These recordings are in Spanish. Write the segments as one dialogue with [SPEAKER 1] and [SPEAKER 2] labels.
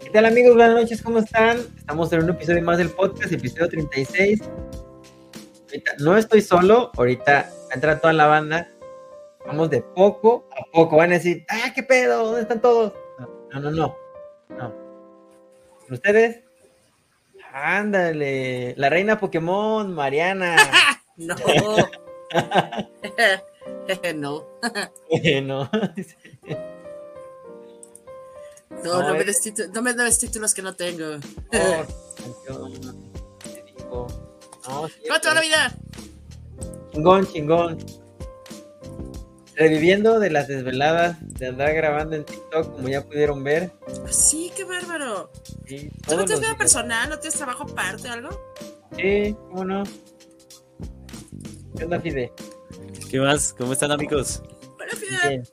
[SPEAKER 1] ¿Qué tal amigos? Buenas noches, ¿cómo están? Estamos en un episodio más del podcast, episodio 36. Ahorita no estoy solo, ahorita entra toda la banda. Vamos de poco a poco. Van a decir, ¡ah, qué pedo! ¿Dónde están todos? No, no, no. no. ¿Con ¿Ustedes? Ándale. La reina Pokémon, Mariana.
[SPEAKER 2] No. no.
[SPEAKER 1] bueno,
[SPEAKER 2] No,
[SPEAKER 1] No,
[SPEAKER 2] no me,
[SPEAKER 1] es-
[SPEAKER 2] des titu- no me des títulos que no tengo.
[SPEAKER 1] oh, canción, te digo. No, sí,
[SPEAKER 2] ¡No, toda la vida!
[SPEAKER 1] Chingón, chingón. Reviviendo de las desveladas, de andar grabando en TikTok, como ya pudieron ver.
[SPEAKER 2] Ah, Sí, qué bárbaro.
[SPEAKER 1] Sí,
[SPEAKER 2] ¿Tú no
[SPEAKER 1] todos
[SPEAKER 2] tienes
[SPEAKER 1] los
[SPEAKER 2] vida
[SPEAKER 1] días.
[SPEAKER 2] personal? ¿No tienes trabajo aparte o algo?
[SPEAKER 1] Sí, cómo no. ¿Qué onda, Fide?
[SPEAKER 3] ¿Qué más? ¿Cómo están amigos?
[SPEAKER 2] Bueno, Fidel,
[SPEAKER 1] Bien.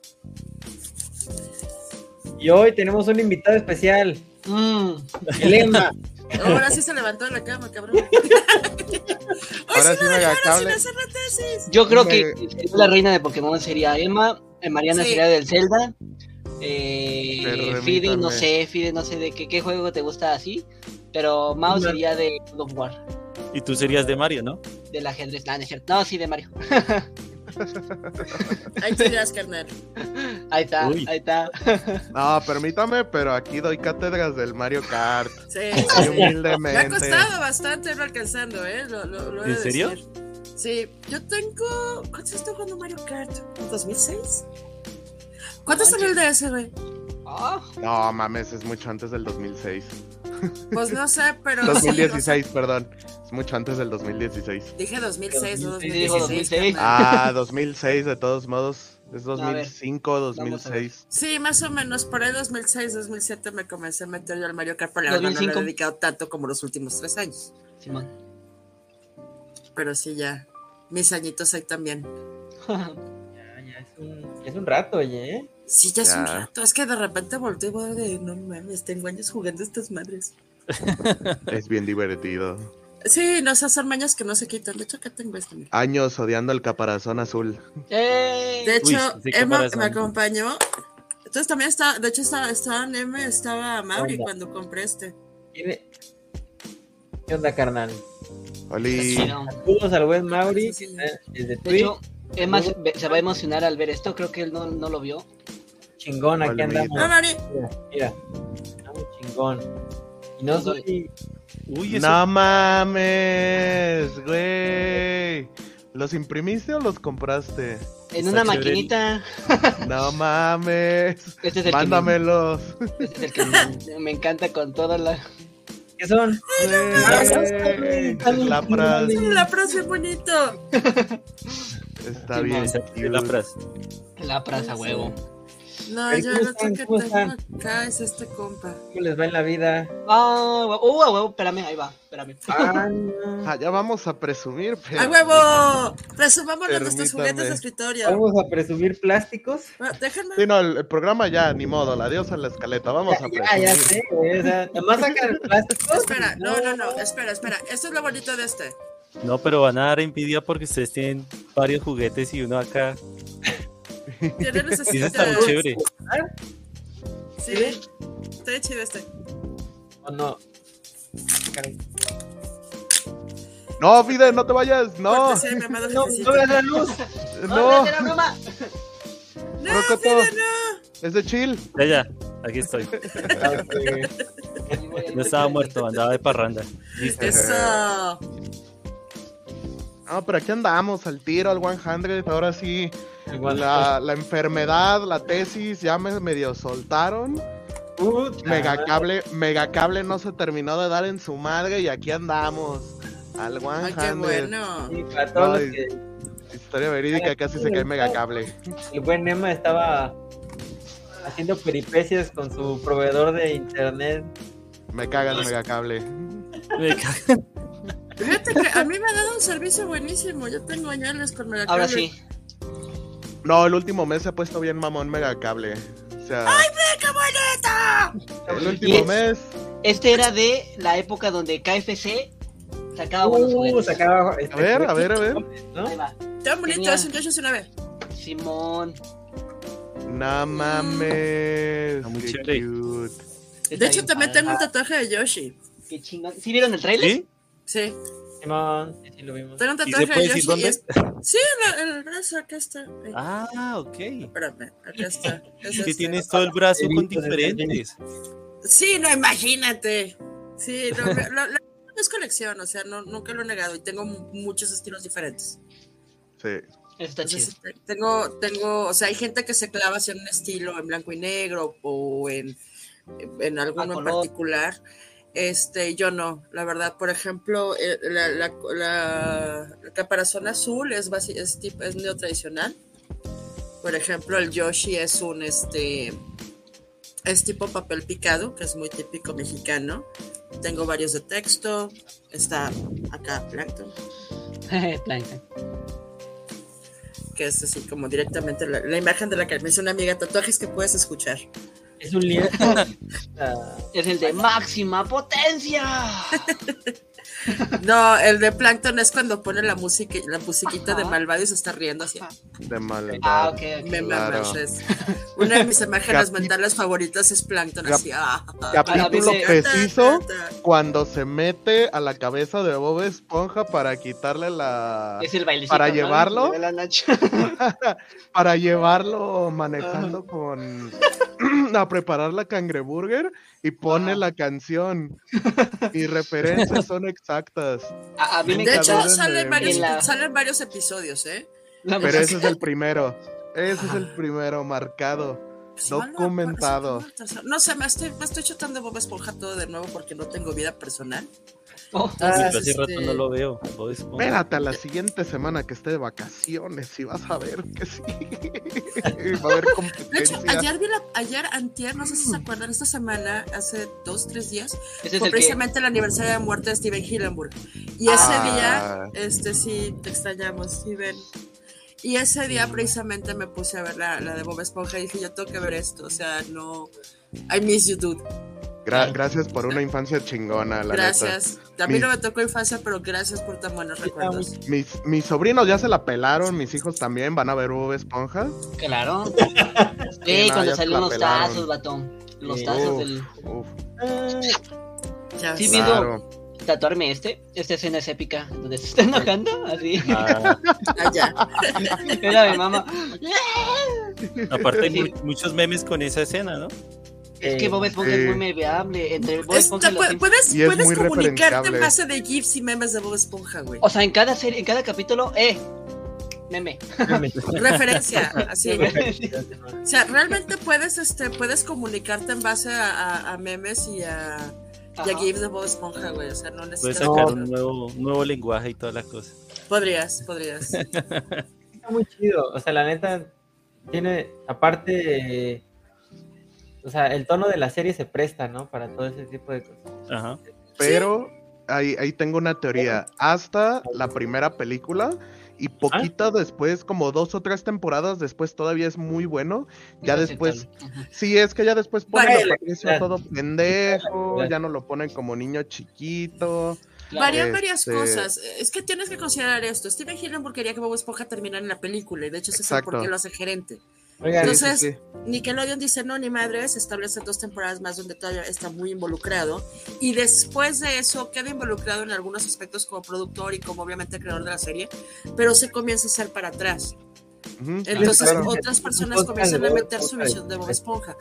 [SPEAKER 1] Y hoy tenemos un invitado especial. El Emma.
[SPEAKER 2] ahora sí se levantó de la cama, cabrón. Hoy
[SPEAKER 4] Ahora
[SPEAKER 2] sí
[SPEAKER 4] sí
[SPEAKER 2] lo dejaron sin
[SPEAKER 4] me agacable.
[SPEAKER 2] hacer la tesis.
[SPEAKER 5] Yo creo que
[SPEAKER 4] Me-
[SPEAKER 5] la reina de Pokémon sería Emma, eh, Mariana
[SPEAKER 2] Sí.
[SPEAKER 5] sería del Zelda, eh,
[SPEAKER 4] Pero
[SPEAKER 5] Fide, no
[SPEAKER 4] remítame.
[SPEAKER 5] sé, Fide, no sé de qué, qué juego te gusta así, pero Mao
[SPEAKER 1] No.
[SPEAKER 5] sería de God of War,
[SPEAKER 3] Y tú serías de Mario, ¿no?
[SPEAKER 5] del ajedrez, nah, no, es cierto. no, sí, de Mario.
[SPEAKER 2] Ahí te dirás, carnal.
[SPEAKER 5] Ahí está,
[SPEAKER 3] Uy.
[SPEAKER 5] ahí está.
[SPEAKER 4] No, permítame, pero aquí doy cátedras del Mario Kart.
[SPEAKER 2] Sí, sí,
[SPEAKER 4] Muy
[SPEAKER 2] sí. Me ha
[SPEAKER 4] humildemente.
[SPEAKER 2] costado bastante irlo alcanzando, ¿eh? Lo, lo, lo he
[SPEAKER 3] ¿En
[SPEAKER 2] de
[SPEAKER 3] serio?
[SPEAKER 2] decir. Sí, yo tengo. ¿Cuántos estoy jugando Mario Kart? ¿2006? ¿Cuántos salió el DS, güey?
[SPEAKER 5] Ah,
[SPEAKER 4] No, mames, es mucho antes del 2006.
[SPEAKER 2] Pues no sé, pero. sí, no sé.
[SPEAKER 4] 2016, perdón. Es mucho antes del 2016.
[SPEAKER 2] Dije 2006,
[SPEAKER 1] 2016,
[SPEAKER 2] no 2016.
[SPEAKER 5] 2016.
[SPEAKER 2] carnal.
[SPEAKER 4] Ah, 2006, de todos modos. Es
[SPEAKER 5] A ver,
[SPEAKER 4] 2005, 2006.
[SPEAKER 2] Sí, más o menos, por ahí 2006, 2007 me comencé a meter yo al Mario Kart, pero la verdad no
[SPEAKER 5] 2005.
[SPEAKER 2] le he dedicado tanto como los últimos tres años.
[SPEAKER 5] Simón.
[SPEAKER 2] Pero sí, ya, mis añitos ahí también.
[SPEAKER 1] Ya, ya es un, es un rato, oye. ¿eh?
[SPEAKER 2] Sí, ya, es un
[SPEAKER 4] Ya.
[SPEAKER 2] rato, es que de repente volteo y voy de, no mames, tengo años jugando a estas madres.
[SPEAKER 4] Es bien divertido.
[SPEAKER 2] Sí, no, esas son mañas que no se quitan, de hecho acá tengo esta. mira.
[SPEAKER 4] Años odiando el caparazón azul.
[SPEAKER 5] Eh,
[SPEAKER 2] De hecho,
[SPEAKER 3] sí, qué
[SPEAKER 2] Emma
[SPEAKER 3] corazón.
[SPEAKER 2] me acompañó. Entonces también estaba, de hecho estaba, estaba Neme, estaba Mauri
[SPEAKER 1] Onda.
[SPEAKER 2] cuando compré este.
[SPEAKER 1] Tiene- ¿Qué onda, carnal?
[SPEAKER 4] Oli.
[SPEAKER 5] sí, no.
[SPEAKER 1] Saludos al buen Mauri,
[SPEAKER 2] Sí, sí.
[SPEAKER 1] que está desde
[SPEAKER 5] De
[SPEAKER 1] Twitch.
[SPEAKER 5] hecho, Emma se, ve- se va a emocionar al ver esto, creo que él no, no lo vio.
[SPEAKER 1] Chingón, aquí
[SPEAKER 4] Hola,
[SPEAKER 3] Ah.
[SPEAKER 1] andamos.
[SPEAKER 2] No, Ah, Mauri,
[SPEAKER 1] Mira, mira. Estamos chingón. Y no soy.
[SPEAKER 3] Uy, eso.
[SPEAKER 4] No mames, güey. ¿Los imprimiste o los compraste?
[SPEAKER 5] En
[SPEAKER 3] Está
[SPEAKER 5] una
[SPEAKER 3] chévere.
[SPEAKER 5] maquinita,
[SPEAKER 4] No mames.
[SPEAKER 5] este es el
[SPEAKER 4] Mándamelos.
[SPEAKER 5] que, me, este es el que me- me encanta con toda la...
[SPEAKER 1] ¿Qué son?
[SPEAKER 4] Güey, La frase
[SPEAKER 2] la frase es bonito.
[SPEAKER 4] está bien.
[SPEAKER 3] Esa es la
[SPEAKER 4] cute.
[SPEAKER 3] frase.
[SPEAKER 5] La praza huevo.
[SPEAKER 2] No,
[SPEAKER 1] Pero
[SPEAKER 2] yo
[SPEAKER 1] ¿cómo
[SPEAKER 2] el otro
[SPEAKER 1] están?
[SPEAKER 2] que
[SPEAKER 1] ¿Cómo
[SPEAKER 2] tengo acá es este compa.
[SPEAKER 1] ¿Cómo les va en la vida?
[SPEAKER 5] Ah, huevo, uh, huevo, espérame, ahí va, espérame.
[SPEAKER 1] Ah, no.
[SPEAKER 4] Ah, ya vamos a presumir, pero.
[SPEAKER 2] ¡A huevo! Resumamos nuestros
[SPEAKER 4] Permítame.
[SPEAKER 2] juguetes de escritorio.
[SPEAKER 1] Vamos a presumir plásticos.
[SPEAKER 2] Bueno, déjenme.
[SPEAKER 4] Sí, no, el, el programa ya, ni modo, la adiós a la escaleta, vamos a
[SPEAKER 1] Ah,
[SPEAKER 4] presumir.
[SPEAKER 1] ya sé. güey, O sea, nomás sacan plásticos.
[SPEAKER 2] Espera, no, no, no, espera, espera. Esto es lo bonito de este.
[SPEAKER 3] No, pero van a dar envidia porque ustedes tienen varios juguetes y uno acá.
[SPEAKER 2] Tiene
[SPEAKER 3] Y eso
[SPEAKER 2] necesita.
[SPEAKER 3] está muy chévere.
[SPEAKER 2] Sí, está chido este.
[SPEAKER 1] No, no.
[SPEAKER 4] No, Fide, no te vayas, no,
[SPEAKER 2] Cortesía de mi amado
[SPEAKER 1] No,
[SPEAKER 2] jefecito.
[SPEAKER 1] no veas la luz.
[SPEAKER 4] no,
[SPEAKER 5] era broma!
[SPEAKER 2] No,
[SPEAKER 4] Rocoto.
[SPEAKER 2] Fide, no.
[SPEAKER 4] es de chill.
[SPEAKER 3] Ya, ya, aquí estoy. No estaba muerto, andaba de parranda. Listo.
[SPEAKER 2] Eso.
[SPEAKER 4] No, pero aquí andamos, al tiro, al 100, ahora sí,
[SPEAKER 1] Igual la.
[SPEAKER 4] la, la enfermedad, la tesis, ya me medio soltaron. Megacable, Megacable no se terminó de dar en su madre y aquí andamos, al 100.
[SPEAKER 2] Ay, qué bueno.
[SPEAKER 1] Sí, para todos los que
[SPEAKER 4] Historia verídica, casi se cae Megacable.
[SPEAKER 1] el buen Emma estaba haciendo peripecias con su proveedor de internet.
[SPEAKER 4] Me cagan Megacable.
[SPEAKER 3] Me ca-
[SPEAKER 2] Fíjate que a mí me ha dado un servicio buenísimo. Yo tengo añales con Megacable.
[SPEAKER 5] Ahora sí.
[SPEAKER 4] No, el último mes se ha puesto bien mamón Megacable. O sea,
[SPEAKER 2] ¡Qué bonito!
[SPEAKER 5] pues,
[SPEAKER 4] el último
[SPEAKER 5] es-
[SPEAKER 4] mes.
[SPEAKER 5] Este era de la época donde KFC sacaba buenos
[SPEAKER 1] Uh,
[SPEAKER 5] juguetes.
[SPEAKER 1] sacaba este
[SPEAKER 4] A ver, a ver, a ver.
[SPEAKER 1] ¿no?
[SPEAKER 5] Ahí va.
[SPEAKER 2] Tan bonito,
[SPEAKER 5] Tenía-
[SPEAKER 2] es un Yoshi es una vez.
[SPEAKER 5] Simón.
[SPEAKER 4] No mames.
[SPEAKER 5] Mm.
[SPEAKER 3] Está muy
[SPEAKER 4] qué
[SPEAKER 3] chévere.
[SPEAKER 4] cute.
[SPEAKER 2] De hecho, también tengo un tatuaje de Yoshi.
[SPEAKER 5] Qué chingón. ¿Sí vieron el trailer?
[SPEAKER 3] ¿Sí?
[SPEAKER 2] Sí,
[SPEAKER 1] Simón, sí, sí, lo vimos.
[SPEAKER 2] tengo un
[SPEAKER 3] ¿Y
[SPEAKER 2] tatuaje
[SPEAKER 3] se puede
[SPEAKER 2] de
[SPEAKER 3] decir
[SPEAKER 2] Yoshi. y
[SPEAKER 3] dónde?
[SPEAKER 2] es- Sí, en el brazo, acá está. Ahí.
[SPEAKER 3] Ah, ok.
[SPEAKER 2] Espérame, acá está. Es
[SPEAKER 3] Que
[SPEAKER 2] este.
[SPEAKER 3] tienes todo el brazo con
[SPEAKER 1] Evito de
[SPEAKER 3] diferentes.
[SPEAKER 2] Sí, no, imagínate. Sí, no, lo- lo- lo- es colección, o sea, no, nunca lo he negado y tengo mu- muchos estilos diferentes.
[SPEAKER 4] Sí.
[SPEAKER 5] Eso está chido.
[SPEAKER 2] Entonces, te- tengo, tengo, o sea, hay gente que se clava hacia un estilo en blanco y negro o en, en alguno en
[SPEAKER 5] color.
[SPEAKER 2] particular. Este, yo no, la verdad, por ejemplo, eh, la, la, la- la caparazón azul es, basi- es, tip- es neotradicional. Por ejemplo, el Yoshi es un este es tipo papel picado, que es muy típico mexicano. Tengo varios de texto, está acá Plankton,
[SPEAKER 5] Plankton.
[SPEAKER 2] que es así como directamente la, la imagen de la que me hizo una amiga, tatuajes que puedes escuchar.
[SPEAKER 1] Es un lienzo. Ah,
[SPEAKER 5] Es el de máxima potencia.
[SPEAKER 2] No, el de Plankton es cuando pone la música, la musiquita
[SPEAKER 5] Ajá.
[SPEAKER 2] de malvado y se está riendo así.
[SPEAKER 4] De maldad.
[SPEAKER 5] ah, ok, ok.
[SPEAKER 2] Me
[SPEAKER 4] Claro.
[SPEAKER 2] mamas, es- Una de mis imágenes
[SPEAKER 4] Capi-
[SPEAKER 2] mentales favoritas es Plankton,
[SPEAKER 4] Cap-
[SPEAKER 2] así. ah,
[SPEAKER 4] capítulo
[SPEAKER 2] ta, ta,
[SPEAKER 4] preciso.
[SPEAKER 2] ta, ta.
[SPEAKER 4] Cuando se mete a la cabeza de Bob Esponja para quitarle la.
[SPEAKER 5] Es el bailecito.
[SPEAKER 4] Para
[SPEAKER 5] ¿no?
[SPEAKER 4] llevarlo.
[SPEAKER 5] De la Nacho.
[SPEAKER 4] Para llevarlo manejando
[SPEAKER 5] Ah.
[SPEAKER 4] con. a preparar la cangreburger y pone
[SPEAKER 5] Ajá.
[SPEAKER 4] la canción. Y referencias son exactas.
[SPEAKER 5] A, a mí me
[SPEAKER 2] De
[SPEAKER 5] encantó.
[SPEAKER 2] hecho,
[SPEAKER 4] Cabrón,
[SPEAKER 2] salen
[SPEAKER 4] de-
[SPEAKER 2] varios,
[SPEAKER 5] de la-
[SPEAKER 2] salen varios episodios, ¿eh?
[SPEAKER 5] la
[SPEAKER 4] Pero
[SPEAKER 5] música.
[SPEAKER 4] ese es el primero. Ese es el primero marcado.
[SPEAKER 2] Pues, no lo recuerdo,
[SPEAKER 4] Documentado.
[SPEAKER 2] sí, no, No sé, me estoy, me estoy chutando Bob Esponja todo de nuevo porque no tengo vida personal.
[SPEAKER 5] Oh,
[SPEAKER 3] Yo
[SPEAKER 2] Entonces,
[SPEAKER 3] hace
[SPEAKER 2] este,
[SPEAKER 3] rato no lo veo. Bob Esponja.
[SPEAKER 4] Espérate a la siguiente semana que esté de vacaciones y vas a ver que sí. Va a haber
[SPEAKER 2] De hecho,
[SPEAKER 4] competencia.
[SPEAKER 2] ayer vi la, ayer, antier, no sé
[SPEAKER 4] Mm.
[SPEAKER 2] si se acuerdan, esta semana, hace dos, tres días,
[SPEAKER 5] ese
[SPEAKER 2] fue
[SPEAKER 5] es el que.
[SPEAKER 2] precisamente el aniversario de muerte de Steven Hillenburg. Y ese
[SPEAKER 4] Ah.
[SPEAKER 2] día, este, sí, te extrañamos, Steven. Y ese
[SPEAKER 4] Mm.
[SPEAKER 2] día precisamente me puse a ver la, la de Bob Esponja y dije, yo tengo que ver esto, o sea, no... I miss you, dude.
[SPEAKER 4] Gra- gracias por una infancia chingona, la neta.
[SPEAKER 2] gracias. A mí
[SPEAKER 4] Mi-
[SPEAKER 2] no me tocó infancia, pero gracias por tan buenos recuerdos.
[SPEAKER 4] Mis, mis sobrinos ya se la pelaron, mis hijos también van a ver Bob Esponja.
[SPEAKER 5] Claro.
[SPEAKER 4] Sí,
[SPEAKER 5] Ey,
[SPEAKER 4] no, ya
[SPEAKER 5] cuando
[SPEAKER 4] la
[SPEAKER 5] salieron los
[SPEAKER 4] pelaron.
[SPEAKER 5] tazos, batón. Los
[SPEAKER 1] Sí.
[SPEAKER 5] tazos
[SPEAKER 4] Uf,
[SPEAKER 5] del.
[SPEAKER 4] uf,
[SPEAKER 1] Ah,
[SPEAKER 2] Ya
[SPEAKER 5] Sí,
[SPEAKER 2] sé.
[SPEAKER 5] viendo-
[SPEAKER 4] claro.
[SPEAKER 5] Tatuarme este. Esta escena es épica. Donde se está enojando. Así.
[SPEAKER 3] Ah,
[SPEAKER 2] Ah, ya.
[SPEAKER 5] Era mi mamá.
[SPEAKER 3] aparte, hay
[SPEAKER 5] Sí.
[SPEAKER 3] mu- muchos memes con esa escena, ¿no?
[SPEAKER 5] Es que Bob Esponja
[SPEAKER 4] Sí.
[SPEAKER 5] es muy memeable. Entre el Bob
[SPEAKER 2] Es-
[SPEAKER 5] Esponja y
[SPEAKER 2] te-
[SPEAKER 5] los
[SPEAKER 2] pu-
[SPEAKER 5] Simpsons.
[SPEAKER 2] puedes
[SPEAKER 4] Y es
[SPEAKER 2] puedes
[SPEAKER 4] muy
[SPEAKER 2] comunicarte en
[SPEAKER 4] referenciable.
[SPEAKER 2] base de GIFs y memes de Bob Esponja, güey.
[SPEAKER 5] O sea, en cada serie, en cada capítulo, eh. Meme.
[SPEAKER 2] Referencia, así. O sea, realmente puedes, este, puedes comunicarte en base a, a- a memes y a, y a
[SPEAKER 5] Ajá.
[SPEAKER 2] GIFs de Bob Esponja, güey. O sea, no
[SPEAKER 3] Puedes
[SPEAKER 2] necesitas.
[SPEAKER 3] sacar un nuevo, un nuevo lenguaje y toda la cosa.
[SPEAKER 2] Podrías, podrías.
[SPEAKER 1] está muy chido. O sea, la neta tiene, aparte, eh, o sea, el tono de la serie se presta, ¿no? Para todo ese tipo de cosas.
[SPEAKER 3] Ajá.
[SPEAKER 4] Pero ahí, ahí tengo una teoría. Hasta la primera película y poquita después, como dos o tres temporadas después, todavía es muy bueno. Ya después, sí, es que ya después ponen a
[SPEAKER 1] Bájale,
[SPEAKER 4] Patricio
[SPEAKER 1] ya.
[SPEAKER 4] todo pendejo,
[SPEAKER 1] Ya.
[SPEAKER 4] ya no lo ponen como niño chiquito.
[SPEAKER 2] Varían
[SPEAKER 4] Este-
[SPEAKER 2] varias cosas. Es que tienes que considerar esto. Steven Hillenburg quería que Bob Esponja terminara en la película y de hecho ese es el
[SPEAKER 4] Exacto.
[SPEAKER 2] por qué lo hace gerente.
[SPEAKER 1] Oigan,
[SPEAKER 2] Entonces- Nickelodeon dice, no, ni madre, se establecen dos temporadas más donde todavía está muy involucrado. Y después de eso queda involucrado en algunos aspectos como productor y como obviamente creador de la serie, pero se comienza a hacer para atrás.
[SPEAKER 4] Ujú, sí,
[SPEAKER 2] Entonces
[SPEAKER 4] Pues, claro.
[SPEAKER 2] otras
[SPEAKER 1] Un
[SPEAKER 2] personas
[SPEAKER 1] podcast
[SPEAKER 2] comienzan
[SPEAKER 1] de
[SPEAKER 2] a
[SPEAKER 1] Bob
[SPEAKER 2] meter su
[SPEAKER 1] Esponja.
[SPEAKER 2] visión de Bob Esponja.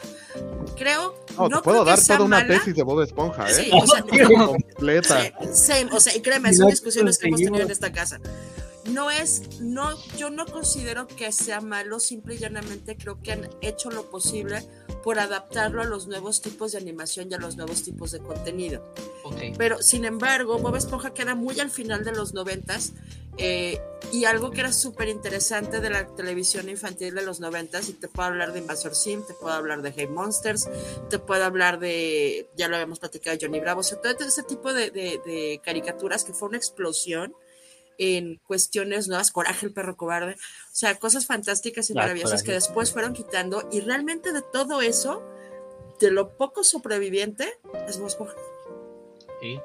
[SPEAKER 2] Creo,
[SPEAKER 4] No,
[SPEAKER 2] no,
[SPEAKER 4] te puedo
[SPEAKER 2] creo
[SPEAKER 4] dar
[SPEAKER 2] que sea
[SPEAKER 4] toda una
[SPEAKER 2] mala.
[SPEAKER 4] tesis de Bob Esponja, ¿eh?
[SPEAKER 2] Sí, o sea,
[SPEAKER 4] Completa.
[SPEAKER 2] Sí, same, o sea, y créeme,
[SPEAKER 1] Y
[SPEAKER 2] son
[SPEAKER 1] no
[SPEAKER 2] discusiones que hemos tenido en
[SPEAKER 1] conseguimos.
[SPEAKER 2] esta casa. No es, no, yo no considero que sea malo, simple y llanamente creo que han hecho lo posible por adaptarlo a los nuevos tipos de animación y a los nuevos tipos de contenido.
[SPEAKER 5] Ok.
[SPEAKER 2] Pero, sin embargo, Bob Esponja queda muy al final de los noventas eh, y algo que era súper interesante de la televisión infantil de los noventas, y te puedo hablar de Invasor Sim, te puedo hablar de Hey Monsters, te puedo hablar de, ya lo habíamos platicado, Johnny Bravo, o sea, todo ese tipo de, de- de caricaturas que fue una explosión en cuestiones nuevas, Coraje, el perro cobarde, o sea, cosas fantásticas y
[SPEAKER 3] Ah,
[SPEAKER 2] maravillosas
[SPEAKER 3] Coraje.
[SPEAKER 2] que después fueron quitando y realmente de todo eso, de lo poco sobreviviente, es Bob Esponja.
[SPEAKER 5] Sí.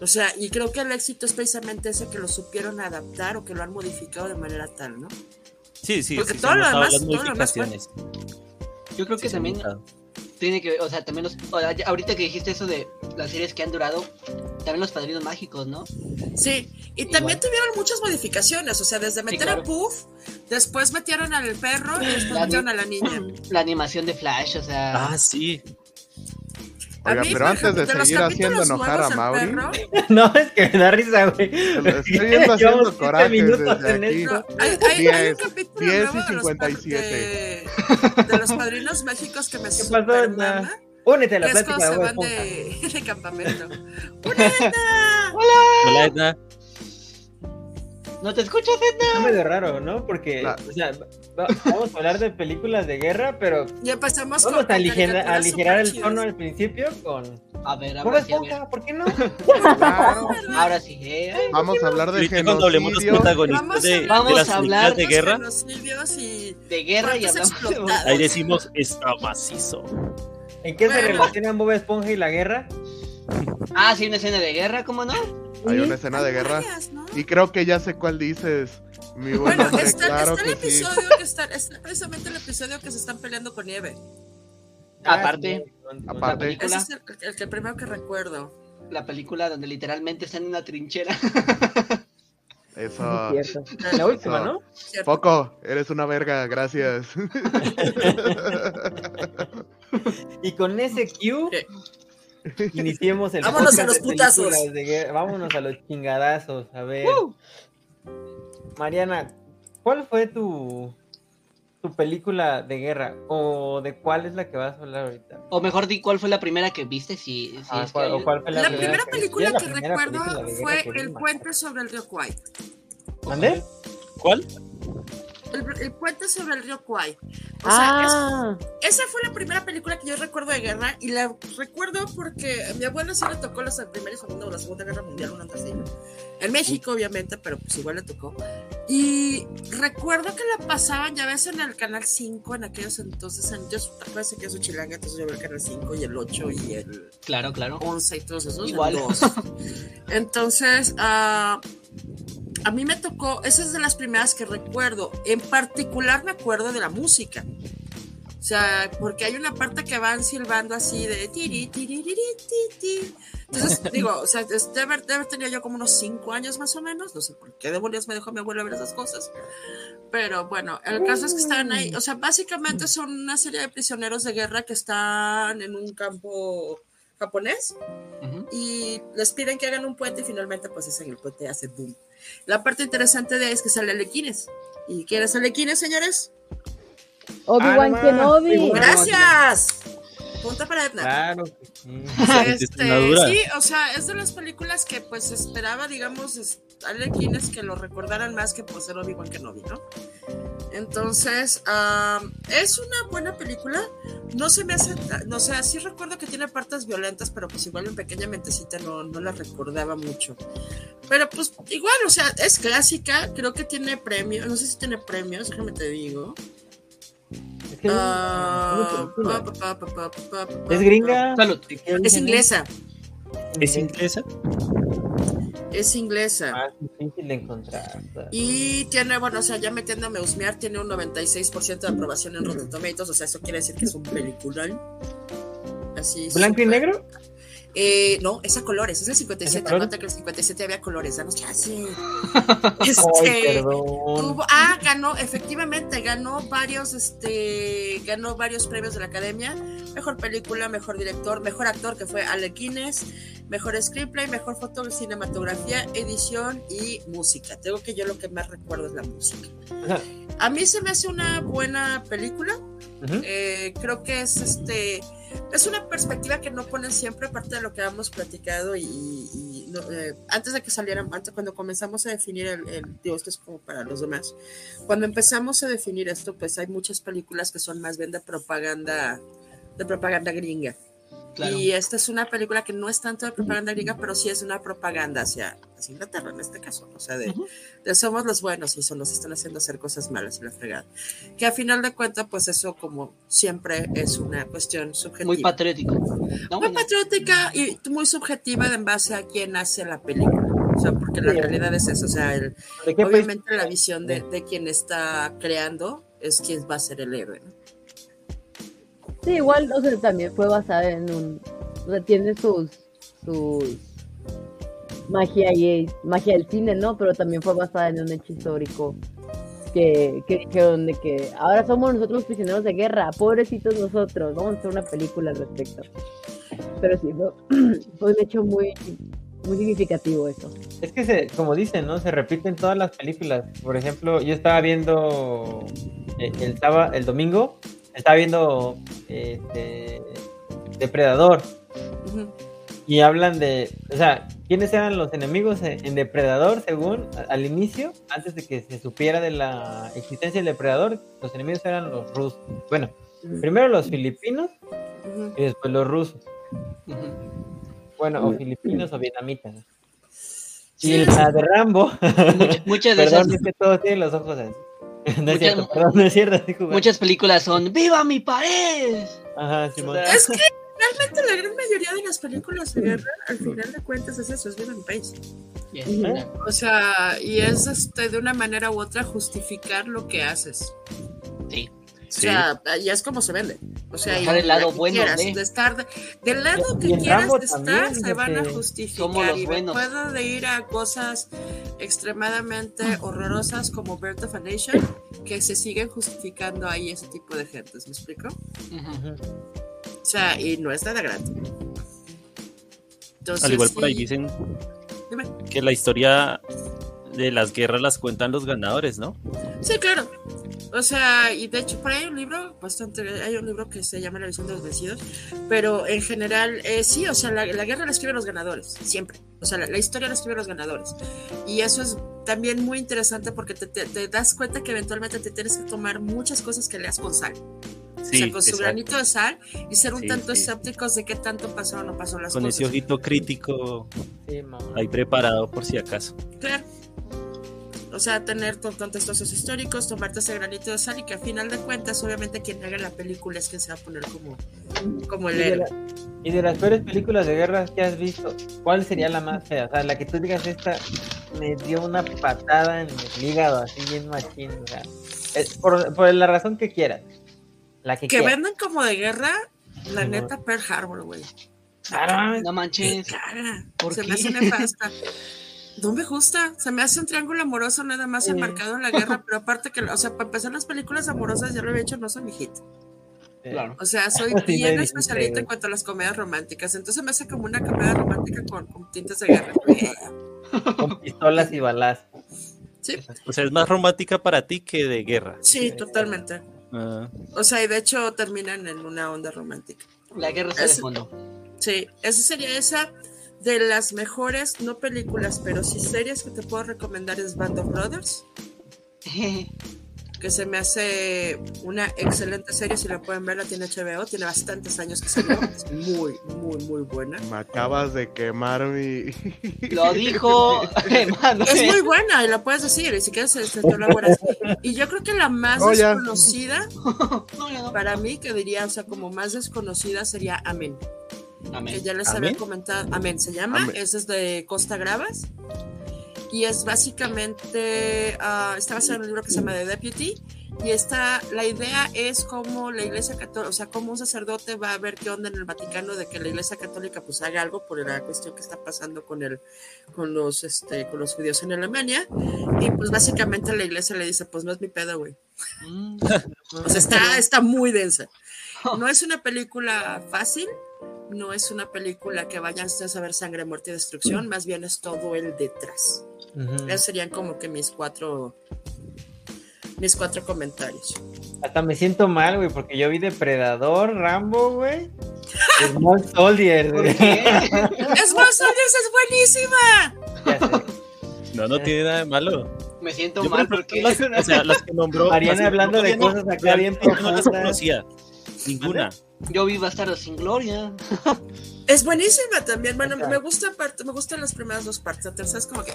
[SPEAKER 2] O sea, y creo que el éxito es precisamente ese que lo supieron adaptar o que lo han modificado de manera tal, ¿no?
[SPEAKER 3] Sí, sí,
[SPEAKER 2] Porque
[SPEAKER 3] sí,
[SPEAKER 2] todo
[SPEAKER 3] se
[SPEAKER 2] lo
[SPEAKER 3] han notado
[SPEAKER 2] demás-
[SPEAKER 3] las
[SPEAKER 2] todo lo demás fue-
[SPEAKER 3] modificaciones.
[SPEAKER 5] Yo creo
[SPEAKER 3] Sí,
[SPEAKER 5] que
[SPEAKER 3] se han
[SPEAKER 5] también
[SPEAKER 3] notado.
[SPEAKER 5] tiene que ver, o sea, también los. o sea, ya- ahorita que dijiste eso de las series que han durado, también los padrinos mágicos, ¿no?
[SPEAKER 2] Sí, y también
[SPEAKER 5] Igual.
[SPEAKER 2] tuvieron muchas modificaciones, o sea, desde meter
[SPEAKER 5] claro.
[SPEAKER 2] a Puff, después metieron al perro y después
[SPEAKER 5] La
[SPEAKER 2] metieron a la niña.
[SPEAKER 5] La animación de Flash, o sea.
[SPEAKER 3] Ah, sí.
[SPEAKER 2] A
[SPEAKER 4] Oiga,
[SPEAKER 2] mí,
[SPEAKER 4] pero
[SPEAKER 2] por
[SPEAKER 4] antes de
[SPEAKER 2] ejemplo, los
[SPEAKER 4] seguir haciendo
[SPEAKER 2] capítulos
[SPEAKER 4] enojar a
[SPEAKER 2] nuevos del
[SPEAKER 4] Mauri,
[SPEAKER 2] perro,
[SPEAKER 1] No, es que me da risa, güey.
[SPEAKER 4] lo estoy viendo
[SPEAKER 1] Llevamos
[SPEAKER 4] haciendo
[SPEAKER 1] 15
[SPEAKER 4] corajes
[SPEAKER 1] minutos
[SPEAKER 4] desde
[SPEAKER 1] en
[SPEAKER 4] aquí.
[SPEAKER 1] esto.
[SPEAKER 2] No, hay, hay- hay un
[SPEAKER 4] 10,
[SPEAKER 2] capítulo
[SPEAKER 4] 10 y
[SPEAKER 2] nuevo de los pa-
[SPEAKER 4] 57.
[SPEAKER 2] De, de los padrinos mágicos que me
[SPEAKER 1] pasó,
[SPEAKER 2] supermama,
[SPEAKER 1] Ana? Únete a la
[SPEAKER 2] que es cuando
[SPEAKER 1] plática de
[SPEAKER 2] se
[SPEAKER 1] Bob
[SPEAKER 2] van
[SPEAKER 1] Esponja.
[SPEAKER 2] de, de campamento. ¡Una Edna!
[SPEAKER 3] Hola, Edna.
[SPEAKER 5] ¿No te escuchas, Edna?
[SPEAKER 1] Está medio raro, ¿no? Porque,
[SPEAKER 4] Claro.
[SPEAKER 1] o sea, va- vamos a hablar de películas de guerra, pero
[SPEAKER 2] Y empezamos
[SPEAKER 1] vamos a
[SPEAKER 2] con
[SPEAKER 1] aligerar, a
[SPEAKER 2] caricaturas
[SPEAKER 1] aligerar el
[SPEAKER 2] superchidas.
[SPEAKER 1] tono al principio con
[SPEAKER 5] A ver,
[SPEAKER 1] Bob
[SPEAKER 5] ahora sí, a ver.
[SPEAKER 1] Esponja, ¿por qué no?
[SPEAKER 4] Claro,
[SPEAKER 5] Ahora sí, eh.
[SPEAKER 4] vamos a hablar de
[SPEAKER 3] Ahorita cuando hablemos los
[SPEAKER 4] genocidio.
[SPEAKER 3] protagonistas de, de
[SPEAKER 5] Vamos
[SPEAKER 3] las
[SPEAKER 5] a hablar
[SPEAKER 3] películas de guerra,
[SPEAKER 2] Los genocidios y
[SPEAKER 5] De guerra y
[SPEAKER 2] cuerpos
[SPEAKER 5] hablamos de
[SPEAKER 2] explotados.
[SPEAKER 3] ahí decimos, está macizo.
[SPEAKER 1] ¿En qué se
[SPEAKER 2] Bueno.
[SPEAKER 1] relacionan Bob Esponja y la guerra?
[SPEAKER 5] Ah, sí, una escena de guerra, ¿cómo no?
[SPEAKER 4] Hay una escena de guerra.
[SPEAKER 2] varias, ¿no?
[SPEAKER 4] Y creo que ya sé cuál dices. Mi buen
[SPEAKER 2] Bueno,
[SPEAKER 4] hombre,
[SPEAKER 2] está,
[SPEAKER 4] claro
[SPEAKER 2] está el
[SPEAKER 4] que sí.
[SPEAKER 2] episodio que está, está precisamente el episodio que se están peleando con nieve.
[SPEAKER 1] Ah,
[SPEAKER 5] Aparte.
[SPEAKER 1] sí, con- con-
[SPEAKER 4] Aparte.
[SPEAKER 5] película.
[SPEAKER 2] Ese es el, el que primero que recuerdo.
[SPEAKER 5] La película donde literalmente están en una trinchera.
[SPEAKER 4] Eso.
[SPEAKER 1] Sí, cierto.
[SPEAKER 2] ah.
[SPEAKER 1] La última,
[SPEAKER 4] Eso.
[SPEAKER 1] ¿no?
[SPEAKER 2] ¿cierto?
[SPEAKER 4] Poco, eres una verga, gracias.
[SPEAKER 1] Y con ese Q
[SPEAKER 2] Eh.
[SPEAKER 1] iniciemos el
[SPEAKER 2] Vámonos
[SPEAKER 1] podcast
[SPEAKER 2] a los
[SPEAKER 1] de películas
[SPEAKER 2] putazos.
[SPEAKER 1] de guerra. Vámonos a los chingadazos, a ver. Mariana, ¿cuál fue tu tu película de guerra o de cuál es la que vas a hablar ahorita?
[SPEAKER 5] O mejor di cuál fue la primera que viste, si, si
[SPEAKER 1] Ah,
[SPEAKER 5] es que
[SPEAKER 1] ¿cuál-
[SPEAKER 5] hay-
[SPEAKER 1] o cuál fue
[SPEAKER 2] La, primera película
[SPEAKER 1] sí, la
[SPEAKER 2] que
[SPEAKER 1] primera
[SPEAKER 2] recuerdo
[SPEAKER 1] película de guerra
[SPEAKER 2] fue
[SPEAKER 1] que
[SPEAKER 2] El
[SPEAKER 1] vimos.
[SPEAKER 2] puente sobre el río Kwai.
[SPEAKER 1] ¿Mande?
[SPEAKER 3] ¿Cuál?
[SPEAKER 2] El, el puente sobre el río Kwai. O sea, es-
[SPEAKER 1] Ah,
[SPEAKER 2] esa fue la primera película que yo recuerdo de guerra y la recuerdo porque a mi abuelo sí le tocó la primera y segunda o la segunda guerra mundial, una antes de ello. En México, obviamente, pero pues igual le tocó. Y recuerdo que la pasaban, ya ves, en el Canal 5 en aquellos entonces. En, yo, acuérdense que yo soy chilanga, entonces yo veo el Canal 5 y el 8 y el
[SPEAKER 5] Claro, claro.
[SPEAKER 2] 11 y todos esos.
[SPEAKER 5] Igual.
[SPEAKER 2] Igual. Entonces, ah, a mí me tocó, esa es de las primeras que recuerdo. En particular me acuerdo de la música. O sea, porque hay una parte que van silbando así de tiri, tiri, tiri, ti, ti. Entonces, digo, o sea, es- de haber, de haber tenido yo como unos cinco años más o menos. No sé por qué demonios me dejó mi abuelo ver esas cosas. Pero bueno, el caso es que están ahí. O sea, básicamente son una serie de prisioneros de guerra que están en un campo japonés
[SPEAKER 1] Oh.
[SPEAKER 5] Ujú.
[SPEAKER 2] y les piden que hagan un puente y finalmente pues hacen el puente y hace boom. La parte interesante de ahí es que sale Alequines. ¿Y quién es Alequines, señores?
[SPEAKER 6] Obi-Wan
[SPEAKER 1] Ah,
[SPEAKER 6] Kenobi.
[SPEAKER 1] Obi-Wan.
[SPEAKER 2] ¡Gracias! Punto para Edna.
[SPEAKER 1] claro que sí.
[SPEAKER 3] Excelente
[SPEAKER 2] Este,
[SPEAKER 3] senadora.
[SPEAKER 2] sí, o sea, es de las películas que pues esperaba, digamos, es- Alequines que lo recordaran más que por ser Obi-Wan Kenobi, ¿no? Entonces, am, es una buena película. No se me hace. ta- No, o sea, sí recuerdo que tiene partes violentas, pero pues igual en pequeña mentecita no, no la recordaba mucho. Pero pues igual, o sea, es clásica. Creo que tiene premios. No sé si tiene premios, déjame te digo.
[SPEAKER 1] Es que-
[SPEAKER 2] Ah,
[SPEAKER 1] película.
[SPEAKER 2] pa, pa, pa, pa, pa, pa, pa,
[SPEAKER 1] es gringa.
[SPEAKER 5] Salud.
[SPEAKER 1] ¿De qué origen
[SPEAKER 2] Es inglesa.
[SPEAKER 3] ¿Es inglesa?
[SPEAKER 2] Es inglesa.
[SPEAKER 1] Más difícil de encontrar.
[SPEAKER 2] Y tiene, bueno, o sea, ya metiéndome a husmear, tiene un 96% de aprobación en Rotten Tomatoes, o sea, eso quiere decir que es un peliculón. Así es.
[SPEAKER 1] ¿Blanco y negro?
[SPEAKER 2] Eh, no, es a colores, es el 57,
[SPEAKER 1] colores?
[SPEAKER 2] nota que el 57 había colores, danos chance.
[SPEAKER 1] Ay,
[SPEAKER 2] ah, Este,
[SPEAKER 1] perdón.
[SPEAKER 2] tuvo- ah, ganó, efectivamente, ganó varios, este, ganó varios premios de la academia, mejor película, mejor director, mejor actor, que fue Alec Guinness, mejor screenplay, mejor foto, cinematografía, edición y música. Tengo que yo lo que más recuerdo es la música.
[SPEAKER 1] Ajá.
[SPEAKER 2] A mí se me hace una buena película,
[SPEAKER 1] Ujú.
[SPEAKER 2] eh, creo que es este es una perspectiva que no ponen siempre aparte de lo que habíamos platicado y, y no, eh, antes de que salieran antes cuando comenzamos a definir el, el- digo esto es como para los demás cuando empezamos a definir esto pues hay muchas películas que son más bien de propaganda de propaganda gringa
[SPEAKER 5] Claro.
[SPEAKER 2] y esta es una película que no es tanto de propaganda gringa pero sí es una propaganda hacia, hacia Inglaterra en este caso ¿no? o sea de, de somos los buenos y son los están haciendo hacer cosas malas y la fregada que a final de cuentas pues eso como siempre es una cuestión subjetiva
[SPEAKER 5] Muy patriótico. No,
[SPEAKER 2] muy
[SPEAKER 5] bueno,
[SPEAKER 2] patriótica y muy subjetiva en base a quién hace la película. O sea, porque la
[SPEAKER 1] Sí.
[SPEAKER 2] realidad es eso. O sea, el-
[SPEAKER 1] ¿De qué país?
[SPEAKER 2] obviamente la visión de, de quien está creando es quien va a ser el héroe. ¿no?
[SPEAKER 6] Sí, igual, o sea, también fue basada en un. O sea, tiene sus. sus magia y magia del cine, ¿no? Pero también fue basada en un hecho histórico que, que dijeron de que ahora somos nosotros los prisioneros de guerra, pobrecitos nosotros, vamos a hacer una película al respecto. Pero sí, fue, fue un hecho muy, muy significativo eso.
[SPEAKER 1] Es que, se, como dicen, ¿no? Se repiten todas las películas. Por ejemplo, yo estaba viendo eh, el, sábado, el domingo, estaba viendo eh, este, Depredador.
[SPEAKER 2] Ujú.
[SPEAKER 1] Y hablan de, o sea, ¿quiénes eran los enemigos en en Depredador según a- al inicio? Antes de que se supiera de la existencia del Depredador, los enemigos eran los rusos. Bueno, primero los filipinos
[SPEAKER 2] Ujú.
[SPEAKER 1] y después los rusos.
[SPEAKER 5] Ujú.
[SPEAKER 1] Bueno, o filipinos o vietnamitas. ¿no?
[SPEAKER 2] Sí,
[SPEAKER 1] Y
[SPEAKER 2] es-
[SPEAKER 1] la de Rambo.
[SPEAKER 5] Mucha- muchas de esas
[SPEAKER 1] Perdón, es que todos tienen los ojos así. No es
[SPEAKER 5] Muchas-
[SPEAKER 1] cierto, perdón, no es cierto. sí, güey.
[SPEAKER 5] Muchas películas son ¡Viva mi pared!
[SPEAKER 1] Ajá, Simón.
[SPEAKER 5] O sea,
[SPEAKER 2] Es que realmente la gran mayoría de las películas de guerra, al final de cuentas, es eso, es bien en país.
[SPEAKER 5] Yes.
[SPEAKER 6] Ujú.
[SPEAKER 2] O sea, y es este, de una manera u otra justificar lo que haces.
[SPEAKER 5] Sí.
[SPEAKER 2] O sea, y es como se vende. O sea,
[SPEAKER 5] Buscar el lado
[SPEAKER 2] que
[SPEAKER 5] bueno ¿eh?
[SPEAKER 2] quieras,
[SPEAKER 5] de.
[SPEAKER 2] estar de- del lado que
[SPEAKER 1] Y en
[SPEAKER 2] quieras
[SPEAKER 1] Rambo
[SPEAKER 2] de estar,
[SPEAKER 1] también,
[SPEAKER 2] se van a
[SPEAKER 1] este,
[SPEAKER 2] justificar.
[SPEAKER 5] somos los
[SPEAKER 2] y
[SPEAKER 5] buenos.
[SPEAKER 2] puedo de ir a cosas extremadamente horrorosas como Birth of a Nation, que se siguen justificando ahí ese tipo de gentes. ¿Me explico?
[SPEAKER 5] Ujú.
[SPEAKER 1] Ujú.
[SPEAKER 2] O sea, y no es nada gratis. Entonces,
[SPEAKER 3] Al igual por ahí
[SPEAKER 2] sí,
[SPEAKER 3] dicen
[SPEAKER 2] Dime.
[SPEAKER 3] que la historia de las guerras las cuentan los ganadores, ¿no?
[SPEAKER 2] Sí, claro. O sea, y de hecho, por ahí hay un libro, bastante, hay un libro que se llama La visión de los vencidos, pero en general, eh, sí, o sea, la, la guerra la escriben los ganadores, siempre. O sea, la, la historia la escriben los ganadores. Y eso es también muy interesante porque te, te- te das cuenta que eventualmente te tienes que tomar muchas cosas que leas con sal. o sea, con su
[SPEAKER 3] exacto.
[SPEAKER 2] granito de sal y ser un
[SPEAKER 3] Sí,
[SPEAKER 2] tanto
[SPEAKER 3] sí.
[SPEAKER 2] escépticos de qué tanto pasó o no pasó las
[SPEAKER 3] Con ese
[SPEAKER 2] cosas.
[SPEAKER 3] ojito crítico
[SPEAKER 1] Sí, mamá.
[SPEAKER 3] ahí preparado por si acaso.
[SPEAKER 2] Claro. O sea, tener to- contextos históricos, tomarte ese granito de sal y que al final de cuentas, obviamente, quien haga la película es quien se va a poner como, como
[SPEAKER 1] Y
[SPEAKER 2] el
[SPEAKER 1] de,
[SPEAKER 2] héroe.
[SPEAKER 1] la- y de las peores películas de guerra que has visto, ¿cuál sería la más fea? O sea, la que tú digas, esta me dio una patada en el hígado, así bien machín. O sea, es por, por la razón que quieras. La que,
[SPEAKER 2] Que
[SPEAKER 1] quieras.
[SPEAKER 2] venden como de guerra, la
[SPEAKER 1] Ajá.
[SPEAKER 2] neta, Pearl Harbor, güey.
[SPEAKER 1] Claro, mames.
[SPEAKER 5] No manches.
[SPEAKER 2] Cara,
[SPEAKER 5] ¿Por
[SPEAKER 2] se
[SPEAKER 5] qué?
[SPEAKER 2] me hace nefasta. No me gusta, se me hace un triángulo amoroso nada más
[SPEAKER 1] Sí.
[SPEAKER 2] enmarcado en la guerra, pero aparte que, o sea, para empezar las películas amorosas, ya lo he hecho, no soy mi hit.
[SPEAKER 5] Claro.
[SPEAKER 2] O sea, soy
[SPEAKER 1] Sí,
[SPEAKER 2] bien
[SPEAKER 1] me
[SPEAKER 2] especialista
[SPEAKER 1] dijiste.
[SPEAKER 2] en cuanto a las comedias románticas. Entonces me hace como una comedia romántica con, con tintes de guerra.
[SPEAKER 1] este, Con pistolas y balas.
[SPEAKER 2] Sí,
[SPEAKER 3] O sea, es más romántica para ti que de guerra.
[SPEAKER 2] sí, totalmente.
[SPEAKER 3] Ah,
[SPEAKER 2] O sea, y de hecho terminan en una onda romántica.
[SPEAKER 5] La guerra está de
[SPEAKER 2] Eso-
[SPEAKER 5] fondo.
[SPEAKER 2] Sí, esa sería esa de las mejores, no películas, pero sí series que te puedo recomendar es Band of Brothers, que se me hace una excelente serie. Si la pueden ver, la tiene HBO, tiene bastantes años que salió. Es muy, muy, muy buena.
[SPEAKER 4] Me acabas de quemar mi.
[SPEAKER 5] Lo dijo Emanuel.
[SPEAKER 2] Es muy buena y la puedes decir, y si quieres, este, te lo elaboras. Y yo creo que la más
[SPEAKER 4] Oh, ya.
[SPEAKER 2] desconocida
[SPEAKER 5] No, no,
[SPEAKER 2] para mí, que diría, o sea, como más desconocida sería Amén,
[SPEAKER 5] no.
[SPEAKER 2] que
[SPEAKER 5] Amén.
[SPEAKER 2] ya les
[SPEAKER 3] ¿Amén?
[SPEAKER 2] había comentado. Amén se llama,
[SPEAKER 4] Amén.
[SPEAKER 2] ese es de Costa Gravas. Y es básicamente, ah, está basado en un libro que se llama The Deputy. Y está, la idea es como la iglesia católica, o sea, como un sacerdote va a ver qué onda en el Vaticano de que la iglesia católica pues haga algo por la cuestión que está pasando con el, con los, este, con los judíos en Alemania. Y pues básicamente la iglesia le dice, pues no es mi pedo, güey.
[SPEAKER 5] Mm.
[SPEAKER 2] O sea, está, está muy densa.
[SPEAKER 1] Oh.
[SPEAKER 2] No es una película fácil, no es una película que vayan ustedes a ver sangre, muerte y destrucción, más bien es todo el detrás.
[SPEAKER 1] Ujú.
[SPEAKER 2] Esos serían como que mis cuatro mis cuatro comentarios.
[SPEAKER 1] Hasta me siento mal, güey, porque yo vi Depredador, Rambo, güey. y Small Soldier,
[SPEAKER 5] ¿Por
[SPEAKER 1] güey.
[SPEAKER 5] qué?
[SPEAKER 2] ¡Es más, es buenísima!
[SPEAKER 1] Ya sé.
[SPEAKER 3] no, no tiene nada de malo.
[SPEAKER 5] Me siento
[SPEAKER 3] Yo, por
[SPEAKER 5] mal
[SPEAKER 3] ejemplo,
[SPEAKER 5] porque.
[SPEAKER 3] todas las- o sea, las que nombró.
[SPEAKER 1] Mariana
[SPEAKER 3] las que
[SPEAKER 1] hablando
[SPEAKER 3] nombró
[SPEAKER 1] de
[SPEAKER 3] Diego,
[SPEAKER 1] cosas acá bien
[SPEAKER 3] realmente yo No las
[SPEAKER 1] profundas.
[SPEAKER 3] conocía. Ninguna.
[SPEAKER 5] Yo vi Bastardos sin Gloria.
[SPEAKER 2] Es buenísima también. Bueno,
[SPEAKER 1] Ajá.
[SPEAKER 2] me gusta parte, me gustan las primeras dos partes. La tercera es como que.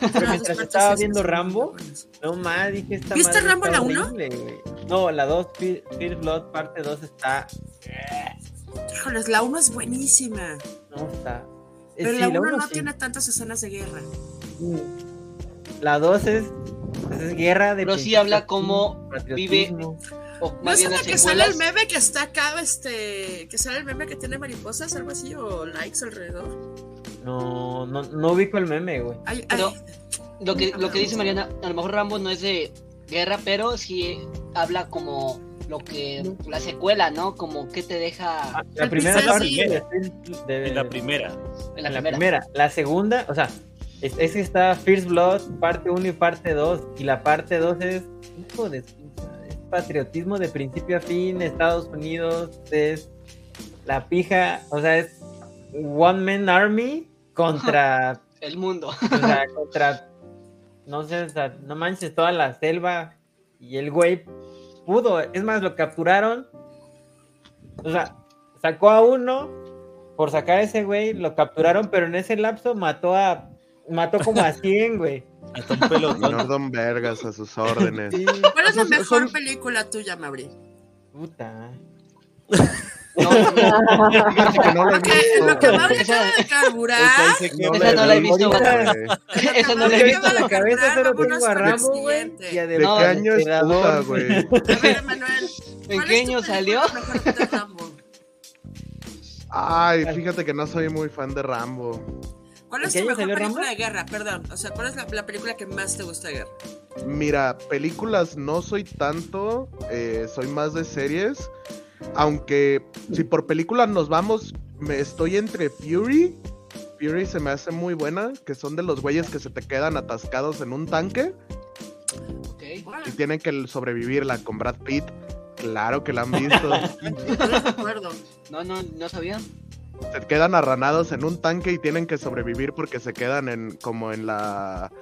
[SPEAKER 1] Pero
[SPEAKER 2] las dos
[SPEAKER 1] mientras
[SPEAKER 2] partes
[SPEAKER 1] estaba
[SPEAKER 2] sí
[SPEAKER 1] viendo
[SPEAKER 2] son
[SPEAKER 1] Rambo,
[SPEAKER 2] muy buenas.
[SPEAKER 1] No más, dije esta
[SPEAKER 2] ¿Viste
[SPEAKER 1] madre
[SPEAKER 2] Rambo
[SPEAKER 1] está
[SPEAKER 2] la uno?
[SPEAKER 1] horrible, güey. No, la 2, Fear Blood parte 2 está.
[SPEAKER 2] Híjoles, la 1 es buenísima.
[SPEAKER 1] No está. Eh,
[SPEAKER 2] Pero
[SPEAKER 1] sí,
[SPEAKER 2] la 1
[SPEAKER 1] uno
[SPEAKER 2] no
[SPEAKER 1] sí.
[SPEAKER 2] tiene tantas escenas de guerra.
[SPEAKER 1] La 2 es, es guerra de.
[SPEAKER 5] Pero sí
[SPEAKER 1] princesas,
[SPEAKER 5] habla cómo vive-
[SPEAKER 1] patriotismo.
[SPEAKER 5] O
[SPEAKER 2] ¿No
[SPEAKER 5] más
[SPEAKER 2] es en
[SPEAKER 5] bien
[SPEAKER 2] la
[SPEAKER 5] las
[SPEAKER 2] que sale
[SPEAKER 5] secuelas.
[SPEAKER 2] el meme que está acá, este, que sale el meme que tiene mariposas, algo así, o likes alrededor?
[SPEAKER 1] No, no, no ubico el meme, güey.
[SPEAKER 2] Ay, ay,
[SPEAKER 5] Pero- Lo que, lo que dice Mariana, a lo mejor Rambo no es de guerra, pero sí habla como lo que la secuela, ¿no? Como que te deja
[SPEAKER 1] Ah, La
[SPEAKER 2] El
[SPEAKER 1] primera
[SPEAKER 2] pincel,
[SPEAKER 1] parte
[SPEAKER 2] sí.
[SPEAKER 1] de- de-
[SPEAKER 3] En la primera.
[SPEAKER 5] en la
[SPEAKER 1] en la
[SPEAKER 5] primera.
[SPEAKER 1] primera. La segunda, o sea, es, es que está First Blood, parte 1 y parte 2. Y la parte 2 es, hijo de su- es patriotismo de principio a fin, Estados Unidos, es la pija, o sea, es One Man Army contra,
[SPEAKER 5] El mundo.
[SPEAKER 1] o sea, contra, no sé, o sea, no manches, toda la selva. Y el güey pudo, es más, lo capturaron. O sea, sacó a uno por sacar a ese güey, lo capturaron, pero en ese lapso mató a mató como a 100, güey.
[SPEAKER 3] Hasta un pelotón.
[SPEAKER 4] Gordon Vergas a sus órdenes.
[SPEAKER 2] ¿Cuál es la
[SPEAKER 1] Son-
[SPEAKER 2] mejor
[SPEAKER 1] son-
[SPEAKER 2] película tuya, Mabri?
[SPEAKER 1] Puta.
[SPEAKER 5] No, no, no.
[SPEAKER 4] Fíjense que no lo he
[SPEAKER 2] Porque en lo que
[SPEAKER 4] visto.
[SPEAKER 2] Mabri acaba de carburar,
[SPEAKER 3] Entonces,
[SPEAKER 1] Ah,
[SPEAKER 3] ¿qué
[SPEAKER 4] No
[SPEAKER 5] Esa no la he visto.
[SPEAKER 4] güey.
[SPEAKER 5] Esa no
[SPEAKER 1] No
[SPEAKER 5] la
[SPEAKER 1] le
[SPEAKER 5] he
[SPEAKER 1] he
[SPEAKER 5] visto.
[SPEAKER 1] visto la cabeza,
[SPEAKER 2] Vámonos
[SPEAKER 1] pero
[SPEAKER 2] con
[SPEAKER 1] tengo a
[SPEAKER 2] el
[SPEAKER 1] Rambo, güey.
[SPEAKER 2] siguiente.
[SPEAKER 1] Y a
[SPEAKER 4] ¿De
[SPEAKER 1] de
[SPEAKER 4] qué
[SPEAKER 5] No,
[SPEAKER 4] año es
[SPEAKER 1] Depredador.
[SPEAKER 4] Cuba, güey?
[SPEAKER 2] a ver, Manuel,
[SPEAKER 5] ¿En qué año salió?
[SPEAKER 4] Ay, fíjate que no soy muy fan de Rambo.
[SPEAKER 2] ¿Cuál
[SPEAKER 1] ¿En
[SPEAKER 2] es
[SPEAKER 1] qué año
[SPEAKER 2] tu mejor
[SPEAKER 1] salió
[SPEAKER 2] película
[SPEAKER 1] Rambo?
[SPEAKER 2] de guerra? Perdón, o sea, ¿cuál es la, la película que más te gusta de guerra?
[SPEAKER 4] Mira, películas no soy tanto, eh, soy más de series. Aunque si por películas nos vamos, me estoy entre Fury. Fury se me hace muy buena, que son de los güeyes que se te quedan atascados en un tanque
[SPEAKER 5] Ok.
[SPEAKER 2] Bueno,
[SPEAKER 4] y tienen que sobrevivirla con Brad Pitt. Claro que la han visto.
[SPEAKER 2] no recuerdo.
[SPEAKER 5] No, no, no sabía.
[SPEAKER 4] se quedan arranados en un tanque y tienen que sobrevivir porque se quedan en como en la,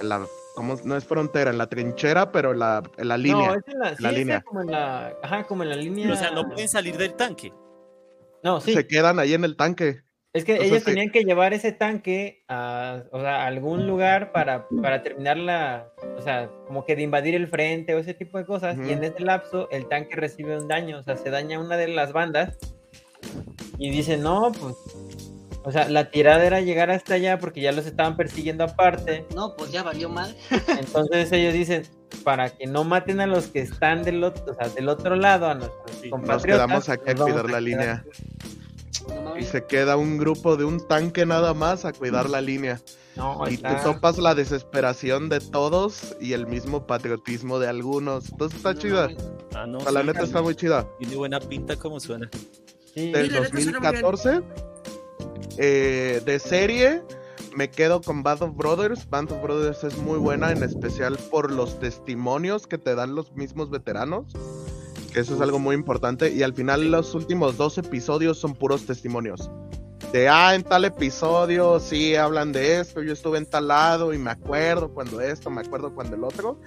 [SPEAKER 4] en la ¿cómo? no es frontera, en la trinchera, pero en la, en la línea.
[SPEAKER 1] No, es en la, sí,
[SPEAKER 4] La
[SPEAKER 1] es
[SPEAKER 4] línea.
[SPEAKER 1] como en la, ajá, como en la línea.
[SPEAKER 3] O sea, no pueden salir del tanque.
[SPEAKER 1] No, sí.
[SPEAKER 4] Se quedan ahí en el tanque.
[SPEAKER 1] Es que
[SPEAKER 4] Entonces,
[SPEAKER 1] ellos
[SPEAKER 4] sí.
[SPEAKER 1] tenían que llevar ese tanque a, o sea, a algún lugar para, para terminar la, o sea, como que de invadir el frente o ese tipo de cosas.
[SPEAKER 4] Ujú.
[SPEAKER 1] Y en ese lapso el tanque recibe un daño, o sea, se daña una de las bandas y dice, no, pues, o sea, la tirada era llegar hasta allá porque ya los estaban persiguiendo aparte.
[SPEAKER 5] No, pues ya valió mal.
[SPEAKER 1] Entonces ellos dicen, para que no maten a los que están del otro, o sea, del otro lado, a nuestros
[SPEAKER 3] Sí, nos
[SPEAKER 4] Nos
[SPEAKER 1] compatriotas.
[SPEAKER 4] quedamos aquí a
[SPEAKER 1] nos vamos
[SPEAKER 4] cuidar la
[SPEAKER 1] quedar
[SPEAKER 4] línea.
[SPEAKER 5] No
[SPEAKER 4] Y
[SPEAKER 5] mames.
[SPEAKER 4] se queda un grupo de un tanque nada más a cuidar la línea.
[SPEAKER 1] No,
[SPEAKER 4] Y te
[SPEAKER 1] está-
[SPEAKER 4] topas la desesperación de todos y el mismo patriotismo de algunos. Entonces está
[SPEAKER 5] No
[SPEAKER 4] chida.
[SPEAKER 5] mames.
[SPEAKER 3] Ah, no.
[SPEAKER 4] O sea, la
[SPEAKER 3] sí,
[SPEAKER 4] neta está muy chida.
[SPEAKER 3] Tiene buena pinta como suena.
[SPEAKER 1] sí.
[SPEAKER 4] del
[SPEAKER 2] Sí, la neta suena muy bien.
[SPEAKER 4] 2014. Eh, de serie, me quedo con Band of Brothers. Band of Brothers es muy buena, en especial por los testimonios que te dan los mismos veteranos. Que eso es algo muy importante. Y al final, los últimos dos episodios son puros testimonios. De, ah, en tal episodio, sí, hablan de esto, yo estuve en tal lado y me acuerdo cuando esto, me acuerdo cuando el otro.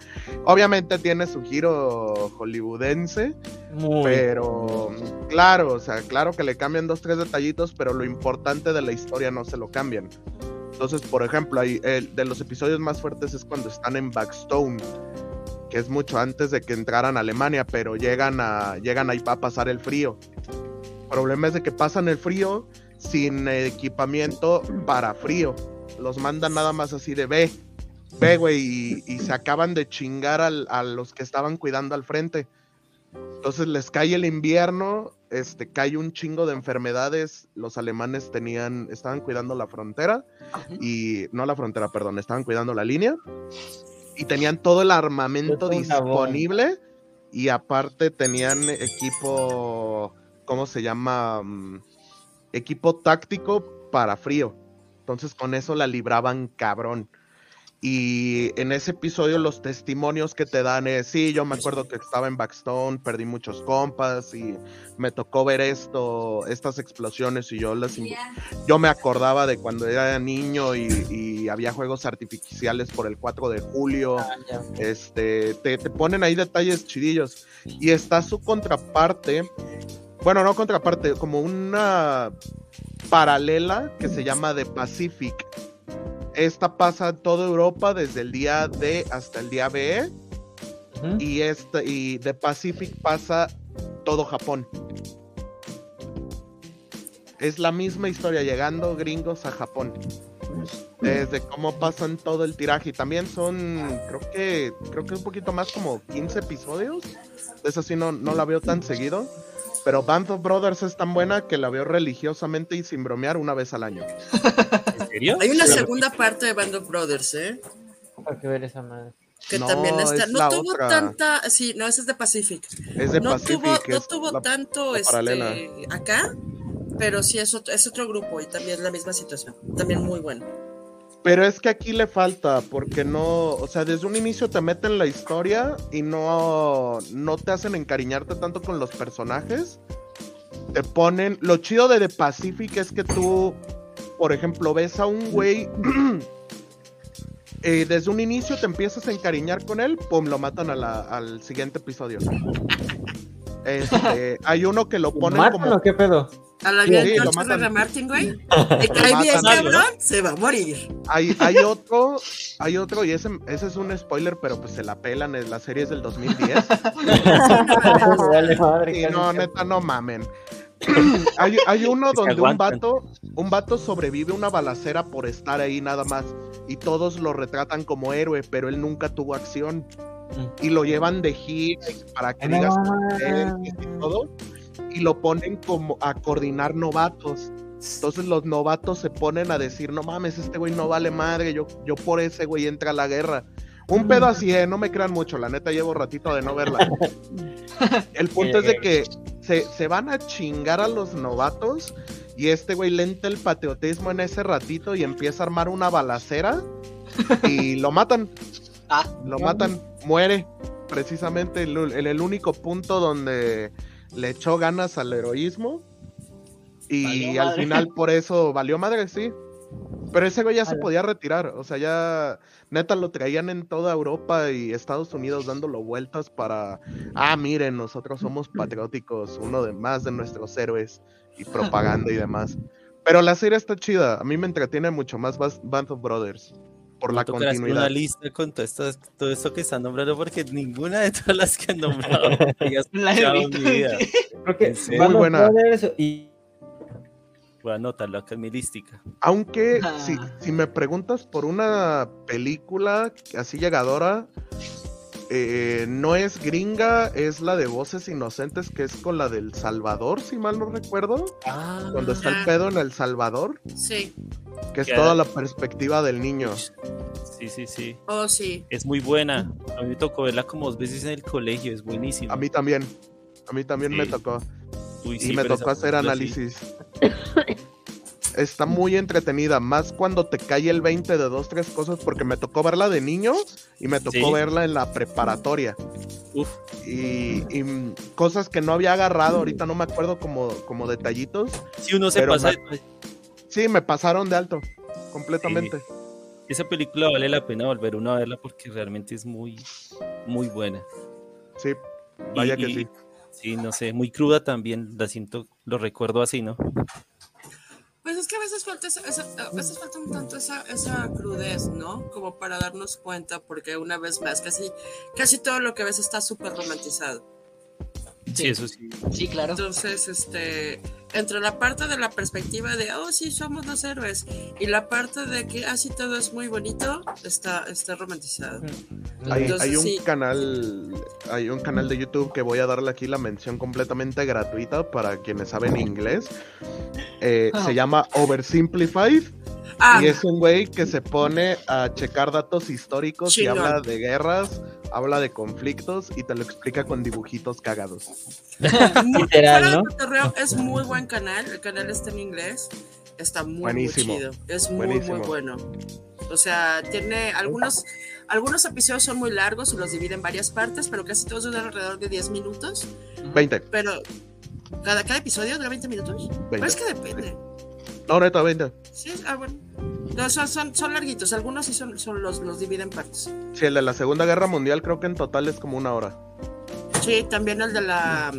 [SPEAKER 4] Obviamente tiene su giro hollywoodense,
[SPEAKER 1] Muy.
[SPEAKER 4] pero claro, o sea, claro que le cambian dos, tres detallitos, pero lo importante de la historia no se lo cambian. Entonces, por ejemplo, ahí, el- de los episodios más fuertes es cuando están en Backstone, que es mucho antes de que entraran a Alemania, pero llegan, a, llegan ahí para pasar el frío. El problema es de que pasan el frío sin equipamiento para frío. Los mandan nada más así de ve, ve, güey, y, y se acaban de chingar al- a los que estaban cuidando al frente. Entonces les cae el invierno, este, cae un chingo de enfermedades. Los alemanes tenían, estaban cuidando la frontera y no la frontera, perdón, estaban cuidando la línea y tenían todo el armamento
[SPEAKER 1] Es una bomba.
[SPEAKER 4] disponible y aparte tenían equipo, ¿cómo se llama? Mm, Equipo táctico para frío. Entonces con eso la libraban cabrón. Y en ese episodio los testimonios que te dan es, sí, yo me acuerdo que estaba en Backstone, perdí muchos compas y me tocó ver esto, estas explosiones y yo las, in- yo me acordaba de cuando era niño y, y había juegos artificiales por el 4 de julio.
[SPEAKER 1] Ah, ya.
[SPEAKER 4] Este, te, te ponen ahí detalles chidillos. Y está su contraparte, bueno, no contraparte, como una paralela que se llama The Pacific. Esta pasa en toda Europa desde el día D hasta el día B
[SPEAKER 1] Ujú.
[SPEAKER 4] y esta y The Pacific pasa todo Japón. Es la misma historia llegando gringos a Japón. Desde cómo pasan todo el tiraje y también son creo que creo que un poquito más como 15 episodios Esa sí no, no la veo tan seguido. Pero Band of Brothers es tan buena que la veo religiosamente y sin bromear una vez al año.
[SPEAKER 3] ¿En serio?
[SPEAKER 2] Hay una segunda parte de Band of Brothers, ¿eh?
[SPEAKER 1] Para que ver esa madre.
[SPEAKER 2] Que
[SPEAKER 4] No,
[SPEAKER 2] también está.
[SPEAKER 4] es
[SPEAKER 2] No
[SPEAKER 4] la
[SPEAKER 2] tuvo
[SPEAKER 4] otra.
[SPEAKER 2] tanta. Sí, no, ese es de Pacific.
[SPEAKER 4] Es de
[SPEAKER 2] no
[SPEAKER 4] Pacific.
[SPEAKER 2] tuvo, no
[SPEAKER 4] es
[SPEAKER 2] tuvo
[SPEAKER 4] la-
[SPEAKER 2] tanto
[SPEAKER 4] la paralela.
[SPEAKER 2] este, acá, pero sí es otro, es otro grupo y también es la misma situación. También muy bueno.
[SPEAKER 4] Pero es que aquí le falta, porque no, o sea, desde un inicio te meten la historia y no, no te hacen encariñarte tanto con los personajes. Te ponen, lo chido de The Pacific es que tú, por ejemplo, ves a un güey, eh, desde un inicio te empiezas a encariñar con él, pum, lo matan a la- al siguiente episodio. Este, hay uno que lo ponen
[SPEAKER 1] ¿Matan
[SPEAKER 4] como...
[SPEAKER 1] o qué pedo?
[SPEAKER 2] A la
[SPEAKER 4] Sí,
[SPEAKER 2] vida
[SPEAKER 4] sí, lo
[SPEAKER 2] entonces de
[SPEAKER 4] matan.
[SPEAKER 2] Remartin, güey. Le cae
[SPEAKER 4] matan,
[SPEAKER 2] bien,
[SPEAKER 4] ¿no?
[SPEAKER 2] cabrón, se va a morir.
[SPEAKER 4] Hay, hay otro, hay otro, y ese, ese es un spoiler, pero pues se la pelan, en la serie es del 2010.
[SPEAKER 1] Vale, madre,
[SPEAKER 4] Sí,
[SPEAKER 1] casi
[SPEAKER 4] no,
[SPEAKER 1] que-
[SPEAKER 4] neta, no mamen. hay, hay uno
[SPEAKER 3] Es que
[SPEAKER 4] donde un
[SPEAKER 3] aguantan.
[SPEAKER 4] vato, un vato sobrevive una balacera por estar ahí nada más. Y todos lo retratan como héroe, pero él nunca tuvo acción.
[SPEAKER 1] Mm.
[SPEAKER 4] Y lo llevan de gira y para que digas de él, que sí, todo, y lo ponen como a coordinar novatos. Entonces los novatos se ponen a decir, no mames, este güey no vale madre, yo, yo por ese güey entra a la guerra. Un pedo así, ¿eh? no me crean mucho, la neta llevo ratito de no verla. El punto es de que se, se van a chingar a los novatos y este güey lenta el patriotismo en ese ratito y empieza a armar una balacera y lo matan.
[SPEAKER 5] Ah.
[SPEAKER 4] Lo matan, muere. Precisamente el, el, el único punto donde le echó ganas al heroísmo. Y
[SPEAKER 5] Valió
[SPEAKER 4] al
[SPEAKER 5] madre.
[SPEAKER 4] final por eso valió madre, sí. Pero ese güey ya se
[SPEAKER 6] Ala.
[SPEAKER 4] podía retirar. O sea, ya neta lo traían en toda Europa y Estados Unidos dándolo vueltas para, ah, miren, nosotros somos patrióticos, uno de más de nuestros héroes y propaganda y demás. Pero la serie está chida. A mí me entretiene mucho más Bas- Band of Brothers por la
[SPEAKER 3] Me tocará hacer
[SPEAKER 4] continuidad.
[SPEAKER 3] una lista con todo esto, todo esto que están nombrando, porque ninguna de todas las que han nombrado hayas
[SPEAKER 5] La he
[SPEAKER 3] escuchado en mi
[SPEAKER 5] visto.
[SPEAKER 3] vida.
[SPEAKER 1] Creo que
[SPEAKER 3] En serio.
[SPEAKER 1] Band of
[SPEAKER 4] Muy buena.
[SPEAKER 1] Brothers y
[SPEAKER 3] Voy a anotarlo acá en mi lística.
[SPEAKER 4] Aunque
[SPEAKER 5] Ah.
[SPEAKER 4] si, si me preguntas por una película así llegadora, eh, no es gringa, es la de Voces Inocentes, que es con la del Salvador, si mal no recuerdo.
[SPEAKER 3] Ah,
[SPEAKER 4] Cuando está el
[SPEAKER 2] Ah.
[SPEAKER 4] pedo en El Salvador,
[SPEAKER 2] Sí,
[SPEAKER 4] que es
[SPEAKER 3] Ya.
[SPEAKER 4] toda la perspectiva del niño.
[SPEAKER 3] sí, sí, sí.
[SPEAKER 2] oh sí.
[SPEAKER 3] Es muy buena. A mí me tocó verla como dos veces en el colegio, es buenísima.
[SPEAKER 4] A mí también. A mí también
[SPEAKER 3] Sí.
[SPEAKER 4] me tocó.
[SPEAKER 3] Uy,
[SPEAKER 4] y
[SPEAKER 3] sí,
[SPEAKER 4] me
[SPEAKER 3] pero
[SPEAKER 4] tocó
[SPEAKER 3] esa
[SPEAKER 4] hacer
[SPEAKER 3] película sí.
[SPEAKER 4] análisis. Está muy entretenida, más cuando te cae el 20 de dos, tres cosas, porque me tocó verla de niño y me tocó
[SPEAKER 3] Sí.
[SPEAKER 4] verla en la preparatoria.
[SPEAKER 3] Uf. Mm.
[SPEAKER 4] Y, y, mm, cosas que no había agarrado, ahorita no me acuerdo como, como detallitos.
[SPEAKER 3] Si uno se
[SPEAKER 4] Pero
[SPEAKER 3] pasa,
[SPEAKER 4] Sí, me pasaron de alto, completamente.
[SPEAKER 3] esa película vale la pena volver uno a verla porque realmente es muy, muy buena.
[SPEAKER 4] Sí, vaya
[SPEAKER 3] Y-
[SPEAKER 4] que
[SPEAKER 3] y-
[SPEAKER 4] sí.
[SPEAKER 3] Sí, no sé, muy cruda también, la siento, lo recuerdo así, ¿no?
[SPEAKER 2] Pues es que a veces falta, esa- esa- a veces falta un tanto esa, esa crudez, ¿no? Como para darnos cuenta, porque una vez más, casi, casi todo lo que ves está súper romantizado.
[SPEAKER 3] Sí,
[SPEAKER 5] Sí.
[SPEAKER 3] eso sí.
[SPEAKER 5] Sí, claro.
[SPEAKER 2] Entonces, este, entre la parte de la perspectiva de, oh, sí, somos los héroes, y la parte de que así todo es muy bonito, está, está romantizado.
[SPEAKER 4] Hay,
[SPEAKER 2] Entonces,
[SPEAKER 4] hay un
[SPEAKER 2] sí.
[SPEAKER 4] canal, hay un canal de YouTube que voy a darle aquí la mención completamente gratuita para quienes saben inglés. Eh, Se llama Oversimplified
[SPEAKER 2] Ah,
[SPEAKER 4] y es un güey que se pone a checar datos históricos
[SPEAKER 2] Chingón.
[SPEAKER 4] y habla de guerras, habla de conflictos y te lo explica con dibujitos cagados.
[SPEAKER 2] muy-
[SPEAKER 1] Literal,
[SPEAKER 2] fuera de
[SPEAKER 1] ¿no?
[SPEAKER 2] cotorreo, es muy buen canal, el canal está en inglés, está muy, muy
[SPEAKER 4] Buenísimo.
[SPEAKER 2] chido, es muy, muy
[SPEAKER 4] Buenísimo.
[SPEAKER 2] bueno. O sea, tiene algunos, algunos episodios son muy largos y los divide en varias partes, pero casi todos duran alrededor de 10 minutos,
[SPEAKER 4] 20,
[SPEAKER 2] pero cada, cada episodio dura 20 minutos. Pero
[SPEAKER 4] 20.
[SPEAKER 2] es que depende.
[SPEAKER 4] No, neta, 20.
[SPEAKER 2] Sí, es- ah, bueno. No, son, son, son larguitos, algunos sí son, son los, los dividen en partes.
[SPEAKER 4] Sí, el de la Segunda Guerra Mundial creo que en total es como una hora.
[SPEAKER 2] Sí, también el de la...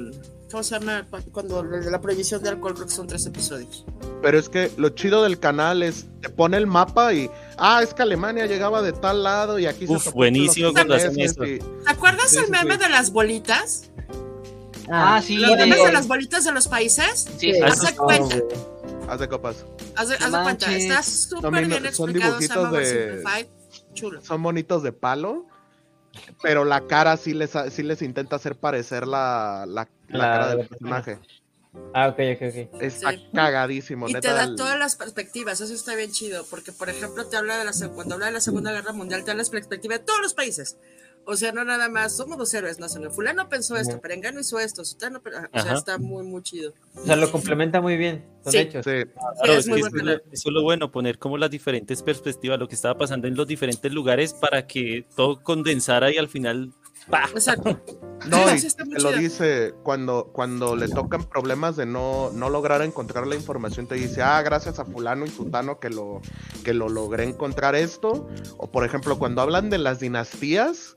[SPEAKER 2] ¿Cómo se llama? Cuando el de la prohibición de alcohol creo que son tres episodios.
[SPEAKER 4] Pero es que lo chido del canal es, te pone el mapa y, ah, es que Alemania llegaba de tal lado y aquí
[SPEAKER 3] Uf,
[SPEAKER 4] topó con
[SPEAKER 3] buenísimo
[SPEAKER 4] los
[SPEAKER 3] cuando hacen
[SPEAKER 4] japoneses
[SPEAKER 3] eso.
[SPEAKER 4] y-
[SPEAKER 2] ¿Te acuerdas
[SPEAKER 4] Sí,
[SPEAKER 2] el
[SPEAKER 4] sí,
[SPEAKER 2] meme
[SPEAKER 4] sí.
[SPEAKER 2] de las bolitas?
[SPEAKER 5] Ah, sí,
[SPEAKER 2] Los
[SPEAKER 5] de-
[SPEAKER 2] memes de las bolitas de los países.
[SPEAKER 5] sí,
[SPEAKER 6] Sí.
[SPEAKER 5] sí.
[SPEAKER 3] Ah,
[SPEAKER 2] Haz
[SPEAKER 3] eso
[SPEAKER 2] de cuenta,
[SPEAKER 4] Haz de copas.
[SPEAKER 2] haz de, haz de cuenta.
[SPEAKER 5] manches.
[SPEAKER 2] Está súper
[SPEAKER 4] También
[SPEAKER 2] bien
[SPEAKER 4] son
[SPEAKER 2] explicado. se llama
[SPEAKER 4] dibujitos de-
[SPEAKER 2] Oversimplified. Chulo.
[SPEAKER 4] Son bonitos de palo. Pero la cara sí les, ha- sí les intenta hacer parecer la, la- la
[SPEAKER 1] La-
[SPEAKER 4] cara
[SPEAKER 1] la
[SPEAKER 4] del
[SPEAKER 1] persona.
[SPEAKER 4] personaje.
[SPEAKER 1] Ah, ok, ok, ok.
[SPEAKER 4] Está
[SPEAKER 2] Sí.
[SPEAKER 4] cagadísimo,
[SPEAKER 2] Y
[SPEAKER 4] neta.
[SPEAKER 2] te da
[SPEAKER 4] el-
[SPEAKER 2] todas las perspectivas, eso está bien chido, porque por ejemplo te habla de la se- cuando habla de la Segunda Guerra Mundial, te da las perspectivas de todos los países. O sea, no nada más, somos los héroes nacionales. Fulano pensó esto,
[SPEAKER 1] Ajá.
[SPEAKER 2] Perengano hizo esto, Sutano, o sea,
[SPEAKER 3] Ajá.
[SPEAKER 2] está muy, muy chido.
[SPEAKER 1] O sea, lo complementa muy bien. Son
[SPEAKER 2] Sí.
[SPEAKER 1] hechos.
[SPEAKER 4] Sí,
[SPEAKER 3] Claro,
[SPEAKER 2] es
[SPEAKER 3] es
[SPEAKER 2] muy
[SPEAKER 3] que eso,
[SPEAKER 2] buena.
[SPEAKER 3] es lo- eso es lo bueno, poner como las diferentes perspectivas, lo que estaba pasando en los diferentes lugares para que todo condensara y al final, ¡pa!
[SPEAKER 2] Exacto.
[SPEAKER 4] No,
[SPEAKER 2] Sí,
[SPEAKER 4] y
[SPEAKER 2] sí, está muy
[SPEAKER 4] te lo
[SPEAKER 2] chida.
[SPEAKER 4] dice cuando, cuando le tocan problemas de no, no lograr encontrar la información, te dice, ah, gracias a fulano y sutano que lo, que lo logré encontrar esto. O por ejemplo, cuando hablan de las dinastías,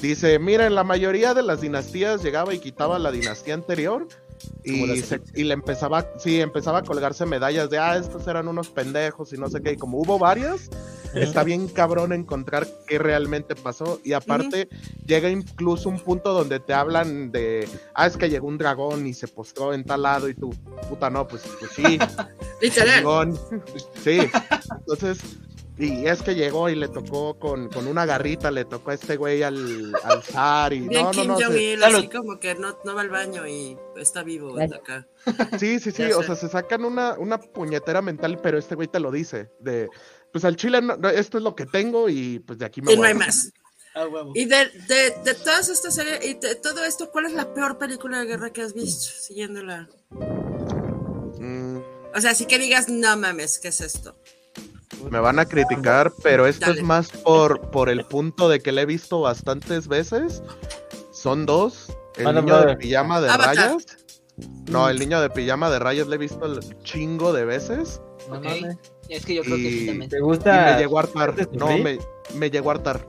[SPEAKER 4] dice, miren, la mayoría de las dinastías llegaba y quitaba la dinastía anterior.
[SPEAKER 3] Como
[SPEAKER 4] Y,
[SPEAKER 3] las
[SPEAKER 4] se- y le empezaba, sí, empezaba a colgarse medallas de, ah, estos eran unos pendejos y no sé qué. Y como hubo varias, está bien cabrón encontrar qué realmente pasó. Y aparte, llega incluso un punto donde te hablan de, ah, es que llegó un dragón y se postró en tal lado y tú, puta, no, pues, pues sí,
[SPEAKER 2] Literal.
[SPEAKER 4] dragón. Sí, entonces, y es que llegó y le tocó con, con una garrita, le tocó a este güey al, al zar y
[SPEAKER 2] Bien
[SPEAKER 4] no, no,
[SPEAKER 2] Kim
[SPEAKER 4] no. se-
[SPEAKER 2] Jong-il,
[SPEAKER 5] Claro.
[SPEAKER 2] así como que no, no va al baño y está vivo
[SPEAKER 6] Claro.
[SPEAKER 2] acá.
[SPEAKER 4] Sí, sí, sí,
[SPEAKER 2] Ya
[SPEAKER 4] o
[SPEAKER 2] sé.
[SPEAKER 4] sea, se sacan una, una puñetera mental, pero este güey te lo dice, de, pues al chile, no- no, esto es lo que tengo y pues de aquí me
[SPEAKER 2] Y no
[SPEAKER 4] voy.
[SPEAKER 2] hay más.
[SPEAKER 5] Ah, huevo.
[SPEAKER 2] Y de, de, de todas estas series y de todo esto, ¿cuál es la peor película de guerra que has visto? Siguiéndola.
[SPEAKER 4] Mm,
[SPEAKER 2] O sea, así que digas, no mames, ¿qué es esto?
[SPEAKER 4] Me van a criticar, pero esto
[SPEAKER 2] Dale.
[SPEAKER 4] es más por, por el punto de que le he visto bastantes veces. Son dos. El
[SPEAKER 1] Band of
[SPEAKER 4] niño de
[SPEAKER 1] Brothers.
[SPEAKER 4] pijama de
[SPEAKER 2] Avatar.
[SPEAKER 4] rayas. No,
[SPEAKER 1] Mm.
[SPEAKER 4] el niño de pijama de rayas le he visto el chingo de veces.
[SPEAKER 1] No
[SPEAKER 5] Ok.
[SPEAKER 1] mames.
[SPEAKER 5] Es que yo creo que
[SPEAKER 4] Y-
[SPEAKER 5] sí también.
[SPEAKER 1] ¿Te
[SPEAKER 4] Y me
[SPEAKER 1] gusta?
[SPEAKER 4] llegó a hartar.
[SPEAKER 1] ¿Este es
[SPEAKER 4] No,
[SPEAKER 1] Rick?
[SPEAKER 4] me, me llegó a hartar.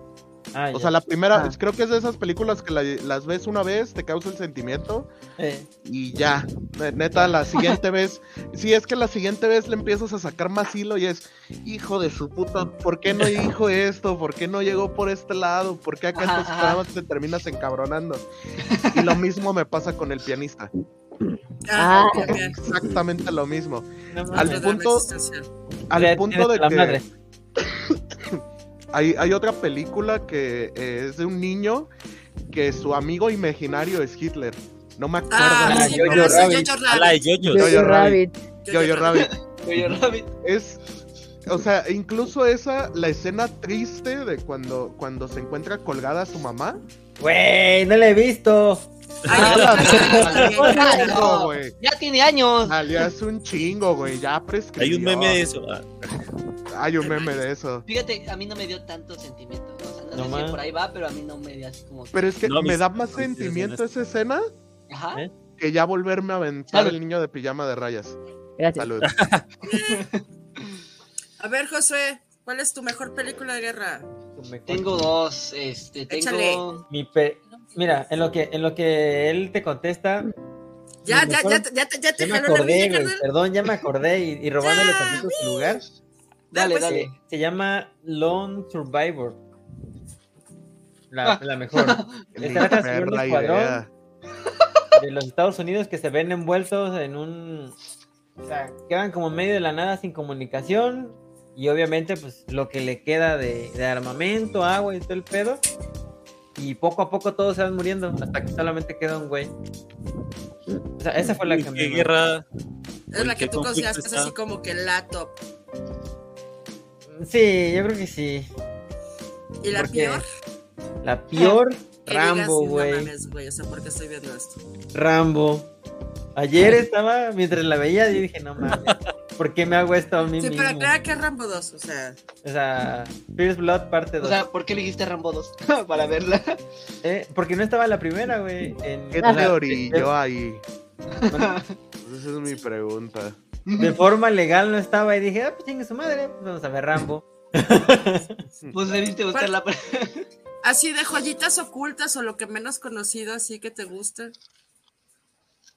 [SPEAKER 1] Ah,
[SPEAKER 4] O
[SPEAKER 1] ya.
[SPEAKER 4] sea, la primera,
[SPEAKER 1] Ah.
[SPEAKER 4] creo que es de esas películas que la- las ves una vez, te causa el sentimiento
[SPEAKER 1] Eh,
[SPEAKER 4] y ya. Ne- Neta, la siguiente vez, si es que la siguiente vez le empiezas a sacar más hilo y es, hijo de su puta, ¿por qué no dijo esto? ¿Por qué no llegó por este lado? ¿Por qué acá en
[SPEAKER 5] Ajá,
[SPEAKER 4] tus
[SPEAKER 5] ajá.
[SPEAKER 4] programas te terminas encabronando? Y lo mismo me pasa con el pianista.
[SPEAKER 2] Ah,
[SPEAKER 6] Ah.
[SPEAKER 2] ok, ok.
[SPEAKER 4] Exactamente lo mismo.
[SPEAKER 1] no mames.
[SPEAKER 4] Al
[SPEAKER 2] Otro drama
[SPEAKER 4] punto-
[SPEAKER 2] existencial.
[SPEAKER 4] Al
[SPEAKER 1] Ya
[SPEAKER 4] punto
[SPEAKER 1] tienes
[SPEAKER 4] de
[SPEAKER 1] la
[SPEAKER 4] que
[SPEAKER 1] madre.
[SPEAKER 4] hay, hay otra película que eh, es de un niño que su amigo imaginario es Hitler. No me acuerdo.
[SPEAKER 2] Ah,
[SPEAKER 1] Perdón,
[SPEAKER 2] sí,
[SPEAKER 1] Jojo
[SPEAKER 2] pero eso
[SPEAKER 1] Rabbit.
[SPEAKER 2] Jojo
[SPEAKER 3] A la
[SPEAKER 2] Rabbit.
[SPEAKER 3] de yoyos.
[SPEAKER 4] Yo-
[SPEAKER 6] Jojo Rabbit.
[SPEAKER 4] Yo, yo, Rabbit.
[SPEAKER 5] Oye, Rabbit.
[SPEAKER 4] es o sea, incluso esa la escena triste de cuando cuando se encuentra colgada su mamá.
[SPEAKER 1] Güey, no la he visto.
[SPEAKER 2] Ay,
[SPEAKER 4] Ah,
[SPEAKER 2] Jojo Rabbit
[SPEAKER 4] salió
[SPEAKER 2] también.
[SPEAKER 4] hace un
[SPEAKER 5] no.
[SPEAKER 4] chingo, güey.
[SPEAKER 5] Ya tiene años.
[SPEAKER 4] Salió hace un chingo, güey, ya prescribió.
[SPEAKER 3] Hay un meme de eso. ah,
[SPEAKER 4] Hay un meme de eso.
[SPEAKER 5] Fíjate, a mí no me dio tanto sentimiento. ¿no? O sea, no,
[SPEAKER 1] No
[SPEAKER 5] sé
[SPEAKER 1] man.
[SPEAKER 5] si por ahí va, pero a mí no me dio así como. que-
[SPEAKER 4] Pero es que
[SPEAKER 3] No, a mí
[SPEAKER 4] me
[SPEAKER 3] sí
[SPEAKER 4] da
[SPEAKER 3] me
[SPEAKER 4] más
[SPEAKER 3] pareció
[SPEAKER 4] sentimiento
[SPEAKER 3] honesto.
[SPEAKER 4] esa escena
[SPEAKER 5] Ajá.
[SPEAKER 1] ¿Eh?
[SPEAKER 4] que ya volverme a aventar
[SPEAKER 5] Salud.
[SPEAKER 4] el niño de pijama de rayas.
[SPEAKER 6] Gracias.
[SPEAKER 4] Salud.
[SPEAKER 2] A ver, Josué, ¿cuál es tu mejor película de guerra?
[SPEAKER 1] Tu mejor-
[SPEAKER 5] Tengo dos. Este, tengo.
[SPEAKER 2] Échale.
[SPEAKER 1] Mi pe- Mira, en lo que en lo que él te contesta,
[SPEAKER 2] Ya,
[SPEAKER 1] Mi
[SPEAKER 2] ya,
[SPEAKER 1] mejor-
[SPEAKER 2] ya, te- ya, te- ya te
[SPEAKER 1] ya me
[SPEAKER 2] jaló la
[SPEAKER 1] acordé,
[SPEAKER 2] vida,
[SPEAKER 1] güey.
[SPEAKER 2] carnal.
[SPEAKER 1] Perdón, ya me acordé y, y robándole tantito su lugar.
[SPEAKER 5] Dale,
[SPEAKER 2] pues,
[SPEAKER 5] dale.
[SPEAKER 1] Eh, Se llama Lone Survivor. La, la mejor.
[SPEAKER 4] Ni
[SPEAKER 1] Trata sobre un
[SPEAKER 4] perra
[SPEAKER 1] escuadrón.
[SPEAKER 4] idea.
[SPEAKER 1] de los Estados Unidos que se ven envueltos en un... O sea, quedan como en medio de la nada sin comunicación y obviamente pues lo que le queda de, de armamento, agua y todo el pedo. Y poco a poco todos se van muriendo hasta que solamente queda un güey. O sea, esa fue la
[SPEAKER 3] uy,
[SPEAKER 1] que
[SPEAKER 3] qué
[SPEAKER 1] me...
[SPEAKER 3] guerra.
[SPEAKER 2] Es la
[SPEAKER 3] Uy,
[SPEAKER 2] que
[SPEAKER 3] qué
[SPEAKER 2] tú consideras que es
[SPEAKER 3] conflicto
[SPEAKER 2] así como que la top.
[SPEAKER 1] Sí, yo creo que sí.
[SPEAKER 2] Y la
[SPEAKER 1] Porque
[SPEAKER 2] peor,
[SPEAKER 1] La peor,
[SPEAKER 2] que
[SPEAKER 1] Rambo,
[SPEAKER 2] digas, No
[SPEAKER 1] güey.
[SPEAKER 2] mames, güey, o sea, ¿por qué estoy viendo esto?
[SPEAKER 1] Rambo. Ayer estaba, mientras la veía, yo dije, no mames, ¿por qué me hago esto a mí
[SPEAKER 2] Sí,
[SPEAKER 1] mismo?
[SPEAKER 2] pero aclara que es Rambo 2, o sea,
[SPEAKER 1] O sea, First Blood parte 2.
[SPEAKER 5] O sea, ¿por qué elegiste Rambo 2? Para verla.
[SPEAKER 1] Eh, porque no estaba la primera, güey. En,
[SPEAKER 4] ¿Qué
[SPEAKER 1] o sea,
[SPEAKER 4] te orilló ahí?
[SPEAKER 1] de- de-
[SPEAKER 4] Esa es mi pregunta.
[SPEAKER 1] De forma legal no estaba y dije, ah, pues chingue su madre, pues vamos a ver Rambo.
[SPEAKER 5] Pues debiste buscarla.
[SPEAKER 2] así de joyitas ocultas o lo que menos conocido, así que te gusta.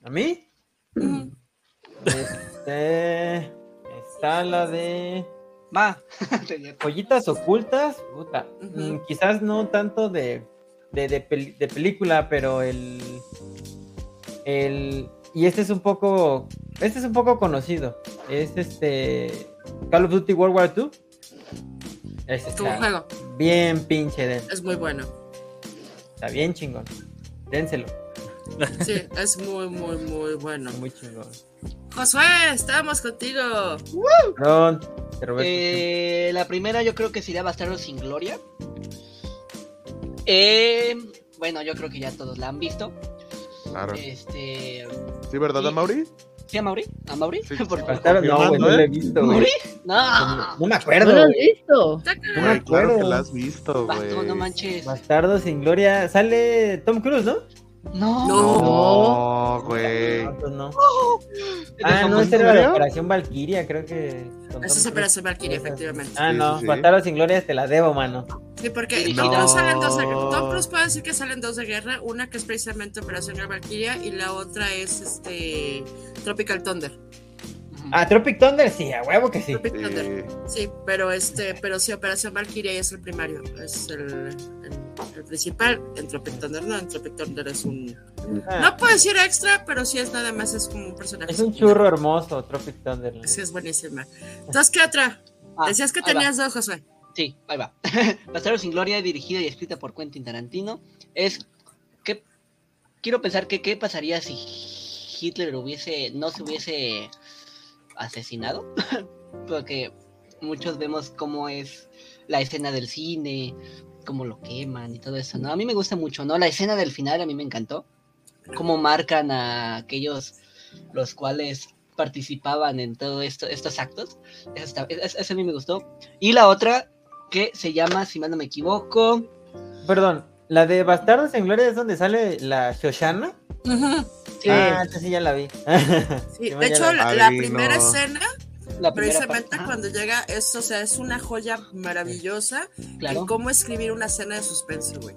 [SPEAKER 1] ¿A mí?
[SPEAKER 2] Mm.
[SPEAKER 1] Este, está la de
[SPEAKER 5] Va. Tenía-
[SPEAKER 1] joyitas ocultas. Puta.
[SPEAKER 2] Ujú.
[SPEAKER 1] Mm, quizás no tanto de, de, de pel- de película, pero el, el... Y este es un poco... Este es un poco conocido. Es este... Call of Duty World War II. Este
[SPEAKER 2] Como
[SPEAKER 1] está
[SPEAKER 2] juego,
[SPEAKER 1] bien pinche de...
[SPEAKER 2] es muy bueno.
[SPEAKER 1] Está bien chingón. Dénselo.
[SPEAKER 2] Sí, es muy, muy, muy bueno.
[SPEAKER 1] Muy chingón.
[SPEAKER 2] Josué, estamos contigo.
[SPEAKER 1] Ron, de Roberto.
[SPEAKER 5] Eh, la primera yo creo que sería Bastardo sin Gloria. Eh, bueno, yo creo que ya todos la han visto.
[SPEAKER 4] Claro.
[SPEAKER 5] Este,
[SPEAKER 4] ¿Sí, verdad,
[SPEAKER 5] y-
[SPEAKER 4] Mauri?
[SPEAKER 5] ¿Sí, a Mauri? ¿A Mauri?
[SPEAKER 4] Sí,
[SPEAKER 5] Por
[SPEAKER 4] sí.
[SPEAKER 5] favor.
[SPEAKER 1] Claro, no, güey, no lo he visto, güey.
[SPEAKER 5] ¿Mauri? No.
[SPEAKER 1] No, no me
[SPEAKER 6] ¿No
[SPEAKER 1] acuerdo.
[SPEAKER 6] lo has
[SPEAKER 1] güey.
[SPEAKER 6] visto?
[SPEAKER 4] Güey,
[SPEAKER 1] me
[SPEAKER 4] claro
[SPEAKER 1] acuerdo.
[SPEAKER 4] que la has visto, güey.
[SPEAKER 5] Vato, Ah, no manches.
[SPEAKER 1] Bastardo sin gloria. Sale Tom Cruise, ¿no?
[SPEAKER 5] No.
[SPEAKER 2] No.
[SPEAKER 4] No, güey.
[SPEAKER 1] No, pues no.
[SPEAKER 5] Te
[SPEAKER 1] Ah, no,
[SPEAKER 5] confundí.
[SPEAKER 1] esta era la de
[SPEAKER 4] Gloria?
[SPEAKER 1] Operación Valkyria, creo que. con
[SPEAKER 2] Esa es
[SPEAKER 1] Tom Cruise.
[SPEAKER 2] Operación Valkyria, efectivamente.
[SPEAKER 1] Ah,
[SPEAKER 4] Sí,
[SPEAKER 1] no,
[SPEAKER 4] sí, sí.
[SPEAKER 1] Bastardo sin gloria te la debo, mano.
[SPEAKER 2] Sí, porque
[SPEAKER 5] Sí,
[SPEAKER 2] Tom
[SPEAKER 5] no.
[SPEAKER 2] Cruise salen dos de guerra. Tom Cruise puede decir que salen dos de guerra. Una que es precisamente Operación Gran Valkyria y la otra es este Tropical Thunder.
[SPEAKER 5] Ujú.
[SPEAKER 1] Ah, Tropic Thunder, sí, a huevo que sí.
[SPEAKER 2] Tropic Thunder.
[SPEAKER 4] Sí.
[SPEAKER 2] Sí, pero este, pero sí, Operación Valkyria es el primario, es el, el- el principal. En Tropic Thunder no, en Tropic Thunder es un.
[SPEAKER 1] Ah,
[SPEAKER 2] No puedo decir extra, pero sí es nada más, es como un personaje.
[SPEAKER 1] es un churro hermoso, Tropic Thunder.
[SPEAKER 2] Sí, es buenísima. Entonces, ¿qué otra?
[SPEAKER 5] Ah,
[SPEAKER 2] Decías que
[SPEAKER 5] ahí va.
[SPEAKER 2] tenías dos, Josué.
[SPEAKER 5] Sí, ahí va. Bastardo sin Gloria, dirigida y escrita por Quentin Tarantino, es que quiero pensar que qué pasaría si Hitler hubiese no se hubiese asesinado, porque muchos vemos cómo es la escena del cine, cómo lo queman y todo eso. No, a mí me gusta mucho, no, la escena del final a mí me encantó, cómo marcan a aquellos los cuales participaban en todo esto estos actos. Eso, está- es- eso a mí me gustó. Y la otra que se llama, si mal no me equivoco,
[SPEAKER 1] Perdón, la de Bastardos en Gloria es donde sale la Shoshana.
[SPEAKER 5] sí,
[SPEAKER 1] Ah, entonces sí ya la vi.
[SPEAKER 2] Sí,
[SPEAKER 1] Sí,
[SPEAKER 2] de hecho,
[SPEAKER 1] mañana.
[SPEAKER 2] la, la
[SPEAKER 4] Adivino.
[SPEAKER 2] primera escena,
[SPEAKER 5] la primera parte.
[SPEAKER 2] precisamente cuando llega esto, o sea, es una joya maravillosa
[SPEAKER 5] Ah,
[SPEAKER 2] en
[SPEAKER 5] claro,
[SPEAKER 2] cómo escribir una escena de suspenso, güey.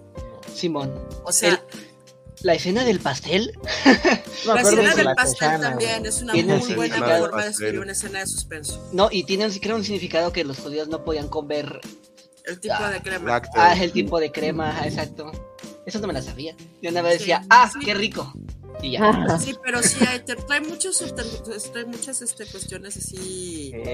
[SPEAKER 5] Simón.
[SPEAKER 2] O sea,
[SPEAKER 5] El- La escena del pastel,
[SPEAKER 1] No me
[SPEAKER 2] la
[SPEAKER 1] acuerdo
[SPEAKER 2] escena
[SPEAKER 1] de
[SPEAKER 2] del
[SPEAKER 1] la
[SPEAKER 2] pastel
[SPEAKER 1] Shoshana,
[SPEAKER 2] también es una
[SPEAKER 5] Tiene
[SPEAKER 2] muy
[SPEAKER 5] un
[SPEAKER 2] buena
[SPEAKER 5] significado.
[SPEAKER 2] forma de escribir
[SPEAKER 4] Pastel.
[SPEAKER 2] una escena de suspenso.
[SPEAKER 5] no, y tiene un- creo un significado que los judíos no podían comer
[SPEAKER 2] El tipo
[SPEAKER 5] Ah,
[SPEAKER 2] de crema.
[SPEAKER 4] Lácteo.
[SPEAKER 5] ah, el tipo de crema, ajá, exacto. Eso no me la sabía. Yo nada más
[SPEAKER 2] Sí.
[SPEAKER 5] decía, ah,
[SPEAKER 2] Sí.
[SPEAKER 5] qué rico. Y ya.
[SPEAKER 6] Ah,
[SPEAKER 2] Sí, pero sí, hay, te trae, muchos, subten- trae muchas este, cuestiones así,
[SPEAKER 1] Ok.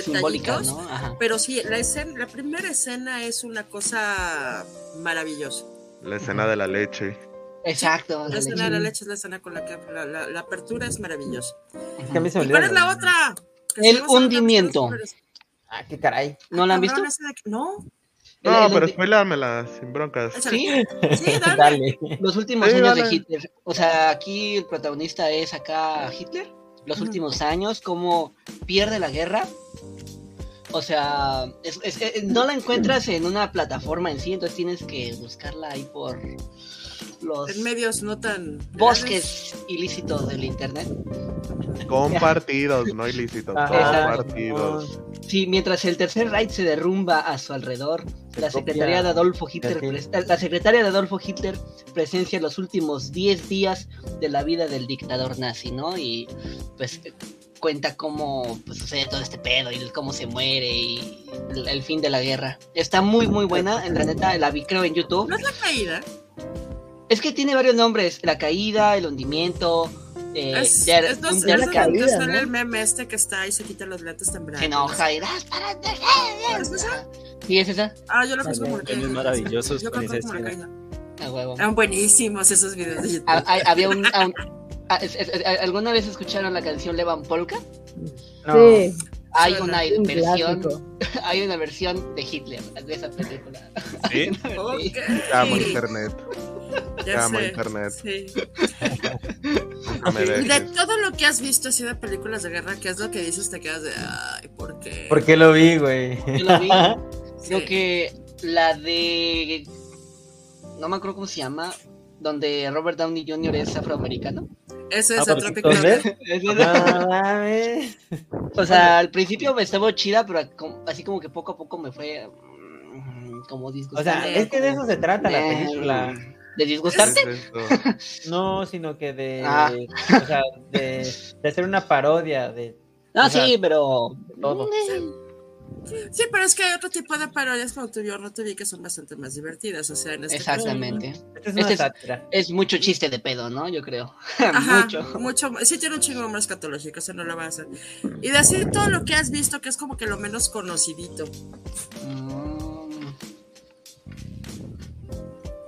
[SPEAKER 5] Simbólica,
[SPEAKER 2] detallitos.
[SPEAKER 5] Eh, ¿no? Ajá.
[SPEAKER 2] Pero sí, la, escena, la primera escena es una cosa maravillosa.
[SPEAKER 5] Pues
[SPEAKER 4] La escena de la leche.
[SPEAKER 5] Exacto.
[SPEAKER 2] La
[SPEAKER 5] la
[SPEAKER 2] escena
[SPEAKER 5] leche.
[SPEAKER 2] de la leche es la escena con la que la, la- la apertura es maravillosa.
[SPEAKER 1] Es que a mí se me
[SPEAKER 2] ¿Y
[SPEAKER 1] olvidan
[SPEAKER 2] cuál es la
[SPEAKER 1] los-
[SPEAKER 2] otra?
[SPEAKER 5] El hundimiento.
[SPEAKER 1] Ah, qué caray.
[SPEAKER 5] ¿No la han visto?
[SPEAKER 2] Cabrón, esa de que- No,
[SPEAKER 5] El-
[SPEAKER 4] No,
[SPEAKER 5] el-
[SPEAKER 4] pero spoilámela, sin broncas.
[SPEAKER 2] échale.
[SPEAKER 5] Sí,
[SPEAKER 2] Sí, dale.
[SPEAKER 1] Dale.
[SPEAKER 5] Los últimos
[SPEAKER 4] Sí,
[SPEAKER 5] años de
[SPEAKER 4] vale.
[SPEAKER 5] Hitler. O sea, aquí el protagonista es acá Hitler. Los
[SPEAKER 2] Ujú.
[SPEAKER 5] últimos años, cómo pierde la guerra. O sea, es- es- eh, no la encuentras en una plataforma en sí, entonces tienes que buscarla ahí por los
[SPEAKER 2] En medios no tan.
[SPEAKER 5] bosques ilícitos del internet.
[SPEAKER 4] Compartidos, no ilícitos.
[SPEAKER 5] Ah,
[SPEAKER 1] Ajá.
[SPEAKER 4] Compartidos.
[SPEAKER 5] Sí, mientras el tercer Reich se derrumba a su alrededor,
[SPEAKER 1] Se copia.
[SPEAKER 5] la secretaria de Adolfo Hitler,
[SPEAKER 1] Perfil.
[SPEAKER 5] pres- eh, la secretaria de Adolfo Hitler presencia los últimos 10 días de la vida del dictador nazi, ¿no? Y pues eh, cuenta cómo pues, sucede todo este pedo y cómo se muere y el, el fin de la guerra. Está muy muy buena, en la neta la vi creo en YouTube.
[SPEAKER 2] No es la caída.
[SPEAKER 5] Es que tiene varios nombres, la caída, el hundimiento, eh,
[SPEAKER 2] es,
[SPEAKER 5] Der-
[SPEAKER 2] es dos-
[SPEAKER 5] Der
[SPEAKER 2] es donde
[SPEAKER 5] Kampf,
[SPEAKER 6] caída,
[SPEAKER 2] sale
[SPEAKER 6] ¿no?
[SPEAKER 2] el meme este que está y se quita los lentes tan
[SPEAKER 5] se
[SPEAKER 2] bravos.
[SPEAKER 5] enoja y "¡Ah, párate,
[SPEAKER 2] ¿Es esa?
[SPEAKER 5] Sí, es esa.
[SPEAKER 2] Ah, yo lo conozco como la
[SPEAKER 3] Memes
[SPEAKER 2] caída.
[SPEAKER 3] maravillosos
[SPEAKER 2] Yo
[SPEAKER 3] con
[SPEAKER 2] conozco
[SPEAKER 3] esa
[SPEAKER 2] como la caída.
[SPEAKER 5] A huevo.
[SPEAKER 2] Eran buenísimos esos videos de
[SPEAKER 5] Ha-
[SPEAKER 2] YouTube.
[SPEAKER 5] ha- Ah, había un, a un- a- es- es- es- ¿Alguna vez escucharon la canción Levan Polka?
[SPEAKER 1] No.
[SPEAKER 6] sí,
[SPEAKER 5] Hay
[SPEAKER 2] Suena,
[SPEAKER 5] una
[SPEAKER 6] un
[SPEAKER 5] versión,
[SPEAKER 6] clásico.
[SPEAKER 5] hay una versión de Hitler de esa película.
[SPEAKER 3] ¿Sí?
[SPEAKER 2] Ok.
[SPEAKER 5] Sí.
[SPEAKER 4] Te Amo internet. Te
[SPEAKER 2] Ya
[SPEAKER 4] amo
[SPEAKER 2] sé.
[SPEAKER 4] internet.
[SPEAKER 2] Sí.
[SPEAKER 4] Nunca me
[SPEAKER 2] Y de
[SPEAKER 4] dejes.
[SPEAKER 2] todo lo que has visto así de películas de guerra, ¿qué es lo que dices? Te quedas de, ay, ¿por qué?
[SPEAKER 1] ¿Por qué lo vi, güey?
[SPEAKER 5] Yo la vi.
[SPEAKER 2] Sí.
[SPEAKER 5] Creo que la de no me acuerdo cómo se llama, donde Robert Downey Jr. es afroamericano.
[SPEAKER 2] Eso
[SPEAKER 3] Ah,
[SPEAKER 2] es
[SPEAKER 3] porque
[SPEAKER 2] Tropic
[SPEAKER 1] entonces-
[SPEAKER 2] Thunder.
[SPEAKER 5] Es
[SPEAKER 1] No
[SPEAKER 5] esa.
[SPEAKER 1] mames.
[SPEAKER 5] O sea, al principio me estaba chida, pero como- así como que poco a poco me fue mm, como
[SPEAKER 1] O
[SPEAKER 5] disgustante.
[SPEAKER 1] sea, es que de eso se trata la película.
[SPEAKER 5] ¿De disgustarte?
[SPEAKER 4] ¿Qué es esto?
[SPEAKER 1] No, sino que de.
[SPEAKER 5] Ah.
[SPEAKER 1] O sea, de, de hacer una parodia de.
[SPEAKER 5] No,
[SPEAKER 1] o sea,
[SPEAKER 5] sí, pero
[SPEAKER 1] todo.
[SPEAKER 2] Sí, pero es que hay otro tipo de parodias como tú y yo no te vi que son bastante más divertidas, o sea, en este
[SPEAKER 5] Exactamente.
[SPEAKER 1] Esta es una
[SPEAKER 5] Este es-
[SPEAKER 1] sátira.
[SPEAKER 5] Es mucho chiste de pedo, ¿no? Yo creo.
[SPEAKER 2] caso. Ajá,
[SPEAKER 5] mucho.
[SPEAKER 2] mucho. Sí, tiene un chingo de humor escatológico, eso no lo vas a hacer. Y decir todo lo que has visto, que es como que lo menos conocidito.
[SPEAKER 5] Mm.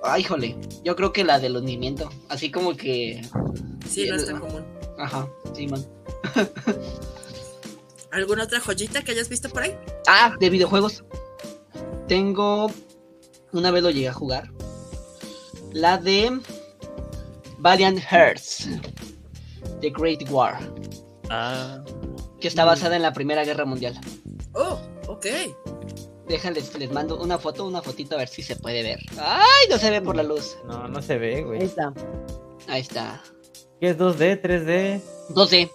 [SPEAKER 5] Ay, híjole, yo creo que la del hundimiento, así como que...
[SPEAKER 2] Sí, no es tan
[SPEAKER 5] el-
[SPEAKER 2] común.
[SPEAKER 5] Ajá, sí, man.
[SPEAKER 2] ¿Alguna otra joyita que hayas visto por ahí?
[SPEAKER 5] Ah, de videojuegos. Tengo. Una vez lo llegué a jugar. La de. Valiant Hearts. The Great War.
[SPEAKER 3] Ah,
[SPEAKER 5] Que está basada en la Primera Guerra Mundial.
[SPEAKER 2] Oh, ok.
[SPEAKER 5] Déjales, les mando una foto, una fotito a ver si se puede ver. ¡Ay! No se ve por la luz.
[SPEAKER 1] No, no se ve,
[SPEAKER 6] Ahí
[SPEAKER 1] güey.
[SPEAKER 6] está.
[SPEAKER 5] Ahí está.
[SPEAKER 1] ¿Qué es 2D, 3D?
[SPEAKER 5] 12.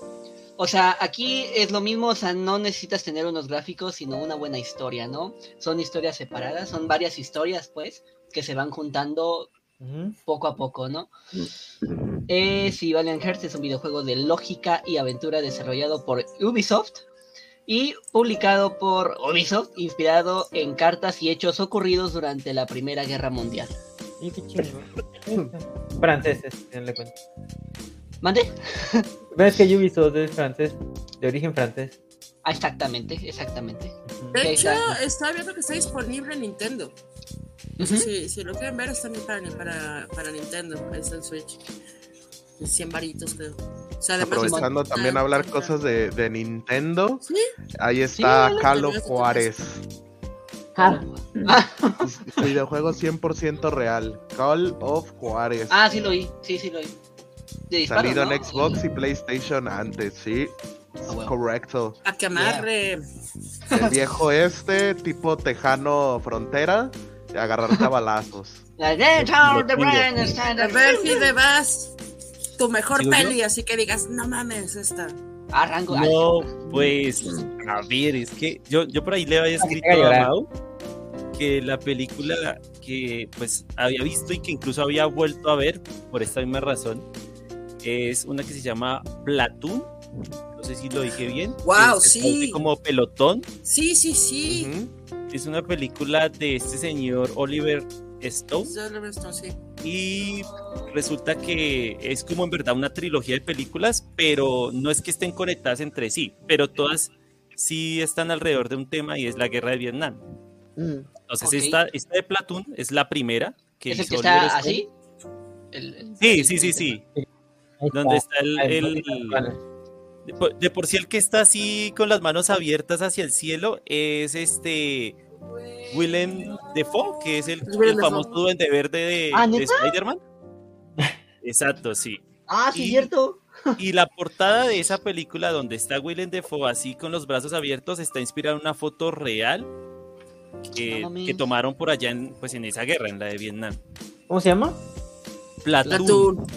[SPEAKER 5] O sea, aquí es lo mismo, o sea, no necesitas tener unos gráficos, sino una buena historia, ¿no? Son historias separadas, son varias historias, pues, que se van juntando
[SPEAKER 1] Ujú.
[SPEAKER 5] poco a poco, ¿no? Eh, sí, Valiant Hearts es un videojuego de lógica y aventura desarrollado por Ubisoft y publicado por Ubisoft, inspirado en cartas y hechos ocurridos durante la Primera Guerra Mundial.
[SPEAKER 1] Y qué chingón. Franceses, al final de cuentas.
[SPEAKER 5] ¿Mande?
[SPEAKER 1] ¿Ves que Ubisoft es francés? De origen francés.
[SPEAKER 5] Ah, exactamente, exactamente.
[SPEAKER 1] Ujú.
[SPEAKER 5] Ahí
[SPEAKER 2] De hecho,
[SPEAKER 5] está.
[SPEAKER 2] estaba viendo que está disponible en Nintendo.
[SPEAKER 5] Ujú.
[SPEAKER 2] Sí, si lo quieren ver, está en- para, para, para Nintendo. Ahí está el Switch. En 100 varitos, creo. O sea, además,
[SPEAKER 4] Aprovechando
[SPEAKER 2] está-
[SPEAKER 4] también a hablar cosas de, de Nintendo.
[SPEAKER 2] Sí.
[SPEAKER 4] Ahí está
[SPEAKER 5] Sí,
[SPEAKER 4] Calo
[SPEAKER 2] tenemos,
[SPEAKER 4] Juárez.
[SPEAKER 5] Ah.
[SPEAKER 6] Ja,
[SPEAKER 4] Videojuego 100% real. Call of Juárez.
[SPEAKER 5] Ah, sí lo oí, sí, sí lo oí. De disparos,
[SPEAKER 4] Salido
[SPEAKER 5] ¿no?
[SPEAKER 4] en Xbox y PlayStation antes, sí.
[SPEAKER 5] Ah, bueno.
[SPEAKER 4] Correcto.
[SPEAKER 2] A que amarre.
[SPEAKER 4] El viejo este, tipo tejano frontera, de agarrarte a balazos.
[SPEAKER 5] La Dead Tower, the
[SPEAKER 3] Los indios.
[SPEAKER 5] Brand Stand
[SPEAKER 2] A
[SPEAKER 5] Up.
[SPEAKER 2] ver si te vas. Tu mejor
[SPEAKER 3] ¿Sigo yo?
[SPEAKER 2] peli, así que digas, no mames, esta.
[SPEAKER 5] Ah, Rango, ay,
[SPEAKER 3] No, pues, a ver, es que yo, yo por ahí le había escrito
[SPEAKER 1] haga
[SPEAKER 3] a
[SPEAKER 1] llorar.
[SPEAKER 3] Mau que la película que pues había visto y que incluso había vuelto a ver por esta misma razón es una que se llama Platoon. No sé si lo dije bien.
[SPEAKER 2] Guau,
[SPEAKER 3] que se
[SPEAKER 2] sí.
[SPEAKER 3] traduce Como pelotón.
[SPEAKER 2] Sí, sí, sí.
[SPEAKER 4] Ujú.
[SPEAKER 3] Es una película de este señor Oliver Stone.
[SPEAKER 2] Yo lo he visto, sí.
[SPEAKER 3] y resulta que es como en verdad una trilogía de películas, pero no es que estén conectadas entre sí, pero todas sí están alrededor de un tema y es la guerra de Vietnam.
[SPEAKER 6] mm.
[SPEAKER 3] Entonces
[SPEAKER 5] Ok.
[SPEAKER 3] esta, esta de Platoon es la primera que
[SPEAKER 5] ¿Es el que
[SPEAKER 3] hizo Oliver
[SPEAKER 5] está
[SPEAKER 3] Stone.
[SPEAKER 5] así? El- el-
[SPEAKER 3] Sí, sí, sí, sí.
[SPEAKER 1] Ahí está.
[SPEAKER 3] Donde está el,
[SPEAKER 1] Ahí
[SPEAKER 3] el- de, por, de por sí el que está así con las manos abiertas hacia el cielo es este Willem Defoe, que es el,
[SPEAKER 2] Willem
[SPEAKER 3] el famoso
[SPEAKER 2] Dafoe.
[SPEAKER 3] duende verde de,
[SPEAKER 5] Ah,
[SPEAKER 3] de
[SPEAKER 5] ¿neta?
[SPEAKER 3] Spider-Man. Exacto, sí.
[SPEAKER 5] Ah, sí,
[SPEAKER 3] Y-
[SPEAKER 5] cierto.
[SPEAKER 3] Y la portada de esa película donde está Willem Dafoe así con los brazos abiertos está inspirada en una foto real que,
[SPEAKER 5] No mames.
[SPEAKER 3] que tomaron por allá en, pues, en esa guerra, en la de Vietnam.
[SPEAKER 1] ¿Cómo se llama?
[SPEAKER 3] Platón.
[SPEAKER 2] Platoon.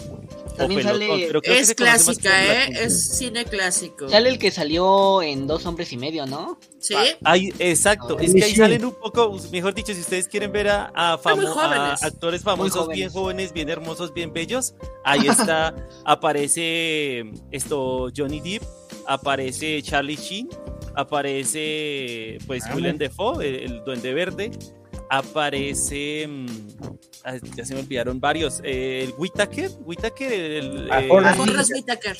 [SPEAKER 5] También sale-
[SPEAKER 2] Es clásica, ¿eh? Es cine clásico.
[SPEAKER 5] Sale el que salió en Dos Hombres y Medio, ¿no?
[SPEAKER 2] Sí.
[SPEAKER 3] exacto,
[SPEAKER 5] No,
[SPEAKER 3] es que ahí
[SPEAKER 1] sí.
[SPEAKER 3] salen un poco, mejor dicho, si ustedes quieren ver a, a
[SPEAKER 2] Están muy
[SPEAKER 3] famo- a
[SPEAKER 2] jóvenes.
[SPEAKER 3] actores famosos,
[SPEAKER 5] jóvenes.
[SPEAKER 3] bien jóvenes, bien hermosos, bien bellos, ahí está, aparece esto Johnny Depp, aparece Charlie Sheen, aparece pues
[SPEAKER 1] Ah,
[SPEAKER 3] Willem Dafoe, el, el duende verde, aparece, mm, ah, ya se me olvidaron varios, eh, el Whittaker, Whittaker, el...
[SPEAKER 1] Ah,
[SPEAKER 3] eh,
[SPEAKER 1] Forrest
[SPEAKER 2] Forrest Whitaker.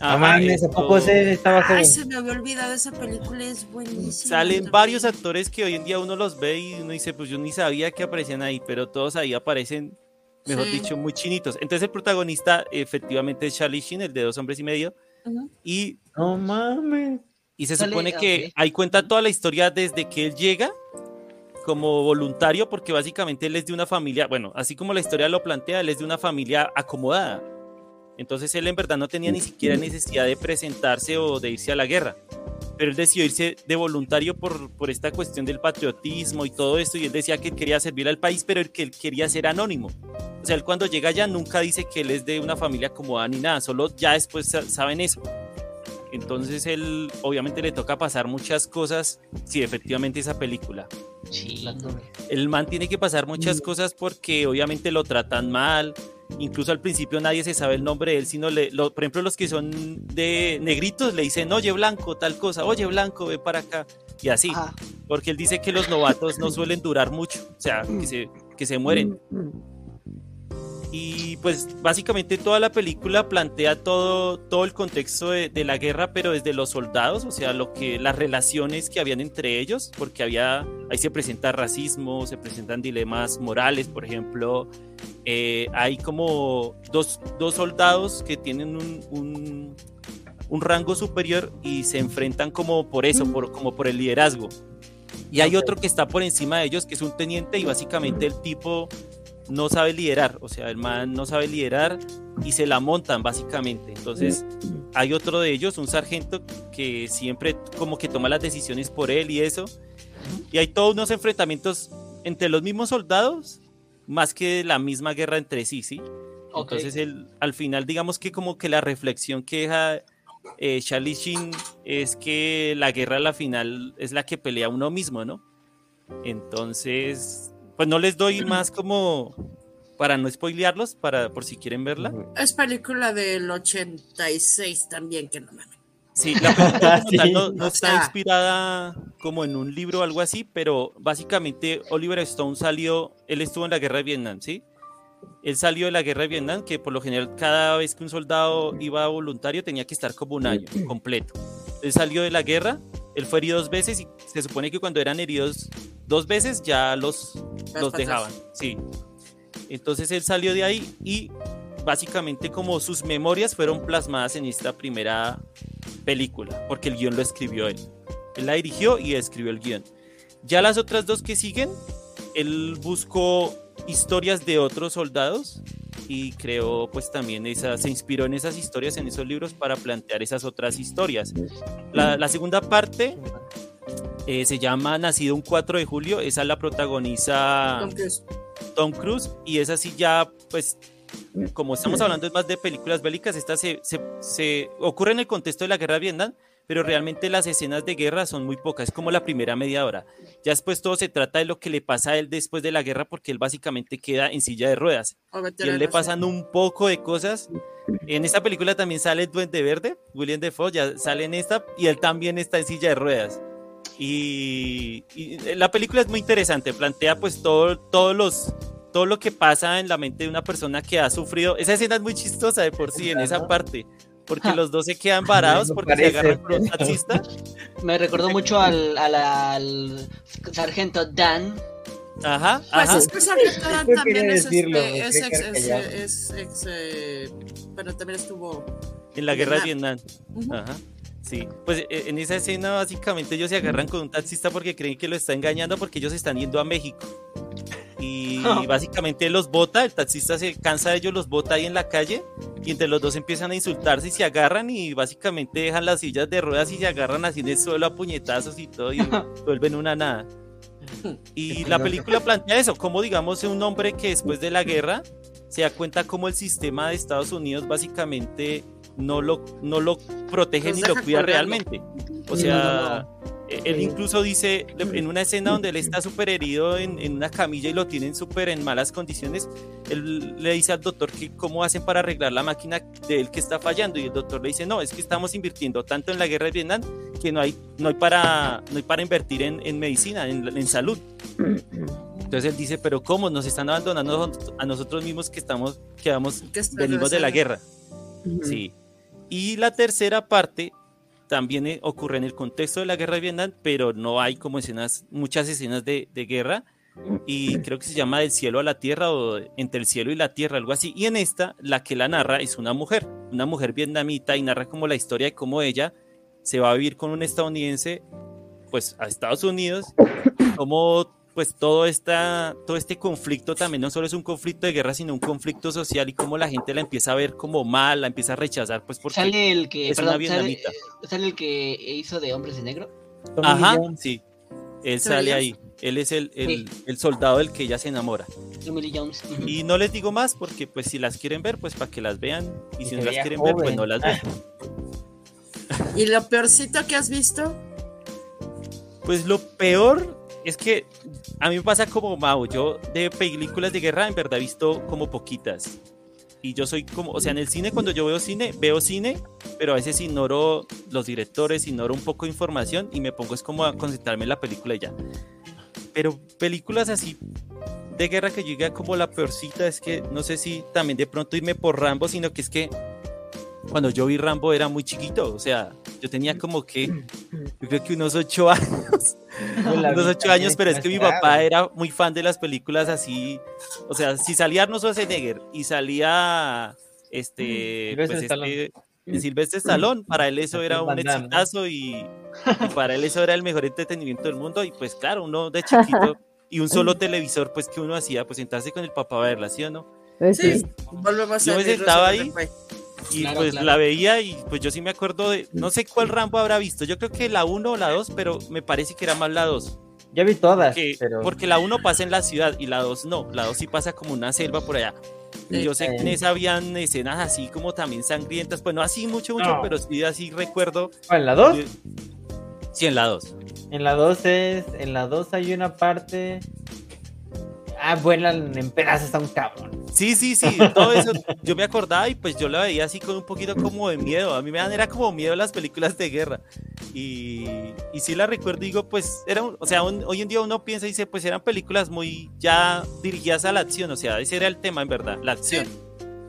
[SPEAKER 1] Ah,
[SPEAKER 3] ajá,
[SPEAKER 1] mames, ¿a
[SPEAKER 3] esto-
[SPEAKER 1] poco se estaba
[SPEAKER 2] Ay,
[SPEAKER 1] joven?
[SPEAKER 2] se me había olvidado esa película, es buenísima.
[SPEAKER 3] Salen varios actores que hoy en día uno los ve y uno dice, pues yo ni sabía que aparecían ahí, pero todos ahí aparecen, mejor
[SPEAKER 2] Sí.
[SPEAKER 3] dicho, muy chinitos. Entonces el protagonista efectivamente es Charlie Sheen, el de dos hombres y medio,
[SPEAKER 2] Ujú.
[SPEAKER 3] y,
[SPEAKER 1] No mames.
[SPEAKER 3] y se
[SPEAKER 5] Sale-
[SPEAKER 3] supone
[SPEAKER 5] ah,
[SPEAKER 3] que
[SPEAKER 5] ok.
[SPEAKER 3] ahí cuenta toda la historia desde que él llega como voluntario, porque básicamente él es de una familia, bueno, así como la historia lo plantea, él es de una familia acomodada. Entonces él en verdad no tenía ni siquiera necesidad de presentarse o de irse a la guerra. Pero él decidió irse de voluntario por, por esta cuestión del patriotismo y todo esto. Y él decía que quería servir al país, pero el que él quería ser anónimo. O sea, él cuando llega allá nunca dice que él es de una familia acomodada ni nada. Solo ya después sa- saben eso. Entonces él obviamente le toca pasar muchas cosas. Sí, efectivamente esa película
[SPEAKER 5] Sí.
[SPEAKER 3] el man tiene que pasar muchas cosas porque obviamente lo tratan mal. Incluso al principio nadie se sabe el nombre de él, sino, le, lo- por ejemplo, los que son de negritos le dicen, oye blanco, tal cosa, oye blanco, ven para acá. Y así,
[SPEAKER 5] Ah,
[SPEAKER 3] porque él dice que los novatos no suelen durar mucho, o sea, que se, que se mueren.
[SPEAKER 6] Mm, mm.
[SPEAKER 3] Y pues básicamente toda la película plantea todo, todo el contexto de, de la guerra, pero desde los soldados, o sea, lo que, las relaciones que habían entre ellos, porque había, ahí se presenta racismo, se presentan dilemas morales, por ejemplo, eh, hay como dos, dos, soldados que tienen un, un, un, rango superior y se enfrentan como por eso, por, como por el liderazgo. Y hay otro que está por encima de ellos, que es un teniente y básicamente el tipo no sabe liderar, o sea, el man no sabe liderar y se la montan básicamente. Entonces, hay otro de ellos, un sargento, que siempre como que toma las decisiones por él y eso. Y hay todos unos enfrentamientos entre los mismos soldados, más que la misma guerra entre sí, ¿sí? Okay. Entonces, el, al final, digamos que como que la reflexión que deja eh, Charlie Sheen es que la guerra a la final es la que pelea uno mismo, ¿no? Entonces, pues no les doy más como para no spoilearlos, para, por si quieren verla.
[SPEAKER 2] Es película del 86 también, que no mames.
[SPEAKER 3] Sí, la película sí. No, no, está inspirada como en un libro o algo así, pero básicamente Oliver Stone salió, él estuvo en la guerra de Vietnam, ¿sí? Él salió de la guerra de Vietnam, que por lo general cada vez que un soldado iba voluntario tenía que estar como un año completo. Él salió de la guerra, él fue herido dos veces y se supone que cuando eran heridos dos veces ya los, Las los dejaban, sí. Entonces él salió de ahí y básicamente como sus memorias fueron plasmadas en esta primera película, porque el guión lo escribió él. Él la dirigió y escribió el guión. Ya las otras dos que siguen, él buscó historias de otros soldados y creó pues también esa, se inspiró en esas historias, en esos libros para plantear esas otras historias. La, la segunda parte eh, se llama Nacido un 4 de julio, esa la protagoniza
[SPEAKER 2] Tom Cruise.
[SPEAKER 3] Tom Cruise y esa sí ya pues como estamos hablando es más de películas bélicas, esta se, se, se, ocurre en el contexto de la guerra de Vietnam, pero realmente las escenas de guerra son muy pocas, es como la primera media hora. Ya después todo se trata de lo que le pasa a él después de la guerra, porque él básicamente queda en silla de ruedas. Y él le pasan un poco de cosas. En esta película también sale el Duende Verde, William Defoe, ya sale en esta, y él también está en silla de ruedas. Y, y eh, la película es muy interesante, plantea pues todo, todos los todo lo que pasa en la mente de una persona que ha sufrido. Esa escena es muy chistosa de por sí, en esa parte. Porque los dos se quedan varados porque parece. se agarran por un taxista.
[SPEAKER 5] Me recordó mucho al, al, al sargento Dan.
[SPEAKER 3] Ajá.
[SPEAKER 2] Pues ajá. es que el sargento Dan también es, decirlo, este, es, ex, es, es, ex, eh, pero también estuvo.
[SPEAKER 3] En la guerra Vietnam. de Vietnam. Uh -huh. Ajá. Sí, pues en esa escena básicamente ellos se agarran con un taxista porque creen que lo está engañando porque ellos están yendo a México y básicamente los bota, el taxista se cansa de ellos, los bota ahí en la calle y entre los dos empiezan a insultarse y se agarran y básicamente dejan las sillas de ruedas y se agarran así en el suelo a puñetazos y todo y vuelven una nada. Y la película plantea eso, como digamos un hombre que después de la guerra se da cuenta como el sistema de Estados Unidos básicamente no lo, no lo protege ni lo cuida realmente. O sea e, él incluso dice en una escena donde él está súper herido en, en, una camilla y lo tienen súper en malas condiciones, él le dice al doctor que cómo hacen para arreglar la máquina de él que está fallando y el doctor le dice, no, es que estamos invirtiendo tanto en la guerra de Vietnam que no hay, no hay, para, no hay para invertir en, en medicina, en, en, salud. Entonces él dice, pero ¿cómo nos están abandonando a nosotros mismos que estamos, que vamos, venimos de la guerra?
[SPEAKER 6] mm,
[SPEAKER 3] Sí. Y la tercera parte también eh, ocurre en el contexto de la guerra de Vietnam, pero no hay como escenas, muchas escenas de, de, guerra. Y creo que se llama Del cielo a la tierra o Entre el cielo y la tierra, algo así. Y en esta, la que la narra es una mujer, una mujer vietnamita, y narra como la historia de cómo ella se va a vivir con un estadounidense, pues a Estados Unidos, como pues todo, esta, todo este conflicto también no solo es un conflicto de guerra, sino un conflicto social y cómo la gente la empieza a ver como mal, la empieza a rechazar, pues porque
[SPEAKER 5] sale el que,
[SPEAKER 3] es
[SPEAKER 5] perdón,
[SPEAKER 3] una vietnamita.
[SPEAKER 5] Sale, eh, sale, el que hizo de Hombres de Negro?
[SPEAKER 3] Ajá, sí. Él sale ahí. Él es el, el, sí. el, soldado del que ella se enamora.
[SPEAKER 5] Tommy Jones. Uh -huh.
[SPEAKER 3] Y no les digo más porque pues si las quieren ver, pues para que las vean. Y si que no las quieren joven. ver, pues no las vean.
[SPEAKER 2] ¿Y lo peorcito que has visto?
[SPEAKER 3] Pues lo peor es que a mí me pasa como Mao, yo de películas de guerra en verdad he visto como poquitas. Y yo soy como, o sea, en el cine cuando yo veo cine, veo cine, pero a veces ignoro los directores, ignoro un poco de información y me pongo es como a concentrarme en la película y ya. Pero películas así de guerra que yo diga como la peorcita es que no sé si también de pronto irme por Rambo, sino que es que cuando yo vi Rambo era muy chiquito, o sea, yo tenía como que, yo creo que unos ocho años, unos ocho años, pero es que mi papá era muy fan de las películas así, o sea, si salía Arnold Schwarzenegger y salía
[SPEAKER 5] Mm.
[SPEAKER 3] este, pues este en Silvestre Stallone, para él eso era un exitazo y, y para él eso era el mejor entretenimiento del mundo y pues claro, uno de chiquito y un solo televisor pues que uno hacía, pues sentarse con el papá a verla, ¿sí o no?
[SPEAKER 6] mm.
[SPEAKER 2] Sí, volvemos
[SPEAKER 3] Yo
[SPEAKER 2] a
[SPEAKER 3] me
[SPEAKER 2] abrir Rosa
[SPEAKER 3] sentaba ahí.
[SPEAKER 2] Guadalupe.
[SPEAKER 3] Y
[SPEAKER 5] Claro,
[SPEAKER 3] pues
[SPEAKER 5] claro.
[SPEAKER 3] la veía y pues yo sí me acuerdo de, no sé cuál Rambo habrá visto, yo creo que la 1 o la 2, pero me parece que era más la 2,
[SPEAKER 1] Ya vi todas,
[SPEAKER 3] que-
[SPEAKER 1] pero
[SPEAKER 3] porque la 1 pasa en la ciudad y la 2 no, la 2 sí pasa como una selva por allá. Y yo sé que en esa habían escenas así como también sangrientas, pues no así mucho, mucho,
[SPEAKER 1] No.
[SPEAKER 3] pero sí así recuerdo.
[SPEAKER 1] ¿en la 2?
[SPEAKER 3] Sí, en la 2.
[SPEAKER 1] En la 2 es, en la 2 hay una parte... Ah, vuelan en pedazos a un cabrón.
[SPEAKER 3] Sí, sí, sí, todo eso yo me acordaba y pues yo la veía así con un poquito como de miedo. A mí me dan era como miedo las películas de guerra. Y, y sí la recuerdo y digo, pues era un- o sea, un- hoy en día uno piensa y dice, pues eran películas muy ya dirigidas a la acción, o sea, ese era el tema en verdad, la acción.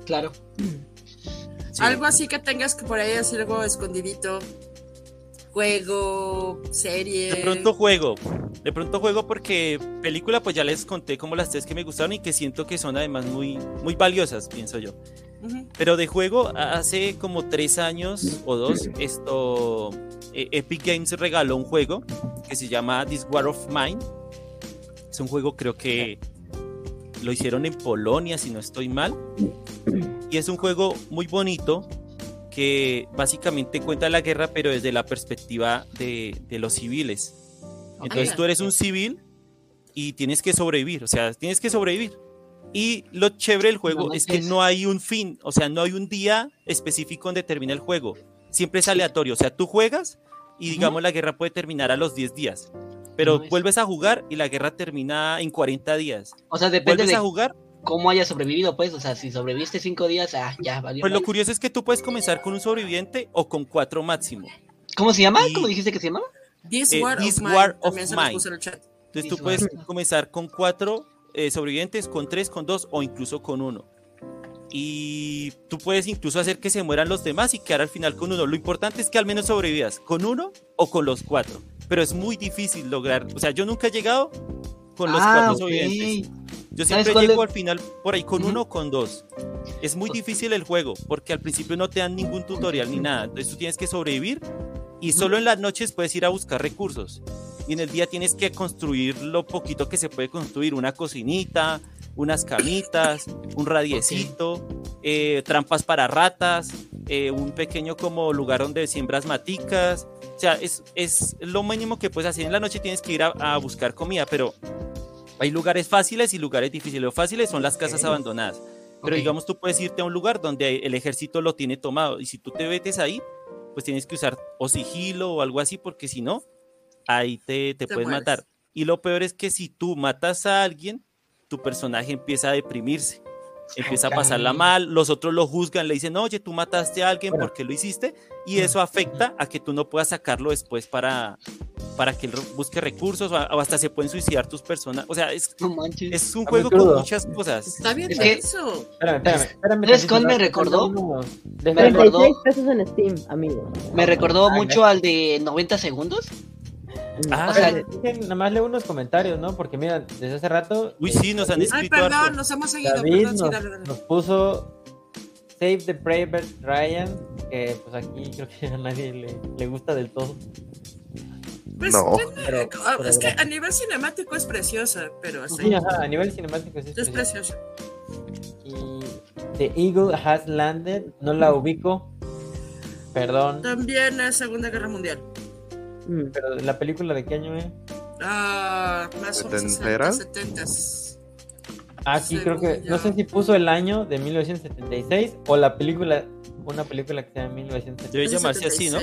[SPEAKER 5] Claro.
[SPEAKER 3] Sí.
[SPEAKER 2] Algo así que tengas que por ahí hacer algo escondidito. Juego, serie.
[SPEAKER 3] De pronto juego, de pronto juego porque película pues ya les conté como las tres que me gustaron y que siento que son además muy, muy valiosas, pienso yo.
[SPEAKER 2] Ujú.
[SPEAKER 3] Pero de juego, a- hace como tres años o dos, esto, eh, Epic Games regaló un juego que se llama This War of Mine. Es un juego creo que lo hicieron en Polonia, si no estoy mal. Y es un juego muy bonito que básicamente cuenta la guerra, pero desde la perspectiva de, de los civiles. Entonces
[SPEAKER 2] Ah,
[SPEAKER 3] tú eres un civil y tienes que sobrevivir, o sea, tienes que sobrevivir. Y lo chévere del juego
[SPEAKER 5] No
[SPEAKER 3] es que
[SPEAKER 5] manches.
[SPEAKER 3] no hay un fin, o sea, no hay un día específico donde termina el juego. Siempre es aleatorio, o sea, tú juegas y digamos la guerra puede terminar a los 10 días, pero
[SPEAKER 5] No es-
[SPEAKER 3] vuelves a jugar y la guerra termina en 40 días.
[SPEAKER 5] O sea, depende
[SPEAKER 3] Vuelves
[SPEAKER 5] de
[SPEAKER 3] a jugar
[SPEAKER 5] cómo hayas sobrevivido, pues. O sea, si sobreviviste cinco días, ah, ya, valió.
[SPEAKER 3] Pues lo
[SPEAKER 5] madre.
[SPEAKER 3] curioso es que tú puedes comenzar con un sobreviviente o con cuatro máximo.
[SPEAKER 5] ¿Cómo se llama?
[SPEAKER 3] y-
[SPEAKER 5] ¿Cómo dijiste que se llamaba?
[SPEAKER 2] This
[SPEAKER 3] eh,
[SPEAKER 2] War
[SPEAKER 3] This
[SPEAKER 2] of Mine.
[SPEAKER 3] War of
[SPEAKER 2] también se los
[SPEAKER 3] Mine.
[SPEAKER 2] puse en el chat.
[SPEAKER 3] Entonces tú
[SPEAKER 5] Visual.
[SPEAKER 3] puedes comenzar con cuatro eh, sobrevivientes, con tres, con dos o incluso con uno. Y tú puedes incluso hacer que se mueran los demás y quedar al final con uno. Lo importante es que al menos sobrevivas con uno o con los cuatro. Pero es muy difícil lograr. O sea, yo nunca he llegado con los
[SPEAKER 5] ah,
[SPEAKER 3] cuatro
[SPEAKER 5] ok.
[SPEAKER 3] sobrevivientes. Yo
[SPEAKER 5] ¿Sabes
[SPEAKER 3] siempre
[SPEAKER 5] cuál
[SPEAKER 3] llego
[SPEAKER 5] es?
[SPEAKER 3] al final por ahí con
[SPEAKER 5] Ujú.
[SPEAKER 3] uno o con dos. Es muy difícil el juego porque al principio no te dan ningún tutorial ni nada. Entonces tú tienes que sobrevivir y solo en las noches puedes ir a buscar recursos. Y en el día tienes que construir lo poquito que se puede construir. Una cocinita, unas camitas, un radiecito, eh, trampas para ratas, eh, un pequeño como lugar donde siembras maticas. O sea, es, es lo mínimo que puedes hacer. En la noche tienes que ir a- a buscar comida, pero hay lugares fáciles y lugares difíciles. Lo fáciles son las casas abandonadas. Pero
[SPEAKER 5] Ok.
[SPEAKER 3] digamos, tú puedes irte a un lugar donde el ejército lo tiene tomado. Y si tú te metes ahí, pues tienes que usar o sigilo o algo así, porque si no, ahí te, te
[SPEAKER 2] Te
[SPEAKER 3] pueden
[SPEAKER 2] mueres.
[SPEAKER 3] matar. Y lo peor es que si tú matas a alguien, tu personaje empieza a deprimirse. Empieza a pasarla
[SPEAKER 5] Ok.
[SPEAKER 3] mal, los otros lo juzgan, le dicen, oye, tú mataste a alguien,
[SPEAKER 1] Bueno.
[SPEAKER 3] ¿por qué lo hiciste? Y eso afecta a que tú no puedas sacarlo después para, para que él busque recursos o, o hasta se pueden suicidar tus personas. O sea, es,
[SPEAKER 5] No manches.
[SPEAKER 3] es
[SPEAKER 1] Está
[SPEAKER 3] un
[SPEAKER 1] muy
[SPEAKER 3] juego con
[SPEAKER 1] crudo.
[SPEAKER 3] muchas cosas.
[SPEAKER 2] Está bien
[SPEAKER 5] Es que-
[SPEAKER 2] eso.
[SPEAKER 1] Espérame, espérame, espérame.
[SPEAKER 5] ¿Sabes cuál
[SPEAKER 1] cuál
[SPEAKER 5] me recordó?
[SPEAKER 1] Déjame
[SPEAKER 5] Me recordó-
[SPEAKER 6] 36 pesos en Steam, amigo.
[SPEAKER 5] Me recordó
[SPEAKER 1] Ah,
[SPEAKER 5] mucho al de 90 segundos.
[SPEAKER 3] Ah,
[SPEAKER 5] o sea,
[SPEAKER 1] Espérate, dejen- nada más leo unos comentarios, ¿no? Porque mira, desde hace rato.
[SPEAKER 3] Uy,
[SPEAKER 1] eh,
[SPEAKER 3] sí, nos han
[SPEAKER 1] David-
[SPEAKER 2] Ay,
[SPEAKER 3] escrito
[SPEAKER 2] perdón,
[SPEAKER 3] harto.
[SPEAKER 2] nos hemos seguido.
[SPEAKER 1] David
[SPEAKER 2] Perdón, sí, dale,
[SPEAKER 1] nos,
[SPEAKER 2] dale.
[SPEAKER 1] nos puso Save the Brave Ryan, que pues aquí creo que a nadie le, le gusta del todo.
[SPEAKER 2] Pues,
[SPEAKER 4] No.
[SPEAKER 2] ¿qué-
[SPEAKER 1] Pero,
[SPEAKER 2] ah,
[SPEAKER 1] pero Pues
[SPEAKER 2] es que
[SPEAKER 1] gracias.
[SPEAKER 2] a nivel cinemático es preciosa, pero hasta
[SPEAKER 1] Sí,
[SPEAKER 2] ahí.
[SPEAKER 1] ajá, a nivel cinemático sí. es
[SPEAKER 2] Es
[SPEAKER 1] precioso.
[SPEAKER 2] preciosa.
[SPEAKER 1] Y The Eagle Has Landed, no la ubico. Perdón,
[SPEAKER 2] También es Segunda Guerra Mundial.
[SPEAKER 6] Mm.
[SPEAKER 1] pero la película de qué año es?
[SPEAKER 2] Ah, más o menos
[SPEAKER 4] ¿Setentera?
[SPEAKER 2] 70
[SPEAKER 1] Ah, sí, creo que.
[SPEAKER 2] Según yo.
[SPEAKER 1] No sé si puso el año de 1976 o la película. Una película que se llama 1976.
[SPEAKER 3] Debe llamarse así, ¿no?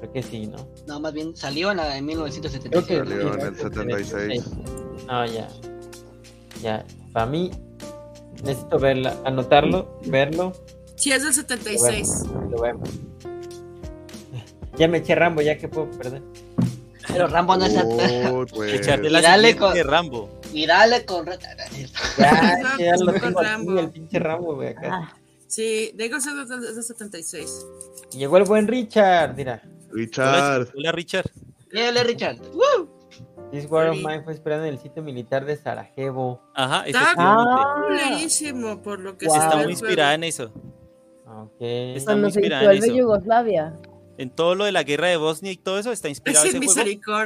[SPEAKER 1] Creo que sí, ¿no?
[SPEAKER 5] No, más bien salió en, la, en
[SPEAKER 1] Creo que
[SPEAKER 5] 1976.
[SPEAKER 4] Salió
[SPEAKER 1] sí,
[SPEAKER 4] en el 76.
[SPEAKER 1] No, Ah, ya. Ya. Para mí, necesito verla, anotarlo, verlo.
[SPEAKER 2] Sí, es del 76.
[SPEAKER 1] Lo vemos. Ya me eché Rambo, ya que puedo perder.
[SPEAKER 5] Pero Rambo no es.
[SPEAKER 4] Uy, pues,
[SPEAKER 3] Echarte la
[SPEAKER 5] Y dale
[SPEAKER 3] siguiente
[SPEAKER 5] con-
[SPEAKER 3] de Rambo.
[SPEAKER 5] Y dale con.
[SPEAKER 1] Ya,
[SPEAKER 2] Ajá,
[SPEAKER 1] ya lo
[SPEAKER 2] con
[SPEAKER 1] tengo aquí,
[SPEAKER 2] Rambo.
[SPEAKER 1] el pinche Rambo, güey, acá.
[SPEAKER 6] Ah,
[SPEAKER 2] Sí, de Eagles es de- es de 76.
[SPEAKER 1] Y Llegó el buen Richard, mira.
[SPEAKER 3] Hola,
[SPEAKER 4] Richard.
[SPEAKER 3] hola, Richard.
[SPEAKER 5] Dale, Richard.
[SPEAKER 1] This War of
[SPEAKER 2] Sí.
[SPEAKER 1] Mine fue esperado en el sitio militar de Sarajevo.
[SPEAKER 3] Ajá,
[SPEAKER 6] Ah.
[SPEAKER 3] efectivamente.
[SPEAKER 2] Culerísimo, por lo que
[SPEAKER 1] Wow.
[SPEAKER 2] se
[SPEAKER 3] Está
[SPEAKER 2] ve,
[SPEAKER 3] muy inspirada en eso.
[SPEAKER 1] Ok.
[SPEAKER 3] Está muy
[SPEAKER 6] Cuando se
[SPEAKER 3] inspirada en
[SPEAKER 6] disuelve
[SPEAKER 3] eso.
[SPEAKER 6] Yugoslavia.
[SPEAKER 3] En todo lo de la guerra de Bosnia y todo eso está
[SPEAKER 2] pero-
[SPEAKER 3] inspirado
[SPEAKER 2] Sin
[SPEAKER 3] ese juego.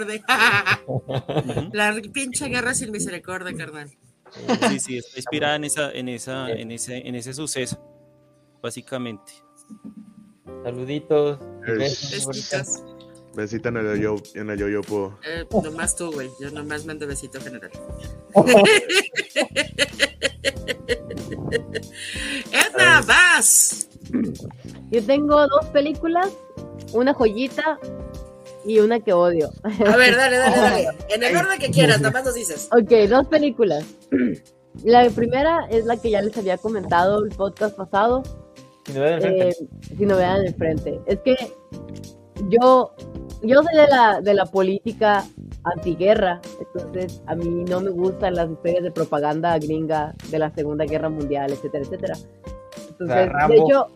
[SPEAKER 2] misericordia.
[SPEAKER 3] Ujú.
[SPEAKER 2] La pinche guerra sin misericordia, carnal.
[SPEAKER 1] Eh,
[SPEAKER 3] Sí, sí, está inspirada en esa, en esa, en ese, en ese suceso, básicamente.
[SPEAKER 1] Saluditos. y
[SPEAKER 4] Es-
[SPEAKER 1] besos, bonitas.
[SPEAKER 2] Besitos.
[SPEAKER 4] Besita en el yo en el yoyopo.
[SPEAKER 2] Eh, nomás tú, güey. Yo nomás mando besito general. Edna, vas.
[SPEAKER 6] Yo tengo dos películas, una joyita y una que odio.
[SPEAKER 2] A ver, dale, dale, dale. En el orden que quieras, nomás nos dices.
[SPEAKER 6] Ok, dos películas. La primera es la que ya les había comentado el podcast pasado,
[SPEAKER 1] Sin duda, del frente.
[SPEAKER 6] eh, sin novedad en el frente. Es que yo, yo soy de la, de la política antiguerra, entonces a mí no me gustan las historias de propaganda gringa de la Segunda Guerra Mundial, etcétera, etcétera. Entonces,
[SPEAKER 1] Rambo,
[SPEAKER 6] de hecho,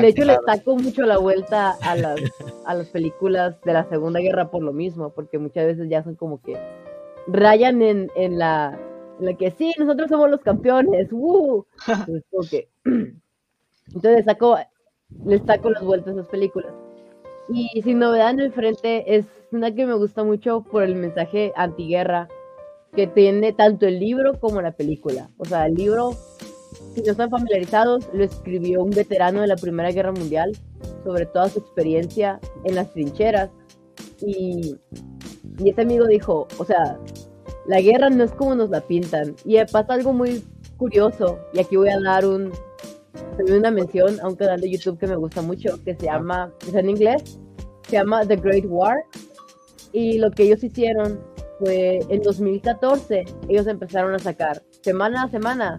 [SPEAKER 6] de hecho, le
[SPEAKER 1] Cancelado.
[SPEAKER 6] saco mucho la vuelta a las, a las películas de la Segunda Guerra por lo mismo, porque muchas veces ya son como que rayan en, en la, en la que sí, nosotros somos los campeones, ¡woo! Entonces, como que- Entonces, saco, le saco las vueltas a las películas. Y sin novedad en el frente, es una que me gusta mucho por el mensaje antiguerra que tiene tanto el libro como la película. O sea, el libro si no están familiarizados, lo escribió un veterano de la Primera Guerra Mundial sobre toda su experiencia en las trincheras. Y, y este amigo dijo, o sea, la guerra no es como nos la pintan. Y eh, pasa algo muy curioso, y aquí voy a dar un, también una mención a un canal de YouTube que me gusta mucho, que se llama, está en inglés, se llama The Great War. Y lo que ellos hicieron fue, en 2014, ellos empezaron a sacar, semana a semana,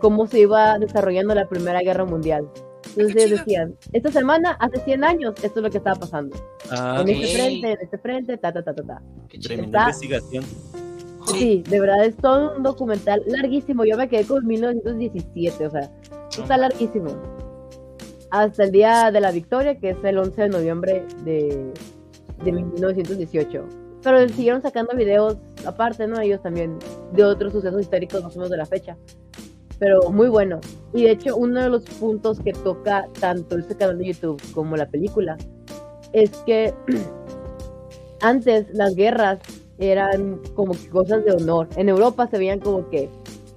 [SPEAKER 6] cómo se iba desarrollando la Primera Guerra Mundial. Entonces
[SPEAKER 2] qué
[SPEAKER 6] ellos
[SPEAKER 2] chido.
[SPEAKER 6] decían, esta semana, hace 100 años, esto es lo que estaba pasando.
[SPEAKER 3] Ah,
[SPEAKER 6] En este
[SPEAKER 5] ok.
[SPEAKER 6] frente, en este frente, ta, ta, ta, ta, ta.
[SPEAKER 5] Qué chido.
[SPEAKER 3] tremenda
[SPEAKER 6] está-
[SPEAKER 3] investigación. Ah,
[SPEAKER 6] Sí, de verdad es todo un documental larguísimo. Yo me quedé con 1917, o sea, está larguísimo. Hasta el día de la victoria, que es el 11 de noviembre de, de 1918. Pero siguieron sacando videos aparte, ¿no? Ellos también, de otros sucesos históricos más o menos de la fecha. Pero muy bueno. Y de hecho, uno de los puntos que toca tanto este canal de YouTube como la película es que antes las guerras eran como que cosas de honor. En Europa se veían como que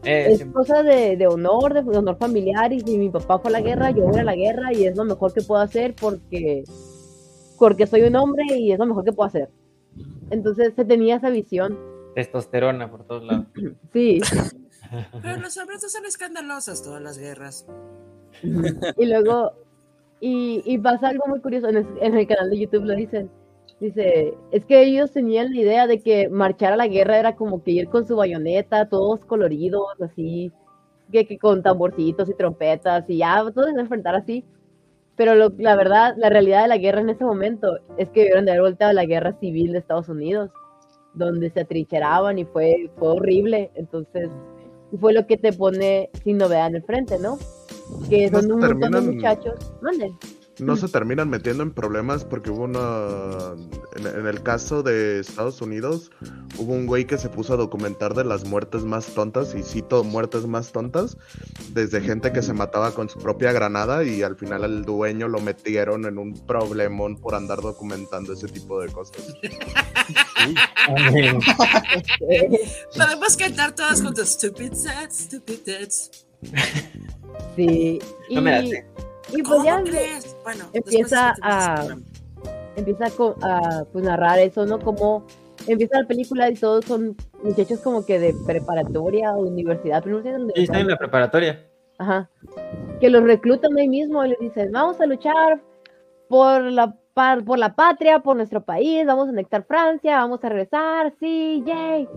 [SPEAKER 1] Eh,
[SPEAKER 6] es
[SPEAKER 1] sí,
[SPEAKER 6] cosa de, de honor, de, de honor familiar, y si mi papá fue a la guerra, yo voy a la guerra y es lo mejor que puedo hacer porque, porque soy un hombre y es lo mejor que puedo hacer. Entonces se tenía esa visión,
[SPEAKER 1] Testosterona por todos lados.
[SPEAKER 6] sí.
[SPEAKER 2] Pero los abrazos son escandalosas todas las guerras.
[SPEAKER 6] y luego, y, y pasa algo muy curioso, en, es- en el canal de YouTube lo dicen, dice, es que ellos tenían la idea de que marchar a la guerra era como que ir con su bayoneta, todos coloridos, así, que, que con tamborcitos y trompetas y ya, todos se enfrentar así. Pero lo- la verdad, la realidad de la guerra en ese momento es que debieron de haber volteado a la guerra civil de Estados Unidos, donde se atrincheraban y fue, fue horrible. Entonces, fue lo que te pone sin novedad en el frente, ¿no? Que
[SPEAKER 4] No
[SPEAKER 6] son un montón de
[SPEAKER 4] terminan-
[SPEAKER 6] muchachos. Mande.
[SPEAKER 4] No se terminan metiendo en problemas porque hubo una... En, en el caso de Estados Unidos, hubo un güey que se puso a documentar de las muertes más tontas, y cito muertes más tontas, desde gente que se mataba con su propia granada y al final al dueño lo metieron en un problemón por andar documentando ese tipo de cosas.
[SPEAKER 6] Ah,
[SPEAKER 2] Podemos cantar todas juntos. Stupid sets, stupid sets.
[SPEAKER 6] Sí. Y,
[SPEAKER 1] No me la sé.
[SPEAKER 6] y pues
[SPEAKER 2] ¿Cómo
[SPEAKER 6] ya
[SPEAKER 2] crees? Bueno, después
[SPEAKER 6] empieza
[SPEAKER 2] de este
[SPEAKER 6] a-
[SPEAKER 2] programa.
[SPEAKER 6] empieza co- a pues, narrar eso, ¿no? Como empieza la película y todos son muchachos como que de preparatoria o universidad, pero no sé dónde.
[SPEAKER 1] Sí, está en la preparatoria.
[SPEAKER 6] Ajá. Que los reclutan ahí mismo y les dicen, vamos a luchar por la, par- por la patria, por nuestro país, vamos a anexar Francia, vamos a regresar, sí, yay.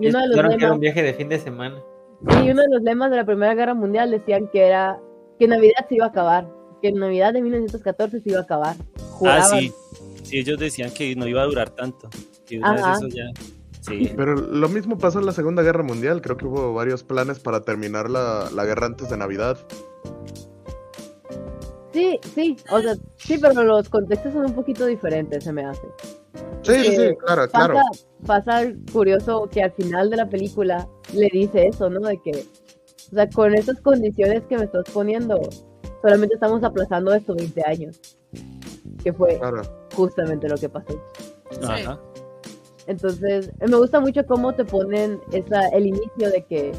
[SPEAKER 6] Y uno de los
[SPEAKER 1] Claro que era
[SPEAKER 6] lemas,
[SPEAKER 1] un viaje de fin de semana.
[SPEAKER 6] sí, uno de los lemas de la Primera Guerra Mundial decían que era que Navidad se iba a acabar, que Navidad de 1914 se iba a acabar.
[SPEAKER 3] Ah,
[SPEAKER 6] Juraban.
[SPEAKER 3] sí. Sí, ellos decían que no iba a durar tanto. Que una vez
[SPEAKER 6] Ajá.
[SPEAKER 3] eso ya Sí.
[SPEAKER 4] Pero lo mismo pasó en la Segunda Guerra Mundial. Creo que hubo varios planes para terminar la, la guerra antes de Navidad.
[SPEAKER 6] Sí, sí, o sea, sí, pero los contextos son un poquito diferentes, se me hace.
[SPEAKER 4] Sí, sí, sí, claro,
[SPEAKER 6] Pasa,
[SPEAKER 4] Ah, claro.
[SPEAKER 6] pasa el curioso que al final de la película le dice eso, ¿no? De que, o sea, con estas condiciones que me estás poniendo, solamente estamos aplazando estos 20 años. Que fue
[SPEAKER 4] claro.
[SPEAKER 6] justamente lo que pasó.
[SPEAKER 3] Ajá.
[SPEAKER 6] Entonces, eh, me gusta mucho cómo te ponen esa, el inicio de que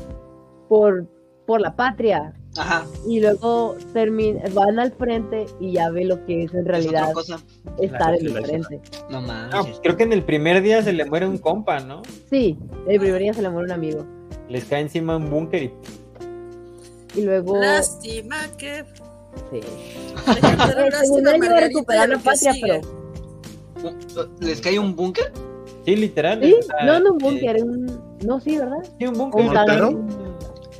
[SPEAKER 6] por, por la patria
[SPEAKER 5] Ajá.
[SPEAKER 6] y luego termin- van al frente y ya ve lo que es en
[SPEAKER 5] Es otra
[SPEAKER 6] realidad
[SPEAKER 5] cosa.
[SPEAKER 6] estar en
[SPEAKER 3] sí, la
[SPEAKER 6] el frente.
[SPEAKER 5] No
[SPEAKER 1] No, pues
[SPEAKER 5] manches.
[SPEAKER 1] creo que en el primer día se le muere un compa, ¿no?
[SPEAKER 6] Sí, el primer día se le muere un amigo.
[SPEAKER 1] Les cae encima un búnker y
[SPEAKER 6] Y luego...
[SPEAKER 2] Lástima que.
[SPEAKER 6] Sí.
[SPEAKER 2] Lástima,
[SPEAKER 6] Eh, según él iba a
[SPEAKER 2] Margarita,
[SPEAKER 6] recuperar
[SPEAKER 2] y
[SPEAKER 6] la
[SPEAKER 2] lo que
[SPEAKER 6] patria,
[SPEAKER 2] sigue.
[SPEAKER 6] pero...
[SPEAKER 5] ¿Les cae un búnker?
[SPEAKER 1] sí, literal.
[SPEAKER 6] Sí,
[SPEAKER 1] o sea,
[SPEAKER 6] no, no un
[SPEAKER 1] eh,
[SPEAKER 6] búnker, un... No, sí, ¿verdad?
[SPEAKER 1] sí, un búnker.
[SPEAKER 6] ¿Un talón?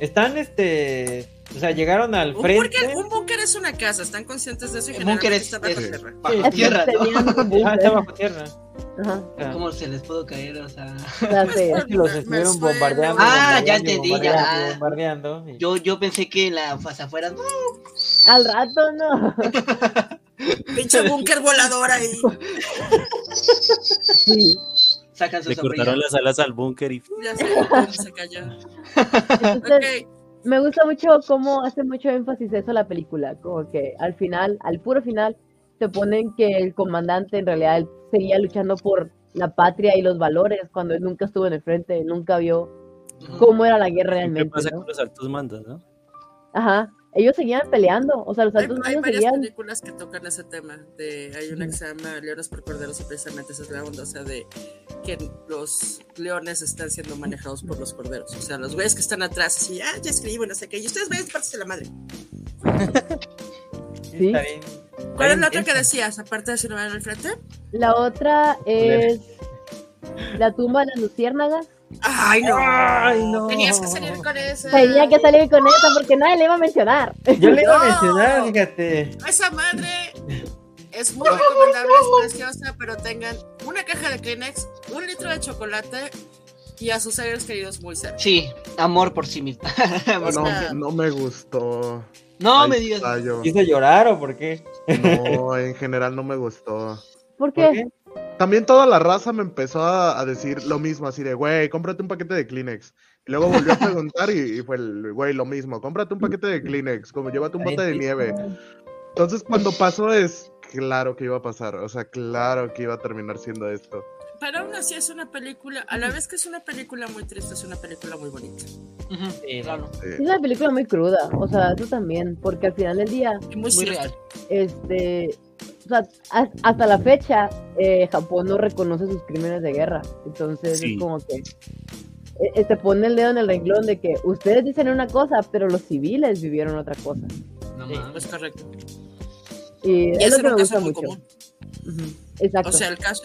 [SPEAKER 1] Están, este, o sea, llegaron al
[SPEAKER 2] Un
[SPEAKER 1] frente.
[SPEAKER 2] búnker, un búnker es una casa, están conscientes de eso y
[SPEAKER 5] El búnker
[SPEAKER 2] generalmente
[SPEAKER 5] es,
[SPEAKER 2] está bajo
[SPEAKER 5] es
[SPEAKER 2] tierra.
[SPEAKER 6] Es
[SPEAKER 5] bajo
[SPEAKER 6] que
[SPEAKER 5] tierra, ¿no?
[SPEAKER 6] este- tenían un
[SPEAKER 1] Ah, está
[SPEAKER 6] búnker.
[SPEAKER 1] bajo tierra.
[SPEAKER 6] Ajá,
[SPEAKER 1] O sea,
[SPEAKER 5] ¿Cómo se les puedo caer? O sea,
[SPEAKER 6] o sea, sí.
[SPEAKER 1] es que los
[SPEAKER 2] Me
[SPEAKER 1] estuvieron
[SPEAKER 2] suena.
[SPEAKER 1] bombardeando.
[SPEAKER 5] Ah, ya
[SPEAKER 1] bombardeando,
[SPEAKER 5] entendí, ya.
[SPEAKER 1] bombardeando, bombardeando, y-
[SPEAKER 5] yo, yo pensé que la las afueras.
[SPEAKER 6] Al rato, no.
[SPEAKER 2] Pinche búnker volador ahí.
[SPEAKER 6] Sí.
[SPEAKER 5] Sacan su
[SPEAKER 3] Le
[SPEAKER 5] sombrilla.
[SPEAKER 3] cortaron las alas al búnker y
[SPEAKER 2] Ya sé, ya se cayó.
[SPEAKER 6] Entonces,
[SPEAKER 2] Ok,
[SPEAKER 6] me gusta mucho cómo hace mucho énfasis eso la película, como que al final, al puro final, te ponen que el comandante en realidad él seguía luchando por la patria y los valores cuando él nunca estuvo en el frente, nunca vio
[SPEAKER 5] Ujú.
[SPEAKER 6] cómo era la guerra
[SPEAKER 3] ¿qué
[SPEAKER 6] realmente.
[SPEAKER 3] pasa
[SPEAKER 6] ¿no?
[SPEAKER 3] con los altos mandos, no?
[SPEAKER 6] Ajá, ellos seguían peleando, o sea, los
[SPEAKER 2] hay,
[SPEAKER 6] altos
[SPEAKER 2] hay
[SPEAKER 6] mandos
[SPEAKER 2] varias
[SPEAKER 6] seguían.
[SPEAKER 2] películas que tocan ese tema. De, hay una que se llama Leones por Corderos y precisamente esa es la onda, o sea, de que los leones están siendo manejados por los corderos. O sea, los güeyes que están atrás, así, ah, ya escribo, no sé qué. Y ustedes vayan, partes la madre.
[SPEAKER 6] Sí.
[SPEAKER 1] está bien-
[SPEAKER 2] ¿Cuál
[SPEAKER 1] está
[SPEAKER 2] es la otra que
[SPEAKER 1] intenso.
[SPEAKER 2] decías? Aparte de si no van al frente.
[SPEAKER 6] La otra es la tumba de las luciérnagas.
[SPEAKER 2] Ay, no.
[SPEAKER 1] Ay, no.
[SPEAKER 2] Tenías que salir con esa.
[SPEAKER 6] Tenía que salir con esa porque nadie le iba a mencionar.
[SPEAKER 1] Yo le iba a
[SPEAKER 2] No.
[SPEAKER 1] mencionar, fíjate.
[SPEAKER 2] Esa madre es muy recomendable, es preciosa, pero tengan una caja de Kleenex, un litro de chocolate y a sus seres queridos muy cerca.
[SPEAKER 5] Sí, amor por sí mismo. Amor.
[SPEAKER 2] Pues nada.
[SPEAKER 4] No, no me gustó.
[SPEAKER 5] no
[SPEAKER 4] Ay,
[SPEAKER 5] me digas.
[SPEAKER 4] playo.
[SPEAKER 1] ¿Quiso llorar o por qué?
[SPEAKER 4] No, en general no me gustó.
[SPEAKER 1] ¿Por
[SPEAKER 6] ¿Por qué?
[SPEAKER 4] También toda la raza me empezó a, a decir lo mismo, así de, güey, cómprate un paquete de Kleenex. Y luego volvió a preguntar y, y fue el, güey, lo mismo, cómprate un paquete de Kleenex, como llévate un bote de nieve. Entonces, cuando pasó es, claro que iba a pasar, o sea, claro que iba a terminar siendo esto.
[SPEAKER 2] Pero aún así es una película, a la vez que es una película muy triste, es una película muy bonita.
[SPEAKER 5] Ujú,
[SPEAKER 1] Sí,
[SPEAKER 5] claro,
[SPEAKER 6] Es una película muy cruda, o sea, eso también, porque al final del día,
[SPEAKER 2] Y muy,
[SPEAKER 5] muy
[SPEAKER 2] cierta.
[SPEAKER 5] real.
[SPEAKER 6] este, o sea, has- hasta la fecha, eh, Japón no reconoce sus crímenes de guerra, entonces
[SPEAKER 3] Sí.
[SPEAKER 6] es como que eh, eh, te pone el dedo en el renglón de que ustedes dicen una cosa, pero los civiles vivieron otra cosa.
[SPEAKER 5] No
[SPEAKER 1] Sí,
[SPEAKER 5] mames.
[SPEAKER 2] Es correcto.
[SPEAKER 6] Y,
[SPEAKER 2] Y
[SPEAKER 6] es
[SPEAKER 2] ese
[SPEAKER 6] lo que
[SPEAKER 2] era
[SPEAKER 6] me
[SPEAKER 2] un caso
[SPEAKER 6] gusta
[SPEAKER 2] muy
[SPEAKER 6] mucho.
[SPEAKER 2] común.
[SPEAKER 6] Ujú, Exacto.
[SPEAKER 2] O sea, el caso,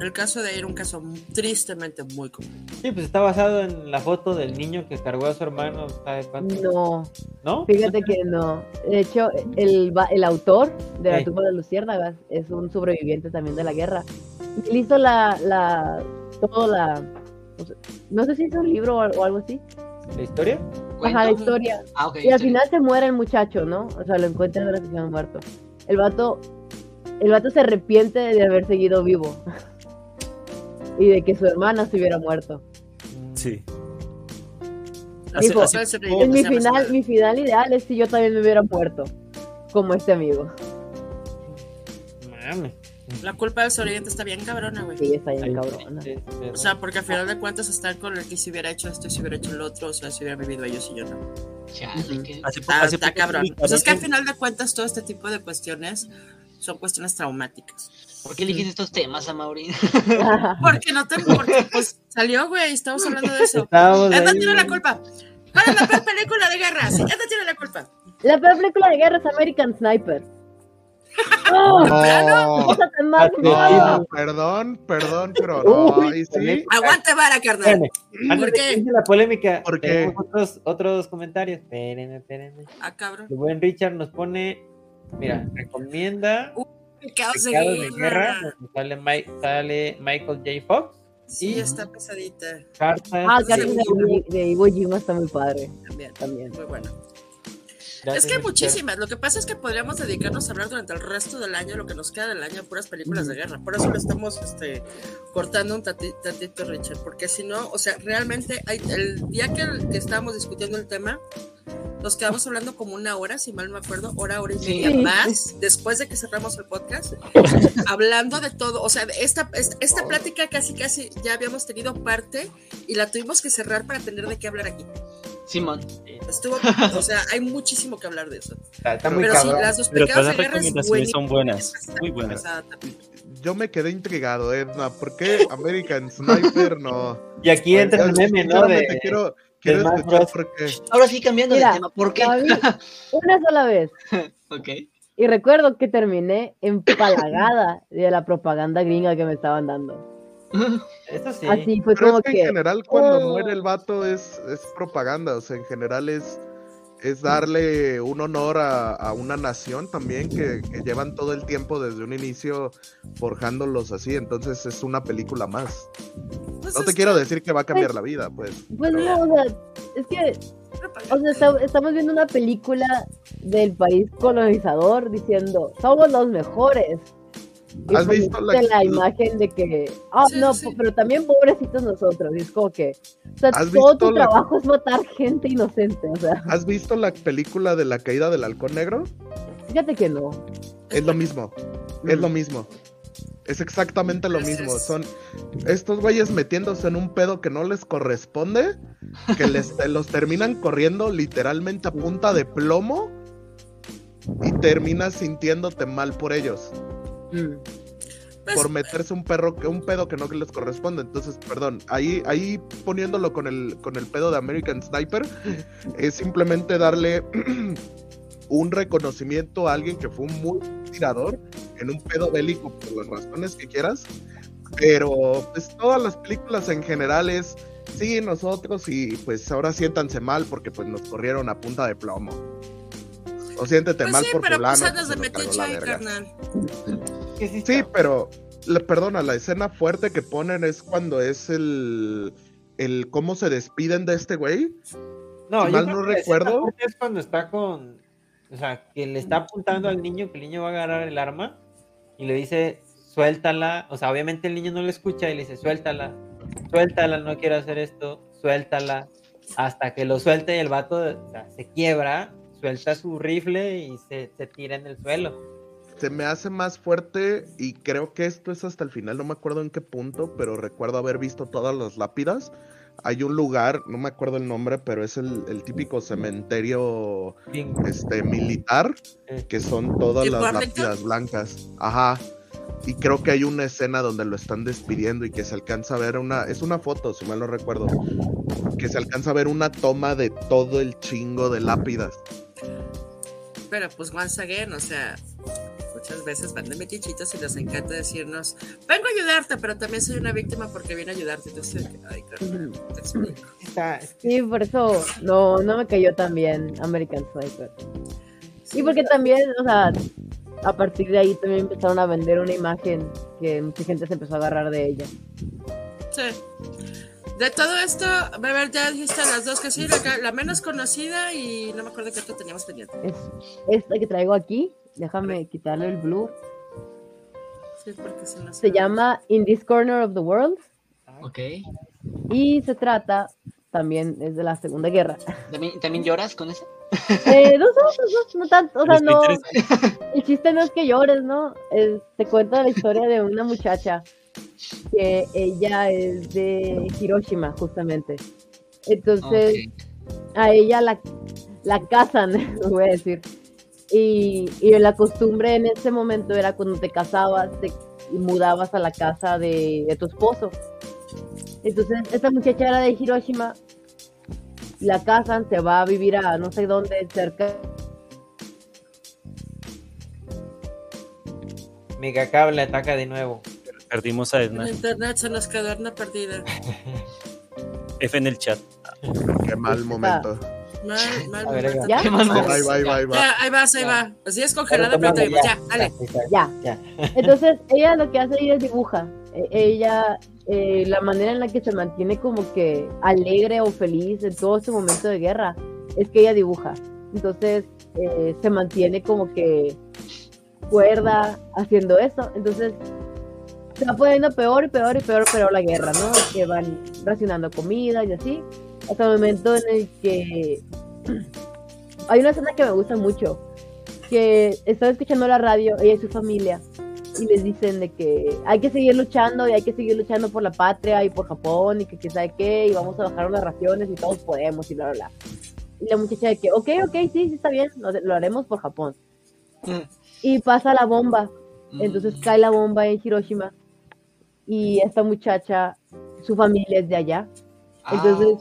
[SPEAKER 2] el caso de ir un caso tristemente muy común.
[SPEAKER 1] Sí, pues está basado en la foto del niño que cargó a su hermano, ¿sabe cuánto?
[SPEAKER 6] no,
[SPEAKER 1] ¿No?
[SPEAKER 6] fíjate que no. De hecho, el, va- el autor de
[SPEAKER 1] Sí.
[SPEAKER 6] La tumba de las luciérnagas es un sobreviviente también de la guerra. Y él hizo la, la, toda la, o sea, no sé si hizo un libro o, al- o algo así.
[SPEAKER 1] ¿La historia?
[SPEAKER 5] Pues, Cuento.
[SPEAKER 6] Ajá, la historia.
[SPEAKER 5] Ah, ok,
[SPEAKER 6] Y al
[SPEAKER 5] sí.
[SPEAKER 6] final se muere el muchacho, ¿no? O sea, lo encuentran en la estación muerto. El vato, el vato se arrepiente de haber seguido vivo. y de que su hermana se hubiera muerto.
[SPEAKER 3] Sí.
[SPEAKER 2] Las
[SPEAKER 6] Dijo,
[SPEAKER 2] cosas se
[SPEAKER 6] Es
[SPEAKER 2] brillan,
[SPEAKER 6] mi
[SPEAKER 2] se llaman
[SPEAKER 6] final,
[SPEAKER 2] esa
[SPEAKER 6] mi final ideal es si yo también me hubiera muerto. Como este amigo.
[SPEAKER 1] Mm, Mames.
[SPEAKER 2] madre. La culpa del sobreviviente está bien cabrona, güey.
[SPEAKER 6] Sí, está bien
[SPEAKER 1] Ahí,
[SPEAKER 6] cabrona.
[SPEAKER 1] sí, sí,
[SPEAKER 2] O sea, porque al final de cuentas están con el que si hubiera hecho esto y si hubiera hecho el otro, o sea, si hubiera vivido ellos y yo no.
[SPEAKER 5] Chale, qué-
[SPEAKER 3] Hace po-
[SPEAKER 2] Está,
[SPEAKER 3] hace
[SPEAKER 2] está
[SPEAKER 3] poco
[SPEAKER 2] cabrón.
[SPEAKER 3] publicaron
[SPEAKER 2] O sea, es que al
[SPEAKER 3] en-
[SPEAKER 2] final de cuentas todo este tipo de cuestiones son cuestiones traumáticas.
[SPEAKER 5] ¿Por qué elegiste estos temas, Amaury?
[SPEAKER 2] Porque no te... Porque pues salió, güey, estamos hablando de eso.
[SPEAKER 1] Estábamos
[SPEAKER 2] Edna
[SPEAKER 1] ahí,
[SPEAKER 2] tiene la
[SPEAKER 1] güey.
[SPEAKER 2] culpa. ¿Cuál es la peor película de guerra? Sí, Edna tiene la culpa.
[SPEAKER 6] La peor película de guerra es American Sniper. ¡Oh!
[SPEAKER 4] No,
[SPEAKER 6] ¡Cosa tan
[SPEAKER 4] Ah,
[SPEAKER 6] mal!
[SPEAKER 1] No.
[SPEAKER 6] Ah,
[SPEAKER 4] no, perdón, perdón, pero no,
[SPEAKER 1] Uy,
[SPEAKER 4] ahí sí.
[SPEAKER 2] Aguante vara, carnal.
[SPEAKER 1] Espérame, Antes de
[SPEAKER 2] ¿Por
[SPEAKER 1] que
[SPEAKER 2] qué?
[SPEAKER 1] empiece la polémica,
[SPEAKER 4] ¿Por qué?
[SPEAKER 1] tenemos Otros, otros comentarios. Espérenme, espérenme.
[SPEAKER 2] Ah, cabrón.
[SPEAKER 1] El buen Richard nos pone, mira, recomienda
[SPEAKER 2] Pecados de
[SPEAKER 1] Pecados de Guerra,
[SPEAKER 2] guerra.
[SPEAKER 1] donde sale, Mike- sale Michael J. Fox,
[SPEAKER 2] Sí,
[SPEAKER 1] Sí.
[SPEAKER 2] está pesadita
[SPEAKER 1] Cartas. eh,
[SPEAKER 6] Ah,
[SPEAKER 2] Sí.
[SPEAKER 6] Cartas de Iwo- de Iwo Jima está muy padre
[SPEAKER 2] también.
[SPEAKER 6] también.
[SPEAKER 2] Muy bueno.
[SPEAKER 7] Gracias,
[SPEAKER 2] es que hay
[SPEAKER 7] Mister.
[SPEAKER 2] muchísimas. Lo que pasa es que podríamos dedicarnos a hablar durante el resto del año, lo que nos queda del año, puras películas de guerra. Por eso lo estamos este, cortando un tati- tantito, Richard. Porque si no, o sea, realmente hay- el día que, que estábamos discutiendo el tema, nos quedamos hablando como una hora, si mal no me acuerdo, hora, hora y
[SPEAKER 5] Sí.
[SPEAKER 2] media más, después de que cerramos el podcast, hablando de todo. O sea, de esta, esta, esta plática casi, casi ya habíamos tenido parte y la tuvimos que cerrar para tener de qué hablar aquí.
[SPEAKER 5] Simón.
[SPEAKER 2] Estuvo, o sea, hay muchísimo que hablar de eso.
[SPEAKER 1] Está, está muy
[SPEAKER 2] Pero sí,
[SPEAKER 1] cabrón.
[SPEAKER 2] las dos
[SPEAKER 3] Pero
[SPEAKER 2] pecados
[SPEAKER 3] todas las
[SPEAKER 2] de guerra es
[SPEAKER 3] recomendaciones son buenas,
[SPEAKER 2] buenísima.
[SPEAKER 3] muy buenas.
[SPEAKER 2] Está pesada también.
[SPEAKER 4] Yo me quedé intrigado, Edna. ¿Por qué American Sniper no?
[SPEAKER 1] Y aquí entra el meme, ¿no? De,
[SPEAKER 4] Sinceramente, quiero, quiero
[SPEAKER 1] Smash
[SPEAKER 4] escuchar
[SPEAKER 1] Bros.
[SPEAKER 4] por qué.
[SPEAKER 5] Ahora sí cambiando
[SPEAKER 6] Mira,
[SPEAKER 5] de tema. ¿Por qué?
[SPEAKER 6] La vi una sola vez.
[SPEAKER 5] Ok.
[SPEAKER 6] Y recuerdo que terminé empalagada de la propaganda gringa que me estaban dando.
[SPEAKER 1] eso sí.
[SPEAKER 6] Así fue
[SPEAKER 4] Pero
[SPEAKER 6] como
[SPEAKER 4] es que en
[SPEAKER 6] que.
[SPEAKER 4] general cuando
[SPEAKER 6] Oh.
[SPEAKER 4] muere el vato es, es propaganda, o sea, en general es, es darle un honor a, a una nación también que, que llevan todo el tiempo desde un inicio forjándolos así, entonces es una película más.
[SPEAKER 2] Pues
[SPEAKER 4] No te
[SPEAKER 2] es
[SPEAKER 4] quiero decir que va a cambiar la vida, pues.
[SPEAKER 6] Pues no, o sea, es que
[SPEAKER 2] propaganda.
[SPEAKER 6] O sea, esta- estamos viendo una película del país colonizador diciendo, somos los mejores. Y
[SPEAKER 4] ¿Has visto
[SPEAKER 6] ponerte
[SPEAKER 4] la-
[SPEAKER 6] la imagen de que, ah,
[SPEAKER 2] Sí,
[SPEAKER 6] no,
[SPEAKER 2] sí, sí.
[SPEAKER 6] pero también pobrecitos nosotros. Y es como que, o sea,
[SPEAKER 4] ¿Has
[SPEAKER 6] todo tu
[SPEAKER 4] visto la-
[SPEAKER 6] trabajo es matar gente inocente. O sea,
[SPEAKER 4] ¿Has visto la película de la caída del halcón negro?
[SPEAKER 6] fíjate que no.
[SPEAKER 4] Es lo mismo. Es lo mismo. Es exactamente lo
[SPEAKER 2] Gracias.
[SPEAKER 4] mismo. Son estos güeyes metiéndose en un pedo que no les corresponde, que les te- los terminan corriendo literalmente a punta de plomo y terminas sintiéndote mal por ellos,
[SPEAKER 2] Pues,
[SPEAKER 4] por meterse un perro que un pedo que no les corresponde. Entonces, perdón, ahí ahí poniéndolo con el con el pedo de American Sniper es simplemente darle un reconocimiento a alguien que fue un muy tirador en un pedo bélico por las razones que quieras. Pero pues todas las películas en general es, sí, nosotros y pues ahora siéntanse mal porque pues nos corrieron a punta de plomo. O siéntete
[SPEAKER 2] pues
[SPEAKER 4] mal
[SPEAKER 2] sí,
[SPEAKER 4] por
[SPEAKER 2] pero
[SPEAKER 4] fulano.
[SPEAKER 2] pues andas de
[SPEAKER 4] que se lo cargó
[SPEAKER 2] metiche
[SPEAKER 4] la
[SPEAKER 2] ahí,
[SPEAKER 4] verga.
[SPEAKER 2] carnal.
[SPEAKER 4] Sí, pero le, perdona, la escena fuerte que ponen es cuando es el, el cómo se despiden de este güey.
[SPEAKER 1] No, yo
[SPEAKER 4] si mal
[SPEAKER 1] creo
[SPEAKER 4] no
[SPEAKER 1] que la escena
[SPEAKER 4] recuerdo-
[SPEAKER 1] fuerte Es cuando está con. O sea, que le está apuntando al niño, que el niño va a agarrar el arma y le dice, suéltala. O sea, obviamente el niño no le escucha y le dice, suéltala, suéltala, no quiero hacer esto, suéltala. Hasta que lo suelte y el vato o sea, se quiebra, suelta su rifle y se, se tira en el suelo.
[SPEAKER 4] Se me hace más fuerte y creo que esto es hasta el final, no me acuerdo en qué punto, pero recuerdo haber visto todas las lápidas. Hay un lugar, no me acuerdo el nombre, pero es el, el típico cementerio
[SPEAKER 1] Bien,
[SPEAKER 4] este, militar,
[SPEAKER 1] eh,
[SPEAKER 4] que son todas
[SPEAKER 2] ¿Tipo
[SPEAKER 4] las
[SPEAKER 2] Arlington?
[SPEAKER 4] lápidas blancas. Ajá. Y creo que hay una escena donde lo están despidiendo y que se alcanza a ver una. Es una foto, si mal no recuerdo. Que se alcanza a ver una toma de todo el chingo de lápidas.
[SPEAKER 2] Pero pues once again, o sea, muchas veces van de metichitos y les encanta decirnos, vengo a ayudarte, pero también soy una víctima porque vine a ayudarte. Entonces, ay, carnal, te explico.
[SPEAKER 1] está- es que
[SPEAKER 6] Sí, por eso no, no me cayó tan bien American Sniper. Y porque también, o sea, a partir de ahí también empezaron a vender una imagen que mucha gente se empezó a agarrar de ella.
[SPEAKER 2] Sí. De todo esto, Beber, ya dijiste las dos que sí, la, que- la menos conocida y no me acuerdo qué otra teníamos pendiente.
[SPEAKER 6] Es esta que traigo aquí, déjame quitarle el blue.
[SPEAKER 2] Sí, porque si no
[SPEAKER 6] Se llama In This Corner of the World
[SPEAKER 5] Ok.
[SPEAKER 6] y se trata también es de la Segunda Guerra.
[SPEAKER 5] ¿También, también lloras con eso?
[SPEAKER 6] Eh, no, no, no, no, no tanto, o sea,
[SPEAKER 3] Está
[SPEAKER 6] no,
[SPEAKER 3] interesante.
[SPEAKER 6] el chiste no es que llores, ¿no? Es- te cuenta la historia de una muchacha que ella es de Hiroshima, justamente. Entonces,
[SPEAKER 5] Ok.
[SPEAKER 6] a ella la, la casan, voy a decir. Y, y la costumbre en ese momento era cuando te casabas, te mudabas a la casa de, de tu esposo. Entonces, esta muchacha era de Hiroshima, la casan, se va a vivir a no sé dónde, cerca
[SPEAKER 1] Megacable ataca de nuevo.
[SPEAKER 3] Perdimos a
[SPEAKER 2] En
[SPEAKER 3] Edna.
[SPEAKER 2] internet se nos quedó una perdida.
[SPEAKER 3] F en el chat.
[SPEAKER 4] Qué mal momento.
[SPEAKER 2] Mal, mal.
[SPEAKER 1] A ver,
[SPEAKER 2] momento.
[SPEAKER 6] ¿Ya?
[SPEAKER 5] Qué mal
[SPEAKER 4] Bye,
[SPEAKER 5] momento.
[SPEAKER 4] bye, bye, bye.
[SPEAKER 2] Ya, ahí vas, ahí va. Así es
[SPEAKER 1] Pero
[SPEAKER 2] congelada, pero te
[SPEAKER 1] tomando,
[SPEAKER 2] digo, ya, dale.
[SPEAKER 1] ya,
[SPEAKER 6] ya.
[SPEAKER 1] ya.
[SPEAKER 6] Entonces, ella lo que hace ella es dibuja. e- ella, eh, la manera en la que se mantiene como que alegre o feliz en todo ese momento de guerra, es que ella dibuja. Entonces eh, se mantiene como que cuerda haciendo eso. Entonces se va poniendo peor y peor y peor, peor la guerra, ¿no? Que van racionando comida y así. Hasta el momento en el que hay una escena que me gusta mucho. Que estaba escuchando la radio, ella y su familia. Y les dicen de que hay que seguir luchando y hay que seguir luchando por la patria y por Japón y que quién sabe qué. Y vamos a bajar las raciones y todos podemos y bla, bla, bla. Y la muchacha de que, ok, ok, sí, sí está bien, lo, lo haremos por Japón. Y pasa la bomba.
[SPEAKER 5] Mm,
[SPEAKER 6] Entonces cae la bomba en Hiroshima y esta muchacha, su familia es de allá. Entonces,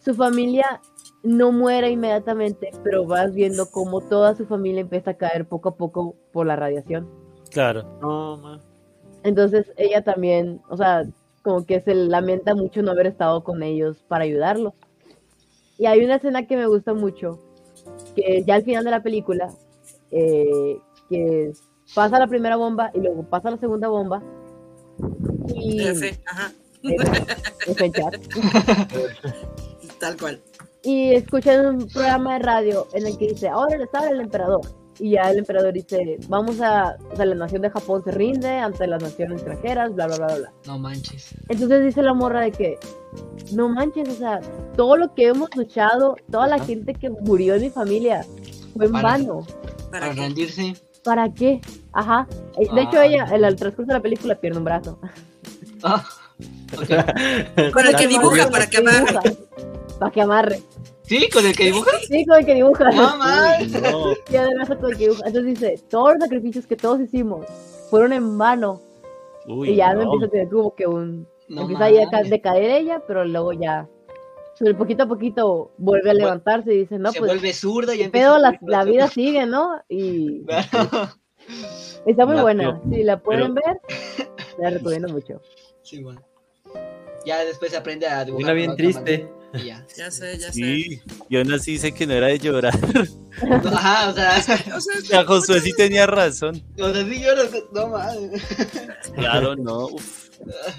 [SPEAKER 6] su familia no muere inmediatamente, pero vas viendo cómo toda su familia empieza a caer poco a poco por la radiación.
[SPEAKER 3] Claro.
[SPEAKER 1] No, ma.
[SPEAKER 6] Entonces, ella también, o sea, como que se lamenta mucho no haber estado con ellos para ayudarlos. Y hay una escena que me gusta mucho, que ya al final de la película, eh, que pasa la primera bomba y luego pasa la segunda bomba. Y,
[SPEAKER 2] F, ajá,
[SPEAKER 6] eh, F en chat.
[SPEAKER 2] tal cual.
[SPEAKER 6] y escuchan un programa de radio en el que dice, ahora le sale el emperador. Y ya el emperador dice, vamos a, o sea, la nación de Japón se rinde ante las naciones extranjeras, bla, bla, bla, bla, bla.
[SPEAKER 5] No manches.
[SPEAKER 6] Entonces dice la morra de que, no manches, o sea, todo lo que hemos luchado, toda la
[SPEAKER 5] Ajá.
[SPEAKER 6] gente que murió en mi familia, fue en
[SPEAKER 5] Para.
[SPEAKER 6] vano.
[SPEAKER 2] Para
[SPEAKER 5] Para
[SPEAKER 2] que-
[SPEAKER 5] rendirse.
[SPEAKER 6] ¿Para qué? Ajá. Eh, De hecho,
[SPEAKER 5] Ah.
[SPEAKER 6] ella, en el transcurso de la película, pierde un brazo.
[SPEAKER 5] Ah,
[SPEAKER 2] Para el que
[SPEAKER 6] Con
[SPEAKER 2] dibuja,
[SPEAKER 6] brazo
[SPEAKER 2] para que
[SPEAKER 6] dibuja.
[SPEAKER 2] amarre.
[SPEAKER 6] Para que amarre.
[SPEAKER 5] ¿Sí? ¿Con el que dibuja?
[SPEAKER 6] Sí, con el que dibuja.
[SPEAKER 5] No manches.
[SPEAKER 3] No,
[SPEAKER 6] Y además otro que dibuja. Entonces dice, todos los sacrificios que todos hicimos fueron en vano.
[SPEAKER 3] uy,
[SPEAKER 6] y ya
[SPEAKER 3] no.
[SPEAKER 6] me empieza a tener como que un...
[SPEAKER 5] No
[SPEAKER 6] empieza ahí a ca-
[SPEAKER 5] manches.
[SPEAKER 6] decaer ella, pero luego ya... Pero poquito a poquito vuelve a
[SPEAKER 5] Vuel-
[SPEAKER 6] levantarse y dice, no,
[SPEAKER 5] se
[SPEAKER 6] pues...
[SPEAKER 5] vuelve zurdo y
[SPEAKER 6] qué
[SPEAKER 5] empieza
[SPEAKER 6] pedo,
[SPEAKER 5] a
[SPEAKER 6] la,
[SPEAKER 5] subir
[SPEAKER 6] la
[SPEAKER 5] otro.
[SPEAKER 6] vida sigue, ¿no? Y
[SPEAKER 5] Claro.
[SPEAKER 6] está muy
[SPEAKER 3] La
[SPEAKER 6] buena.
[SPEAKER 3] peor.
[SPEAKER 6] Si la pueden ver, la recomiendo mucho.
[SPEAKER 5] Sí, bueno. Ya después aprende a dibujar.
[SPEAKER 1] Una
[SPEAKER 5] con
[SPEAKER 1] bien
[SPEAKER 5] otra
[SPEAKER 1] triste.
[SPEAKER 5] mano y ya.
[SPEAKER 2] Ya sé, ya sé.
[SPEAKER 3] Sí, yo nací dice que no era de llorar.
[SPEAKER 5] No, Ajá, o sea,
[SPEAKER 2] O sea,
[SPEAKER 3] O sea, Josué sí tenía razón.
[SPEAKER 5] o sea, sí lloras. No mames.
[SPEAKER 3] Claro, no. uf,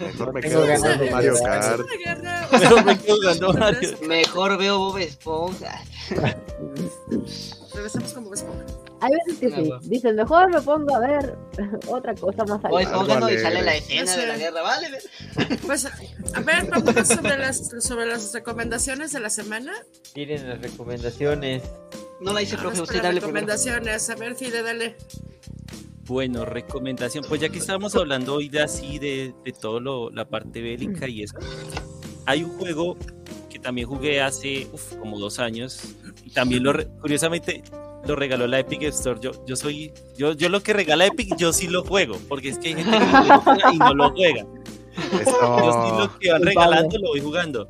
[SPEAKER 4] Mejor me
[SPEAKER 1] Tengo
[SPEAKER 4] quedo
[SPEAKER 1] ganas
[SPEAKER 4] jugando
[SPEAKER 1] de
[SPEAKER 4] Mario
[SPEAKER 2] es
[SPEAKER 1] llorar.
[SPEAKER 4] Kart.
[SPEAKER 2] una guerra, o sea,
[SPEAKER 3] Pero me quedo jugando a Mario.
[SPEAKER 5] Mejor veo Bob Esponja.
[SPEAKER 2] Regresamos con Bob Esponja.
[SPEAKER 6] Hay veces que
[SPEAKER 5] Una
[SPEAKER 6] sí.
[SPEAKER 5] hueva.
[SPEAKER 6] Dicen, mejor me pongo a ver otra cosa más
[SPEAKER 5] Bob
[SPEAKER 6] allá.
[SPEAKER 5] Esponja no, y
[SPEAKER 4] alegre.
[SPEAKER 5] sale la escena de la
[SPEAKER 2] Sí.
[SPEAKER 5] guerra, vale. ve.
[SPEAKER 2] Pues, a ver, vamos sobre las, sobre las recomendaciones de la semana.
[SPEAKER 1] Miren las recomendaciones.
[SPEAKER 5] No la hice, profe,
[SPEAKER 2] Vamos
[SPEAKER 5] usted
[SPEAKER 2] por las
[SPEAKER 5] dale primero.
[SPEAKER 2] recomendaciones. A ver, Fide, dale.
[SPEAKER 3] Bueno, recomendación. Pues ya que estábamos hablando hoy de así, de, de todo lo, la parte bélica y eso, hay un juego que también jugué hace uf, como dos años y también lo, re- curiosamente, lo regaló la Epic Store. Yo, yo soy, yo, yo lo que regala Epic, yo sí lo juego, porque es que hay gente que lo regala y no lo juega. Yo sí
[SPEAKER 4] Eso.
[SPEAKER 3] lo que van
[SPEAKER 6] Culpable.
[SPEAKER 3] regalando lo voy jugando.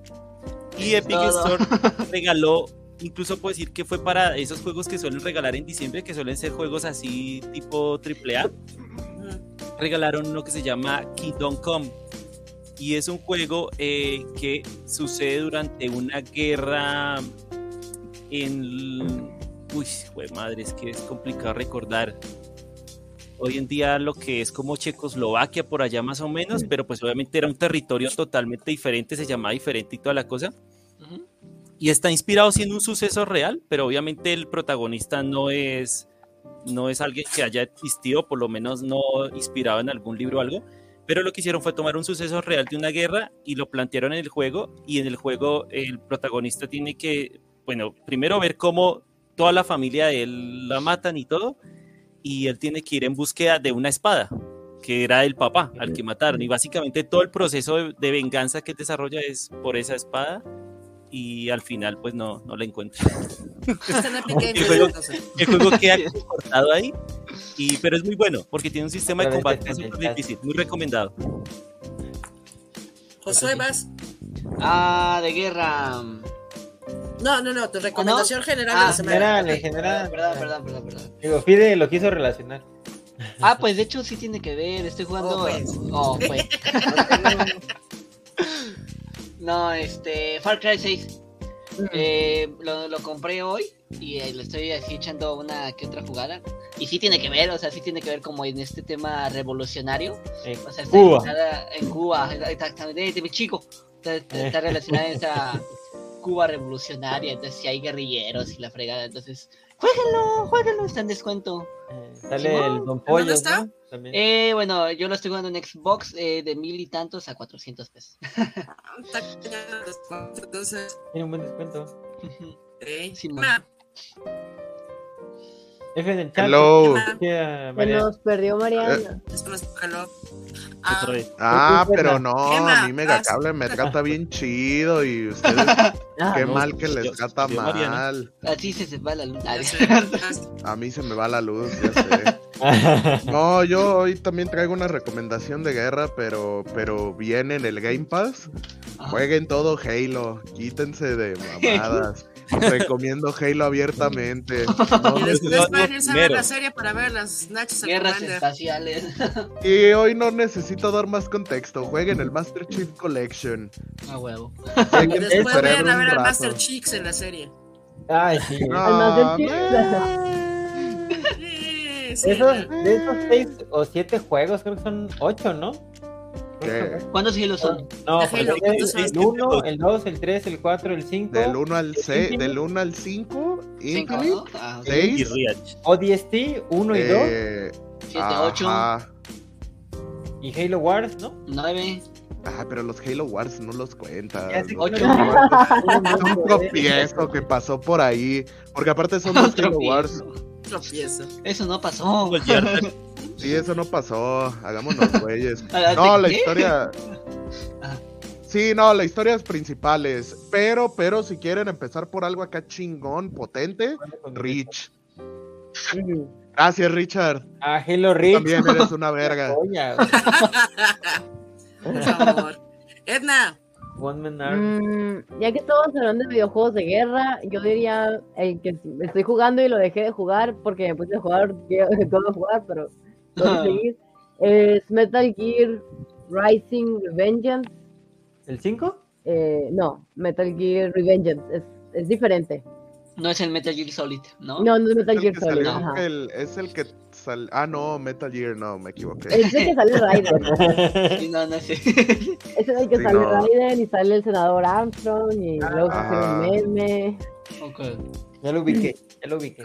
[SPEAKER 3] Y
[SPEAKER 5] Eso es
[SPEAKER 3] Epic
[SPEAKER 5] todo.
[SPEAKER 3] Store regaló, incluso puedo decir que fue para esos juegos que suelen regalar en diciembre, que suelen ser juegos así tipo AAA.
[SPEAKER 2] Mm,
[SPEAKER 3] Regalaron uno que se llama Kingdom Come. Y es un juego eh, que sucede durante una guerra en... l- Uy, jue madre, es que es complicado recordar. Hoy en día lo que es como Checoslovaquia, por allá más o menos, pero pues obviamente era un territorio totalmente diferente, se llamaba diferente y toda la cosa.
[SPEAKER 5] Ujú.
[SPEAKER 3] Y está inspirado sí, en un suceso real, pero obviamente el protagonista no es, no es alguien que haya existido, por lo menos no inspirado en algún libro o algo. Pero lo que hicieron fue tomar un suceso real de una guerra y lo plantearon en el juego. Y en el juego el protagonista tiene que, bueno, primero ver cómo toda la familia de él la matan y todo. Y él tiene que ir en búsqueda de una espada, que era el papá al que mataron. Y básicamente todo el proceso de, de venganza que él desarrolla es por esa espada. Y al final, pues no, no la encuentra.
[SPEAKER 2] Está en Epic Games,
[SPEAKER 3] pero-
[SPEAKER 2] entonces.
[SPEAKER 3] El juego queda como cortado ahí. Y, pero es muy bueno, porque tiene un sistema de
[SPEAKER 1] Otra vez
[SPEAKER 3] combate
[SPEAKER 1] te
[SPEAKER 3] súper
[SPEAKER 1] conectaste.
[SPEAKER 3] difícil, muy recomendado.
[SPEAKER 2] Josué, vas.
[SPEAKER 5] Ah, de guerra.
[SPEAKER 2] No, no, no, tu recomendación general de
[SPEAKER 5] Ah,
[SPEAKER 2] la semana.
[SPEAKER 1] General, en
[SPEAKER 2] Ok.
[SPEAKER 1] general.
[SPEAKER 5] Perdón, perdón, perdón, perdón.
[SPEAKER 1] Digo, Fide lo quiso relacionar.
[SPEAKER 5] Ah, pues de hecho sí tiene que ver. Estoy jugando.
[SPEAKER 2] Oh, pues.
[SPEAKER 5] Oh, pues. No, este. Far Cry 6.
[SPEAKER 2] Mm.
[SPEAKER 5] Eh, lo, lo compré hoy y eh, le estoy así echando una que otra jugada. Y sí tiene que ver, o sea, sí tiene que ver como en este tema revolucionario.
[SPEAKER 1] Eh,
[SPEAKER 5] O sea, está
[SPEAKER 1] Cuba.
[SPEAKER 5] relacionada en Cuba, exa- exactamente, de México. Está, está- está relacionada en esa Cuba revolucionaria, entonces si hay guerrilleros y la fregada, entonces, jueguenlo, jueguenlo, está en descuento.
[SPEAKER 1] Eh, sale
[SPEAKER 5] Simón,
[SPEAKER 1] el Don Pollo,
[SPEAKER 2] está?
[SPEAKER 1] ¿no? También.
[SPEAKER 5] Eh, bueno, yo lo estoy jugando en Xbox eh, de mil y tantos a 400 pesos.
[SPEAKER 2] Está cañón el descuento, Entonces,
[SPEAKER 1] Tiene un buen descuento.
[SPEAKER 2] eh,
[SPEAKER 5] Sí,
[SPEAKER 2] ma,
[SPEAKER 1] F en el chat.
[SPEAKER 4] Hello.
[SPEAKER 2] ma,
[SPEAKER 1] Sí, a
[SPEAKER 6] Se
[SPEAKER 1] María.
[SPEAKER 6] nos perdió Mariana.
[SPEAKER 2] es que nos caló. Ah,
[SPEAKER 3] Otra vez.
[SPEAKER 4] Ah,
[SPEAKER 1] Creo que es verdad.
[SPEAKER 4] pero no,
[SPEAKER 2] Emma,
[SPEAKER 4] a mí Megacable me trata bien chido y ustedes, qué
[SPEAKER 3] no,
[SPEAKER 4] mal que
[SPEAKER 3] yo-
[SPEAKER 4] les
[SPEAKER 3] yo-
[SPEAKER 4] trata
[SPEAKER 3] yo, Mariana.
[SPEAKER 4] mal.
[SPEAKER 5] Así se, se va la luz. Ah,
[SPEAKER 2] ya sé, ya sé.
[SPEAKER 4] A mí se me va la luz, ya sé. No, yo hoy también traigo una recomendación de guerra, pero, pero viene en el Game Pass. Jueguen todo Halo, quítense de mamadas. Recomiendo Halo abiertamente. No
[SPEAKER 2] Y
[SPEAKER 4] neces-
[SPEAKER 2] después pueden irse a ver
[SPEAKER 3] Mero.
[SPEAKER 2] la serie para ver las Nachas al
[SPEAKER 5] Guerras
[SPEAKER 2] Commander.
[SPEAKER 5] espaciales.
[SPEAKER 4] y hoy no necesito dar más contexto. Jueguen el Master Chief Collection.
[SPEAKER 5] A huevo.
[SPEAKER 4] Dejen
[SPEAKER 2] Y
[SPEAKER 4] su
[SPEAKER 2] después
[SPEAKER 4] cerebro
[SPEAKER 2] vayan a
[SPEAKER 4] un
[SPEAKER 2] ver al
[SPEAKER 4] rato.
[SPEAKER 2] Master Chicks en la serie.
[SPEAKER 1] Ay, sí.
[SPEAKER 4] No,
[SPEAKER 6] Al Master Chief.
[SPEAKER 4] man.
[SPEAKER 2] Sí, sí,
[SPEAKER 1] Esos, de esos seis o siete juegos, creo que son ocho, ¿no?
[SPEAKER 4] ¿Qué?
[SPEAKER 5] ¿Cuántos hilos son?
[SPEAKER 1] No,
[SPEAKER 2] De
[SPEAKER 1] pues
[SPEAKER 2] Halo,
[SPEAKER 1] el-
[SPEAKER 2] ¿cuántos son?
[SPEAKER 1] el 1, el 2, el 3, el 4, el 5,
[SPEAKER 4] Del 1 al
[SPEAKER 1] ¿El
[SPEAKER 4] 6,
[SPEAKER 1] Infinite?
[SPEAKER 4] del 1 al 5,
[SPEAKER 5] Cinco,
[SPEAKER 4] Infinite,
[SPEAKER 5] ¿no? Ah, ok.
[SPEAKER 3] Y
[SPEAKER 4] 6,
[SPEAKER 3] Riach.
[SPEAKER 1] ODST, 1 y 2,
[SPEAKER 4] eh,
[SPEAKER 5] Siete, ocho,
[SPEAKER 4] ajá.
[SPEAKER 1] y Halo Wars, ¿no?
[SPEAKER 5] nueve.
[SPEAKER 4] Ah, pero los Halo Wars no los cuentas.
[SPEAKER 1] Ya sé que
[SPEAKER 4] Ah,
[SPEAKER 5] ocho.
[SPEAKER 4] ¿no? Es un tropiezo que pasó por ahí. Porque aparte son dos Halo
[SPEAKER 5] Tropiezo.
[SPEAKER 4] Wars.
[SPEAKER 2] Tropiezo.
[SPEAKER 5] Eso no pasó.
[SPEAKER 3] Como el Yardak.
[SPEAKER 4] Sí, eso no pasó. Hagámonos güeyes.
[SPEAKER 5] Adelante,
[SPEAKER 4] No, la
[SPEAKER 5] ¿qué?
[SPEAKER 4] historia.
[SPEAKER 5] Ah.
[SPEAKER 4] Sí, no, las historias principales. Pero, pero si quieren empezar por algo acá chingón, potente, Rich. Gracias, Richard.
[SPEAKER 1] Ah, Halo Reach.
[SPEAKER 4] También eres una verga.
[SPEAKER 1] Oye,
[SPEAKER 2] Por favor. Edna,
[SPEAKER 1] One Man Army.
[SPEAKER 6] Mm, ya que estamos hablando de videojuegos de guerra, yo diría el que estoy jugando y lo dejé de jugar porque me puse a jugar todo jugar, pero no seguir. Es Metal Gear Rising Revengeance.
[SPEAKER 1] ¿El 5?
[SPEAKER 6] Eh, no, Metal Gear Revengeance es, es diferente.
[SPEAKER 5] No es el Metal Gear Solid, ¿no?
[SPEAKER 6] No, no es Metal
[SPEAKER 4] Es el
[SPEAKER 6] Gear
[SPEAKER 4] que
[SPEAKER 6] Solid.
[SPEAKER 4] salió,
[SPEAKER 6] ajá.
[SPEAKER 4] el- es el que sal- Ah, no, Metal Gear, no, me equivoqué.
[SPEAKER 6] Es el que sale Raiden.
[SPEAKER 5] Sí, no, no sé.
[SPEAKER 6] Es el que
[SPEAKER 4] Sí,
[SPEAKER 6] sale
[SPEAKER 4] no. Ah.
[SPEAKER 6] Raiden y sale el senador Armstrong y luego se hace
[SPEAKER 4] Ajá.
[SPEAKER 6] un meme.
[SPEAKER 5] Ok.
[SPEAKER 1] Ya lo ubiqué, ya lo ubiqué.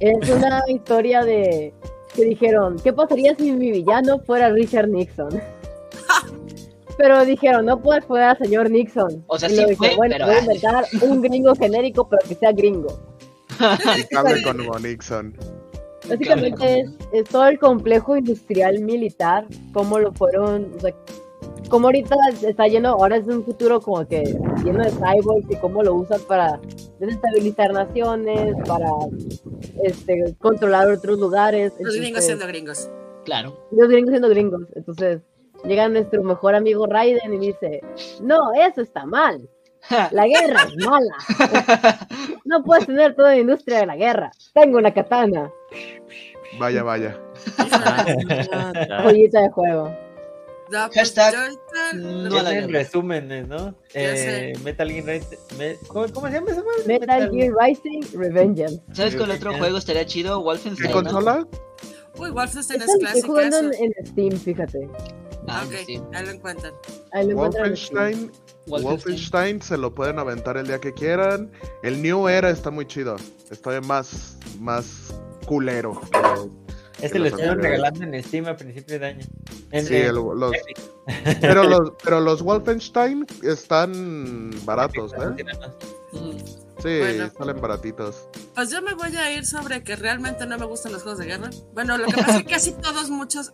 [SPEAKER 6] Es una historia de que dijeron, ¿qué pasaría si mi villano fuera Richard Nixon? pero dijeron, no puedes poner al señor Nixon.
[SPEAKER 5] O sea,
[SPEAKER 6] Y luego
[SPEAKER 5] sí fue,
[SPEAKER 6] dijeron, bueno,
[SPEAKER 5] pero-
[SPEAKER 6] voy a inventar un gringo genérico, pero que sea gringo.
[SPEAKER 4] Y que hable con Hugo Nixon.
[SPEAKER 6] Básicamente es, es todo el complejo industrial militar, cómo lo fueron, o sea, cómo ahorita está lleno, ahora es un futuro como que lleno de cyborgs y cómo lo usan para desestabilizar naciones, para este, controlar otros lugares.
[SPEAKER 2] los gringos
[SPEAKER 6] entonces-
[SPEAKER 2] siendo gringos.
[SPEAKER 5] Claro.
[SPEAKER 6] los gringos siendo gringos. Entonces llega nuestro mejor amigo Raiden y dice, no, eso está mal. La guerra es mala. No puedes tener toda la industria de la guerra. Tengo una katana.
[SPEAKER 4] Vaya, vaya. Ah.
[SPEAKER 6] Una
[SPEAKER 3] Ah,
[SPEAKER 6] joyita de juego.
[SPEAKER 2] No, pues,
[SPEAKER 5] Hashtag,
[SPEAKER 2] yo ahorita
[SPEAKER 5] no
[SPEAKER 2] lo-
[SPEAKER 5] a la
[SPEAKER 1] Tienen
[SPEAKER 5] guerra.
[SPEAKER 1] resúmenes, ¿no?
[SPEAKER 2] Ya
[SPEAKER 1] Eh, Metal Gear Rising. me- ¿Cómo, cómo se llama ese madre?
[SPEAKER 6] Metal Gear Rising Revengeance.
[SPEAKER 5] ¿Sabes cuál otro juego estaría chido?
[SPEAKER 4] ¿Qué
[SPEAKER 5] Wolfenstein. ¿no?
[SPEAKER 4] consola?
[SPEAKER 2] Uy, Wolfenstein
[SPEAKER 6] Esta
[SPEAKER 2] es
[SPEAKER 6] la Estoy
[SPEAKER 2] clásico.
[SPEAKER 6] jugando en, en Steam, fíjate.
[SPEAKER 5] Ah,
[SPEAKER 2] Ah, ok,
[SPEAKER 5] sí.
[SPEAKER 2] ahí lo encuentran.
[SPEAKER 6] Ahí lo encuentran en Steam.
[SPEAKER 4] Wolfenstein.
[SPEAKER 5] Wolfenstein.
[SPEAKER 4] Wolfenstein se lo pueden aventar el día que quieran. El New Era está muy chido. Está más, más culero. pero
[SPEAKER 1] Este lo
[SPEAKER 4] Que los
[SPEAKER 1] estuvieron
[SPEAKER 4] anteriores.
[SPEAKER 1] regalando en Steam a principios de año. En-
[SPEAKER 4] sí,
[SPEAKER 1] en-
[SPEAKER 4] el- los-
[SPEAKER 1] Epic.
[SPEAKER 4] pero, los, pero los Wolfenstein están baratos, ¿eh?
[SPEAKER 5] Ujú.
[SPEAKER 4] Sí,
[SPEAKER 2] Bueno.
[SPEAKER 4] salen baratitos.
[SPEAKER 2] Pues yo me voy a ir sobre que realmente no me gustan los juegos de guerra. Bueno, lo que pasa es que casi todos, muchos.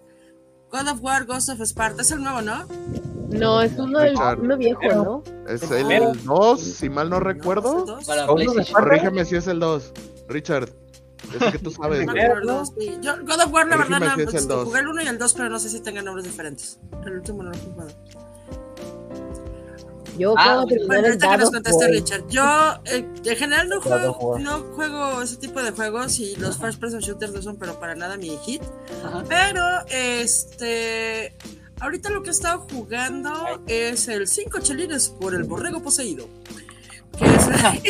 [SPEAKER 2] God of War, Ghost of Sparta, es el nuevo, ¿no?
[SPEAKER 6] No, es uno, del,
[SPEAKER 4] Richard.
[SPEAKER 6] uno viejo, ¿no?
[SPEAKER 4] Es
[SPEAKER 1] Ah.
[SPEAKER 4] el 2, si mal no
[SPEAKER 2] ¿Es el
[SPEAKER 4] recuerdo.
[SPEAKER 2] dos?
[SPEAKER 5] Para
[SPEAKER 1] ¿Cómo se
[SPEAKER 5] PlayStation.
[SPEAKER 1] llama?
[SPEAKER 4] Corrígeme si es el 2. Richard, es que tú sabes.
[SPEAKER 2] No
[SPEAKER 4] güey.
[SPEAKER 2] me acuerdo, sí. Yo, God of War, la
[SPEAKER 4] Corrígeme
[SPEAKER 2] verdad,
[SPEAKER 4] si es el
[SPEAKER 2] no,
[SPEAKER 4] dos.
[SPEAKER 2] jugué el 1 y el 2, pero no sé si tengan nombres diferentes. El último no lo he jugado.
[SPEAKER 6] Yo
[SPEAKER 5] Ah,
[SPEAKER 6] acabo de
[SPEAKER 5] bueno,
[SPEAKER 6] terminar
[SPEAKER 2] Bueno,
[SPEAKER 6] el
[SPEAKER 2] ahorita que
[SPEAKER 6] God
[SPEAKER 2] nos
[SPEAKER 6] of
[SPEAKER 2] conteste
[SPEAKER 6] War.
[SPEAKER 2] Richard. Yo, eh, en general, no
[SPEAKER 1] God of
[SPEAKER 2] juego,
[SPEAKER 1] War.
[SPEAKER 2] no juego ese tipo de juegos y los first person shooters no son, pero para nada mi hit.
[SPEAKER 5] Ajá.
[SPEAKER 2] Pero, este. Ahorita lo que he estado jugando es el 5 chelines por el borrego poseído. Que es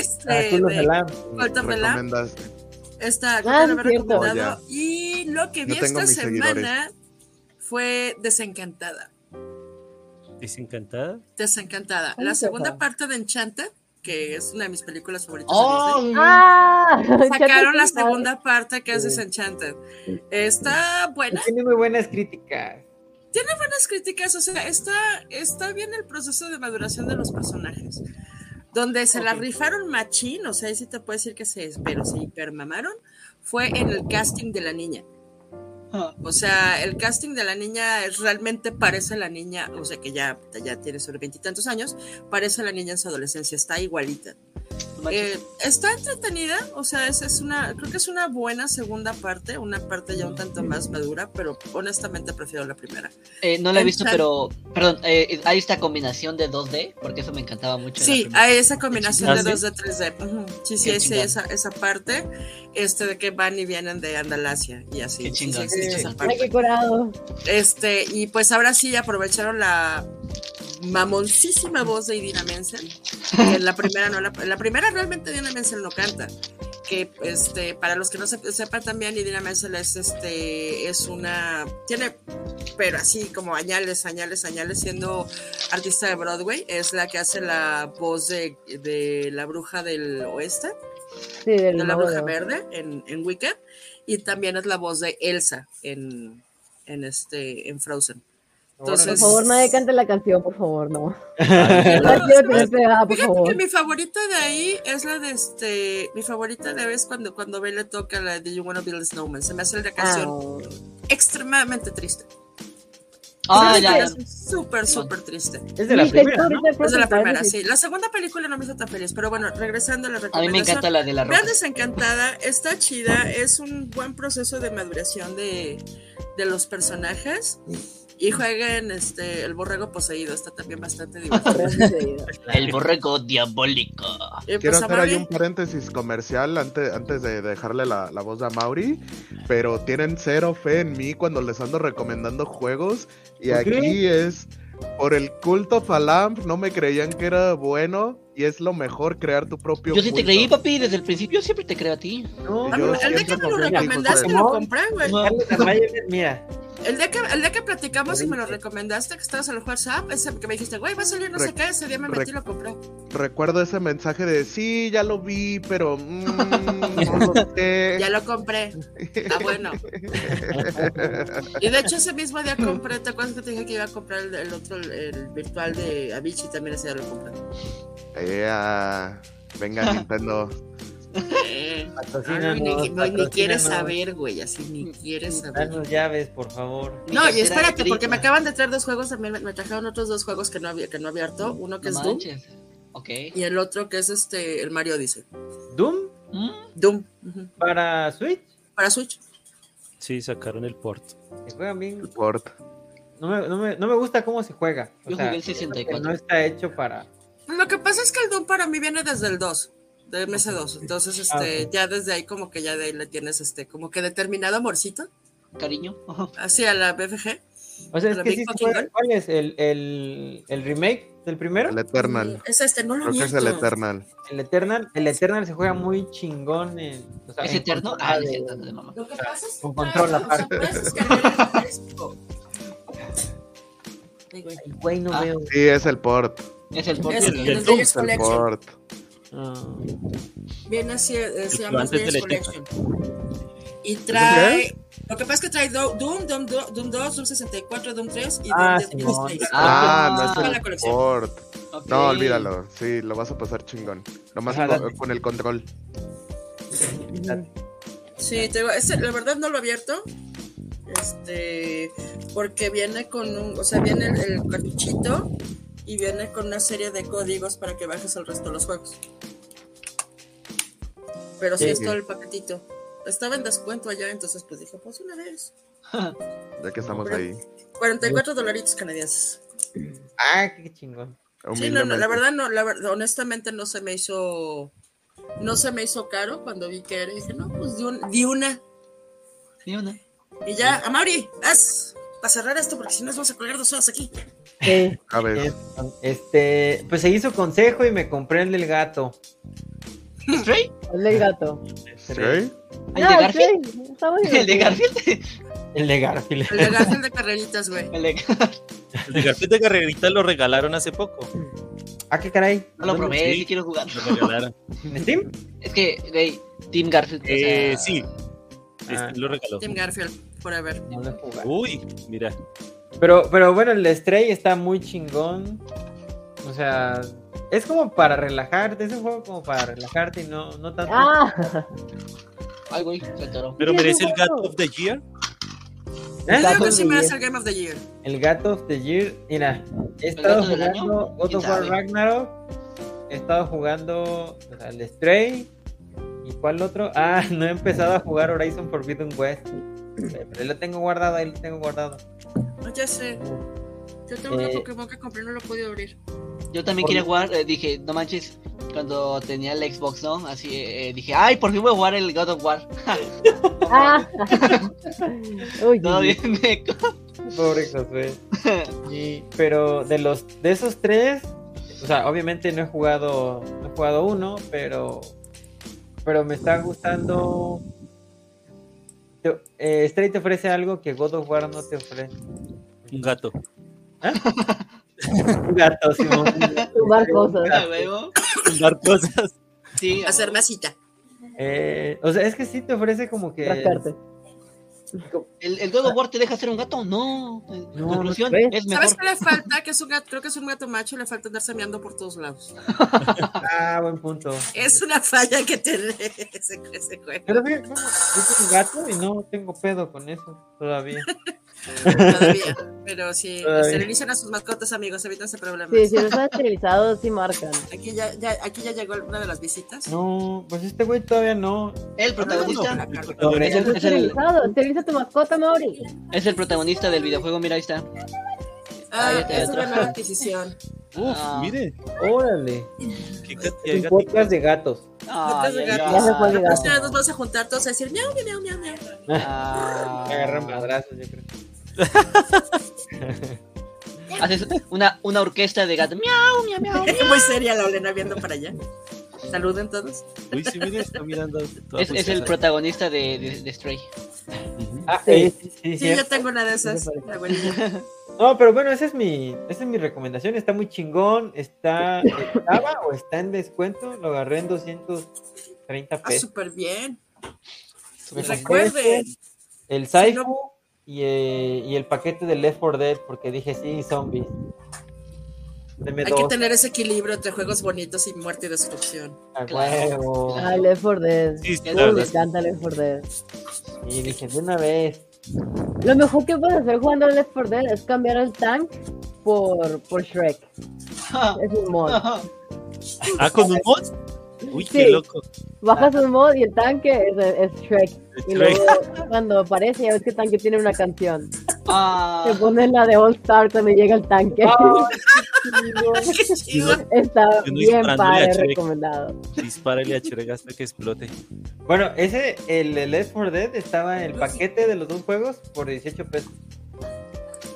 [SPEAKER 2] este.
[SPEAKER 1] Ah, Call of the
[SPEAKER 2] de-
[SPEAKER 1] Lamb.
[SPEAKER 2] Walter Velar.
[SPEAKER 4] Recomendaste.
[SPEAKER 2] Esta
[SPEAKER 6] Ah,
[SPEAKER 2] lo
[SPEAKER 6] sí,
[SPEAKER 2] había
[SPEAKER 6] cierto.
[SPEAKER 2] recomendado. Y lo que vi
[SPEAKER 4] Yo tengo
[SPEAKER 2] esta
[SPEAKER 4] mis
[SPEAKER 2] semana fue Desencantada.
[SPEAKER 3] Desencantada.
[SPEAKER 2] Desencantada.
[SPEAKER 6] Ay,
[SPEAKER 2] La
[SPEAKER 6] qué
[SPEAKER 2] segunda
[SPEAKER 6] padre.
[SPEAKER 2] parte de Enchanted, que es una de mis películas favoritas. de
[SPEAKER 5] ¡Oh!
[SPEAKER 6] ¡Ah!
[SPEAKER 2] Disney, Sacaron la
[SPEAKER 6] Chat de-
[SPEAKER 2] segunda parte que es
[SPEAKER 1] Sí.
[SPEAKER 2] Desenchanted. Está buena,
[SPEAKER 1] Tiene muy buenas críticas.
[SPEAKER 2] buenas críticas, o sea, está, está bien el proceso de maduración de los personajes. Donde se la
[SPEAKER 5] Ok.
[SPEAKER 2] rifaron machín, o sea, ahí sí te puedo decir que se, pero se hipermamaron, fue en el casting de la niña.
[SPEAKER 5] Ah.
[SPEAKER 2] O sea, el casting de la niña es- realmente parece la niña, o sea, que ya, ya tiene sobre veintitantos años, parece la niña en su adolescencia, está igualita.
[SPEAKER 5] no manches.
[SPEAKER 2] Eh, está entretenida, o sea, es, es una, creo que es una buena segunda parte, una parte ya un tanto más madura, pero honestamente prefiero la primera.
[SPEAKER 5] Eh, no la he
[SPEAKER 2] en
[SPEAKER 5] visto,
[SPEAKER 2] San-
[SPEAKER 5] pero. Perdón, eh, hay esta combinación de 2D, porque eso me encantaba mucho. en la
[SPEAKER 2] Sí,
[SPEAKER 5] primera.
[SPEAKER 2] hay esa combinación
[SPEAKER 3] ¿Ah,
[SPEAKER 2] de
[SPEAKER 3] sí?
[SPEAKER 2] 2 de 3D. Ujú, Sí, sí,
[SPEAKER 5] Qué
[SPEAKER 2] hay sí,
[SPEAKER 5] chingón.
[SPEAKER 2] esa, esa parte, este de que van y vienen de Andalasia y así.
[SPEAKER 5] Qué
[SPEAKER 2] sí, sí
[SPEAKER 5] chingón,
[SPEAKER 2] existe
[SPEAKER 5] qué
[SPEAKER 2] esa
[SPEAKER 5] chingón.
[SPEAKER 2] parte.
[SPEAKER 6] ¡Ay, qué curado!
[SPEAKER 2] Este, y pues ahora sí aprovecharon la mamoncísima voz de Idina Menzel. que en la primera no la, la primera realmente Idina Menzel no canta. Que este, para los que no se- sepan también, Idina Menzel es este, es una, tiene, pero así como añales, añales, añales, siendo artista de Broadway, es la que hace la voz de, de la bruja del oeste,
[SPEAKER 6] Sí, del
[SPEAKER 2] de la
[SPEAKER 6] mago
[SPEAKER 2] bruja
[SPEAKER 6] de-
[SPEAKER 2] verde en, en Wicked, y también es la voz de Elsa en, en este, en Frozen. Entonces-
[SPEAKER 6] Por
[SPEAKER 1] Órale.
[SPEAKER 6] favor, nadie cante la canción, por favor, no.
[SPEAKER 3] Ay,
[SPEAKER 6] No quiero que me pegada, por
[SPEAKER 2] Fíjate que
[SPEAKER 6] favor.
[SPEAKER 2] mi favorita de ahí es la de este. Mi favorita de ahí es cuando, cuando Belle toca la de You Wanna Build a Snowman. Se me hace la canción
[SPEAKER 6] Ah.
[SPEAKER 2] extremadamente triste.
[SPEAKER 5] Ah,
[SPEAKER 2] Se me hace
[SPEAKER 5] ya,
[SPEAKER 2] una
[SPEAKER 5] ya.
[SPEAKER 2] canción Súper, súper triste.
[SPEAKER 1] Es de la
[SPEAKER 6] Mi
[SPEAKER 1] primera,
[SPEAKER 6] gesto
[SPEAKER 1] ¿no?
[SPEAKER 6] ahorita
[SPEAKER 2] Es de la
[SPEAKER 6] presentar
[SPEAKER 2] primera,
[SPEAKER 6] ese-
[SPEAKER 2] sí. La segunda película no me hizo tan feliz, pero bueno, regresando a la
[SPEAKER 5] A mí me
[SPEAKER 2] recomendación.
[SPEAKER 5] encanta la de la ropa.
[SPEAKER 2] Vean Desencantada, está chida, es un buen proceso de maduración de, de los personajes. Y jueguen este, el borrego poseído, está también bastante divertido.
[SPEAKER 5] El borrego diabólico.
[SPEAKER 2] Eh,
[SPEAKER 4] Quiero
[SPEAKER 2] pues,
[SPEAKER 4] hacer
[SPEAKER 2] Amaury,
[SPEAKER 4] ahí un paréntesis comercial antes, antes de dejarle la, la voz a Mauri, pero tienen cero fe en mí cuando les ando recomendando juegos y
[SPEAKER 1] ¿Por qué?
[SPEAKER 4] aquí es por el culto of a Lamp, no me creían que era bueno y es lo mejor crear tu propio
[SPEAKER 5] Yo sí te
[SPEAKER 4] culto.
[SPEAKER 5] creí, papi, desde el principio siempre te creo a ti.
[SPEAKER 1] No,
[SPEAKER 4] Yo
[SPEAKER 2] a mí- el día
[SPEAKER 4] siempre
[SPEAKER 2] que me lo
[SPEAKER 4] confío en ti,
[SPEAKER 2] recomendaste,
[SPEAKER 1] José.
[SPEAKER 2] lo compré, güey.
[SPEAKER 5] No,
[SPEAKER 1] Carlos Amaya, mira.
[SPEAKER 2] El día, que, el día que platicamos y me lo recomendaste, que estabas en el WhatsApp, ese que me dijiste, güey, va a salir no sé
[SPEAKER 4] Rec-
[SPEAKER 2] qué, ese día me metí y lo compré.
[SPEAKER 4] Recuerdo ese mensaje de sí, ya lo vi, pero mm, no lo sé.
[SPEAKER 2] Ya lo compré. Está bueno. Y de hecho, ese mismo día compré, ¿te acuerdas que te dije que iba a comprar el, el otro, el, el virtual de Avicii? También ese día lo compré.
[SPEAKER 4] Ea, venga Nintendo.
[SPEAKER 2] Eh,
[SPEAKER 1] Patrocínanos,
[SPEAKER 2] ay, ni, no, ni
[SPEAKER 1] patrocínanos.
[SPEAKER 2] quieres saber, güey, así ni quieres saber.
[SPEAKER 1] Danos llaves, por favor.
[SPEAKER 5] Mi
[SPEAKER 2] No, y
[SPEAKER 5] tercera
[SPEAKER 2] espérate, porque me
[SPEAKER 5] grita.
[SPEAKER 2] acaban de traer dos juegos también. Me, me trajeron otros dos juegos que no había, que no había harto. Uno que
[SPEAKER 5] No
[SPEAKER 2] es Doom
[SPEAKER 5] manches. Ok.
[SPEAKER 2] y el otro que es este, el Mario Dice.
[SPEAKER 1] Doom
[SPEAKER 5] Mm,
[SPEAKER 2] Doom. ujú,
[SPEAKER 1] para Switch.
[SPEAKER 2] Para Switch.
[SPEAKER 3] Sí, sacaron el port.
[SPEAKER 1] Se juega bien.
[SPEAKER 4] Port.
[SPEAKER 1] No me, no me- no me gusta cómo se juega. O
[SPEAKER 5] Yo
[SPEAKER 1] sea,
[SPEAKER 5] jugué el
[SPEAKER 1] que
[SPEAKER 5] 64.
[SPEAKER 1] no está hecho para.
[SPEAKER 2] Lo que pasa es que el Doom para mí viene desde el 2, de MS2. Entonces, este,
[SPEAKER 1] Ah, ok.
[SPEAKER 2] ya desde ahí como que ya de ahí le tienes este, como que determinado amorcito,
[SPEAKER 5] Cariño.
[SPEAKER 2] así a la BFG.
[SPEAKER 1] O sea, es
[SPEAKER 2] Para
[SPEAKER 1] que
[SPEAKER 2] Big
[SPEAKER 1] sí se
[SPEAKER 2] Fucking
[SPEAKER 1] juega.
[SPEAKER 2] Gun.
[SPEAKER 1] ¿Cuál es? ¿El, el, el remake del primero?
[SPEAKER 4] El Eternal.
[SPEAKER 2] Es este, no lo
[SPEAKER 4] Creo que es el
[SPEAKER 2] abierto.
[SPEAKER 4] Eternal.
[SPEAKER 1] El Eternal. El Eternal se juega muy chingón. En, o sea,
[SPEAKER 5] ¿Es
[SPEAKER 1] en
[SPEAKER 5] eterno?
[SPEAKER 1] consola
[SPEAKER 5] Ah, no es
[SPEAKER 1] de-
[SPEAKER 5] eterno de mamá.
[SPEAKER 2] Lo que pasa es que
[SPEAKER 1] Con control
[SPEAKER 2] traes- o sea,
[SPEAKER 1] aparte.
[SPEAKER 2] puedes descargar el disco. Ay, güey.
[SPEAKER 1] Ay, güey, no
[SPEAKER 5] Ah.
[SPEAKER 1] veo.
[SPEAKER 4] Sí, es el Port.
[SPEAKER 5] Es el port.
[SPEAKER 2] Es
[SPEAKER 5] del-
[SPEAKER 2] el
[SPEAKER 3] del
[SPEAKER 2] Days
[SPEAKER 3] Doom,
[SPEAKER 4] Es el
[SPEAKER 2] Collection.
[SPEAKER 4] Port.
[SPEAKER 1] Ah.
[SPEAKER 2] Viene así, eh,
[SPEAKER 3] que
[SPEAKER 2] se
[SPEAKER 3] va
[SPEAKER 2] llama
[SPEAKER 3] antes
[SPEAKER 2] Days
[SPEAKER 3] del
[SPEAKER 2] Collection. Y trae. Lo que pasa es que trae Do- Doom, Doom, Do- Doom 2, Doom 64, Doom 3 y Doom
[SPEAKER 1] Ah,
[SPEAKER 2] Dead
[SPEAKER 1] Simón.
[SPEAKER 2] Space.
[SPEAKER 4] Ah,
[SPEAKER 5] Ah,
[SPEAKER 4] no es
[SPEAKER 2] la
[SPEAKER 4] el
[SPEAKER 2] colección.
[SPEAKER 4] Port.
[SPEAKER 5] Ok.
[SPEAKER 4] No, olvídalo. Sí, lo vas a pasar chingón. Nomás
[SPEAKER 1] Ajá,
[SPEAKER 4] con,
[SPEAKER 1] date.
[SPEAKER 4] con el control.
[SPEAKER 2] Sí, te digo, ese, la verdad no lo he abierto. Este, porque viene con un, o sea, viene el, el cartuchito y viene con una serie de códigos para que bajes el resto de los juegos. Pero sí,
[SPEAKER 1] Sí,
[SPEAKER 2] es
[SPEAKER 4] sí.
[SPEAKER 2] todo el paquetito. Estaba en descuento allá, entonces pues dije, pues una vez.
[SPEAKER 4] Ya que estamos
[SPEAKER 2] Hombre.
[SPEAKER 4] ahí.
[SPEAKER 2] 44 dolaritos canadienses.
[SPEAKER 1] Ah, qué chingón.
[SPEAKER 2] Sí, no, no, la
[SPEAKER 4] Humildemente.
[SPEAKER 2] verdad no, la verdad, honestamente no se me hizo, no se me hizo caro cuando vi que era. y Dije, no, pues di, un- di una.
[SPEAKER 5] Ni una.
[SPEAKER 2] Y ya, Amaury, haz para cerrar esto, porque si no nos vamos a colgar dos horas aquí.
[SPEAKER 6] Sí.
[SPEAKER 4] A ver.
[SPEAKER 1] Este, pues seguí su consejo y me compré el del gato.
[SPEAKER 5] ¿Stray?
[SPEAKER 6] Hazle el gato. Ah,
[SPEAKER 4] ¿Sí?
[SPEAKER 5] ¿El de Garfield? ¿El de
[SPEAKER 6] Garfield?
[SPEAKER 5] Garfield?
[SPEAKER 1] El de Garfield.
[SPEAKER 2] El de Garfield de carreritas, güey.
[SPEAKER 5] El de Garfield.
[SPEAKER 3] El de Garfield de Carrerita lo regalaron hace poco.
[SPEAKER 1] Ah, qué caray.
[SPEAKER 5] No lo probé,
[SPEAKER 3] Sí.
[SPEAKER 5] sí quiero jugar.
[SPEAKER 3] Lo regalaron.
[SPEAKER 1] ¿En Steam?
[SPEAKER 5] Es que, güey, Team Garfield. o
[SPEAKER 3] Eh,
[SPEAKER 5] sea,
[SPEAKER 3] sí.
[SPEAKER 1] Ah.
[SPEAKER 3] Este, Lo regaló.
[SPEAKER 2] Tim Garfield, forever.
[SPEAKER 1] No lo he jugado.
[SPEAKER 3] Uy, mira. Uh.
[SPEAKER 1] Pero, pero bueno, el Stray está muy chingón. O sea, es como para relajarte. Es un juego como para relajarte y no, no tanto.
[SPEAKER 6] Ah,
[SPEAKER 5] Ay, güey, se atoró.
[SPEAKER 3] ¿Pero
[SPEAKER 6] Sí, es
[SPEAKER 3] merece
[SPEAKER 6] un
[SPEAKER 3] el
[SPEAKER 6] juego.
[SPEAKER 3] Gato of the Year?
[SPEAKER 1] ¿Eh?
[SPEAKER 2] Yo digo que
[SPEAKER 6] Gatos
[SPEAKER 2] sí
[SPEAKER 6] de
[SPEAKER 2] me hace
[SPEAKER 6] Year.
[SPEAKER 2] el Game of the Year.
[SPEAKER 1] El gato of the Year. Mira, he estado
[SPEAKER 5] gato del año?
[SPEAKER 1] jugando God
[SPEAKER 5] ¿Quién
[SPEAKER 1] of War
[SPEAKER 5] sabe?
[SPEAKER 1] Ragnarok. He estado jugando o sea, el Stray. ¿Y cuál otro? Ah, no he empezado a jugar Horizon Forbidden West. Pero ahí lo tengo guardado, ahí lo tengo guardado.
[SPEAKER 2] No, ya sé. Yo tengo un
[SPEAKER 1] Eh.
[SPEAKER 2] Pokémon que compré y no lo he podido abrir.
[SPEAKER 5] Yo también
[SPEAKER 1] Por-
[SPEAKER 5] quería jugar, eh, dije, no manches, cuando tenía el Xbox, ¿no? Así eh, dije, ay, por fin voy a jugar el God of War.
[SPEAKER 6] ah. Uy,
[SPEAKER 5] Todo
[SPEAKER 6] Dios.
[SPEAKER 5] bien, me co-
[SPEAKER 1] Pobre Josué. Y- pero de los de esos tres, o sea, obviamente no he jugado, no he jugado uno, pero pero me está gustando. Te- eh, Stray te ofrece algo que God of War no te ofrece.
[SPEAKER 3] Un gato.
[SPEAKER 1] Un gato, Simón.
[SPEAKER 6] Jugar cosas.
[SPEAKER 5] a huevo.
[SPEAKER 3] Dar cosas.
[SPEAKER 5] Sí, a
[SPEAKER 2] Hacer
[SPEAKER 5] huevo.
[SPEAKER 2] masita.
[SPEAKER 1] Eh, o sea, es que sí te ofrece como que.
[SPEAKER 6] rascarte.
[SPEAKER 5] ¿El, el God of War te deja ser un gato? No. eh,
[SPEAKER 1] No,
[SPEAKER 5] Conclusión,
[SPEAKER 1] no te
[SPEAKER 5] es mejor.
[SPEAKER 2] ¿Sabes qué le falta? Que es un gato, creo que es un gato macho y le falta andar semeando por todos lados.
[SPEAKER 1] Ah, buen punto.
[SPEAKER 2] Es una falla que tiene ese, ese juego.
[SPEAKER 1] Pero fíjate, bueno, yo soy un gato y no tengo pedo con eso todavía.
[SPEAKER 2] Todavía. Pero sí,
[SPEAKER 1] Todavía.
[SPEAKER 2] sterilicen a sus mascotas, amigos, evítense problemas.
[SPEAKER 6] Sí, si no están esterilizados, sí marcan.
[SPEAKER 2] Aquí, ya, ya- aquí ya llegó una de las visitas.
[SPEAKER 1] No, pues este güey todavía no.
[SPEAKER 5] El protagonista
[SPEAKER 1] Sobre-
[SPEAKER 5] es el, es, el,
[SPEAKER 6] Esterilizado, esteriliza tu mascota, Mauri.
[SPEAKER 5] es el protagonista del videojuego, mira, ahí está.
[SPEAKER 2] Ah,
[SPEAKER 5] Ah, ya te
[SPEAKER 2] es una
[SPEAKER 5] atrajo.
[SPEAKER 2] nueva adquisición.
[SPEAKER 3] Uf,
[SPEAKER 5] Ah.
[SPEAKER 3] mire.
[SPEAKER 1] Órale.
[SPEAKER 3] Qué cantidad de
[SPEAKER 1] Un
[SPEAKER 3] gatitos.
[SPEAKER 1] podcast de gatos.
[SPEAKER 5] Ay, ay,
[SPEAKER 2] gato.
[SPEAKER 5] ay.
[SPEAKER 6] Ya se fue
[SPEAKER 2] La
[SPEAKER 6] el gato.
[SPEAKER 2] próxima vez nos vamos a juntar todos a decir miau, miau, miau, miau.
[SPEAKER 5] Ah.
[SPEAKER 1] Me agarran madrazos, yo creo.
[SPEAKER 5] Haces una, una orquesta de gato. Miau, miau, miau.
[SPEAKER 2] Muy seria la Olena viendo para allá. Saluden todos.
[SPEAKER 3] Uy, sí, mire, está mirando. toda
[SPEAKER 5] Es, es el
[SPEAKER 3] juiciosa.
[SPEAKER 5] protagonista de, de, de Stray.
[SPEAKER 3] Ujú.
[SPEAKER 1] Ah,
[SPEAKER 6] Sí.
[SPEAKER 1] eh, sí, sí,
[SPEAKER 2] Sí, yo
[SPEAKER 1] cierto.
[SPEAKER 2] tengo una de esas.
[SPEAKER 1] Sí,
[SPEAKER 2] la abuelita.
[SPEAKER 1] No, pero bueno, esa es mi, esa es mi recomendación. Está muy chingón. Está, estaba o está en descuento. Lo agarré en 230
[SPEAKER 2] Ah,
[SPEAKER 1] pesos.
[SPEAKER 2] súper bien.
[SPEAKER 1] Me compré
[SPEAKER 2] Pues Recuerden,
[SPEAKER 1] este, el
[SPEAKER 2] si
[SPEAKER 1] Saifu
[SPEAKER 2] no,
[SPEAKER 1] y, eh, y el paquete de Left 4 Dead, porque dije sí, zombies. Deme
[SPEAKER 2] hay que
[SPEAKER 1] dos
[SPEAKER 2] tener ese equilibrio entre juegos bonitos y muerte y destrucción.
[SPEAKER 1] a
[SPEAKER 5] Oh.
[SPEAKER 1] huevo.
[SPEAKER 6] Ah, Left 4 Dead.
[SPEAKER 3] Sí, sí,
[SPEAKER 5] Es
[SPEAKER 3] la
[SPEAKER 6] Uy, me
[SPEAKER 3] verdad.
[SPEAKER 6] encanta Left 4 Dead.
[SPEAKER 1] Y dije de una vez.
[SPEAKER 6] Lo mejor que puedes hacer jugando al Left 4 Dead es cambiar el tank por, por Shrek. Es un mod.
[SPEAKER 3] Ah, con un mod. Uy,
[SPEAKER 6] Sí.
[SPEAKER 3] qué loco.
[SPEAKER 6] Bajas un mod y el tanque es, es Shrek. Y
[SPEAKER 3] Shrek.
[SPEAKER 6] luego cuando aparece ya ves que el tanque tiene una canción.
[SPEAKER 5] Ah.
[SPEAKER 6] Te ponen la de All Star cuando llega el tanque.
[SPEAKER 2] ¡Qué chido!
[SPEAKER 6] Está
[SPEAKER 3] Yo no
[SPEAKER 6] bien
[SPEAKER 3] disparándole a
[SPEAKER 6] padre,
[SPEAKER 3] Shrek.
[SPEAKER 6] recomendado.
[SPEAKER 3] Dispárale a Churega hasta que explote.
[SPEAKER 1] Bueno, ese, el, el Left 4 Dead estaba en el paquete de los dos juegos por 18 pesos.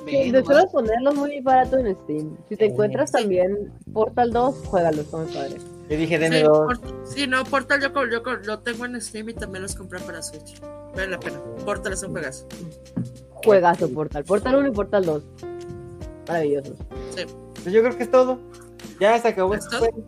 [SPEAKER 6] Y de solo ponerlos muy baratos en Steam. Si te
[SPEAKER 1] Sí.
[SPEAKER 6] encuentras también Portal 2, juégalo, está muy padre.
[SPEAKER 1] Y dije, deme
[SPEAKER 2] Sí,
[SPEAKER 1] dos.
[SPEAKER 2] por- sí, no, Portal yo, co- yo co- lo tengo en Steam y también los compré para Switch. Vale la pena. Portal es un juegazo.
[SPEAKER 6] Juegazo Portal. Portal 1 y Portal 2. Maravillosos.
[SPEAKER 1] Pues yo creo que es todo. Ya se acabó.
[SPEAKER 2] ¿Es
[SPEAKER 1] este
[SPEAKER 2] todo?
[SPEAKER 1] juego.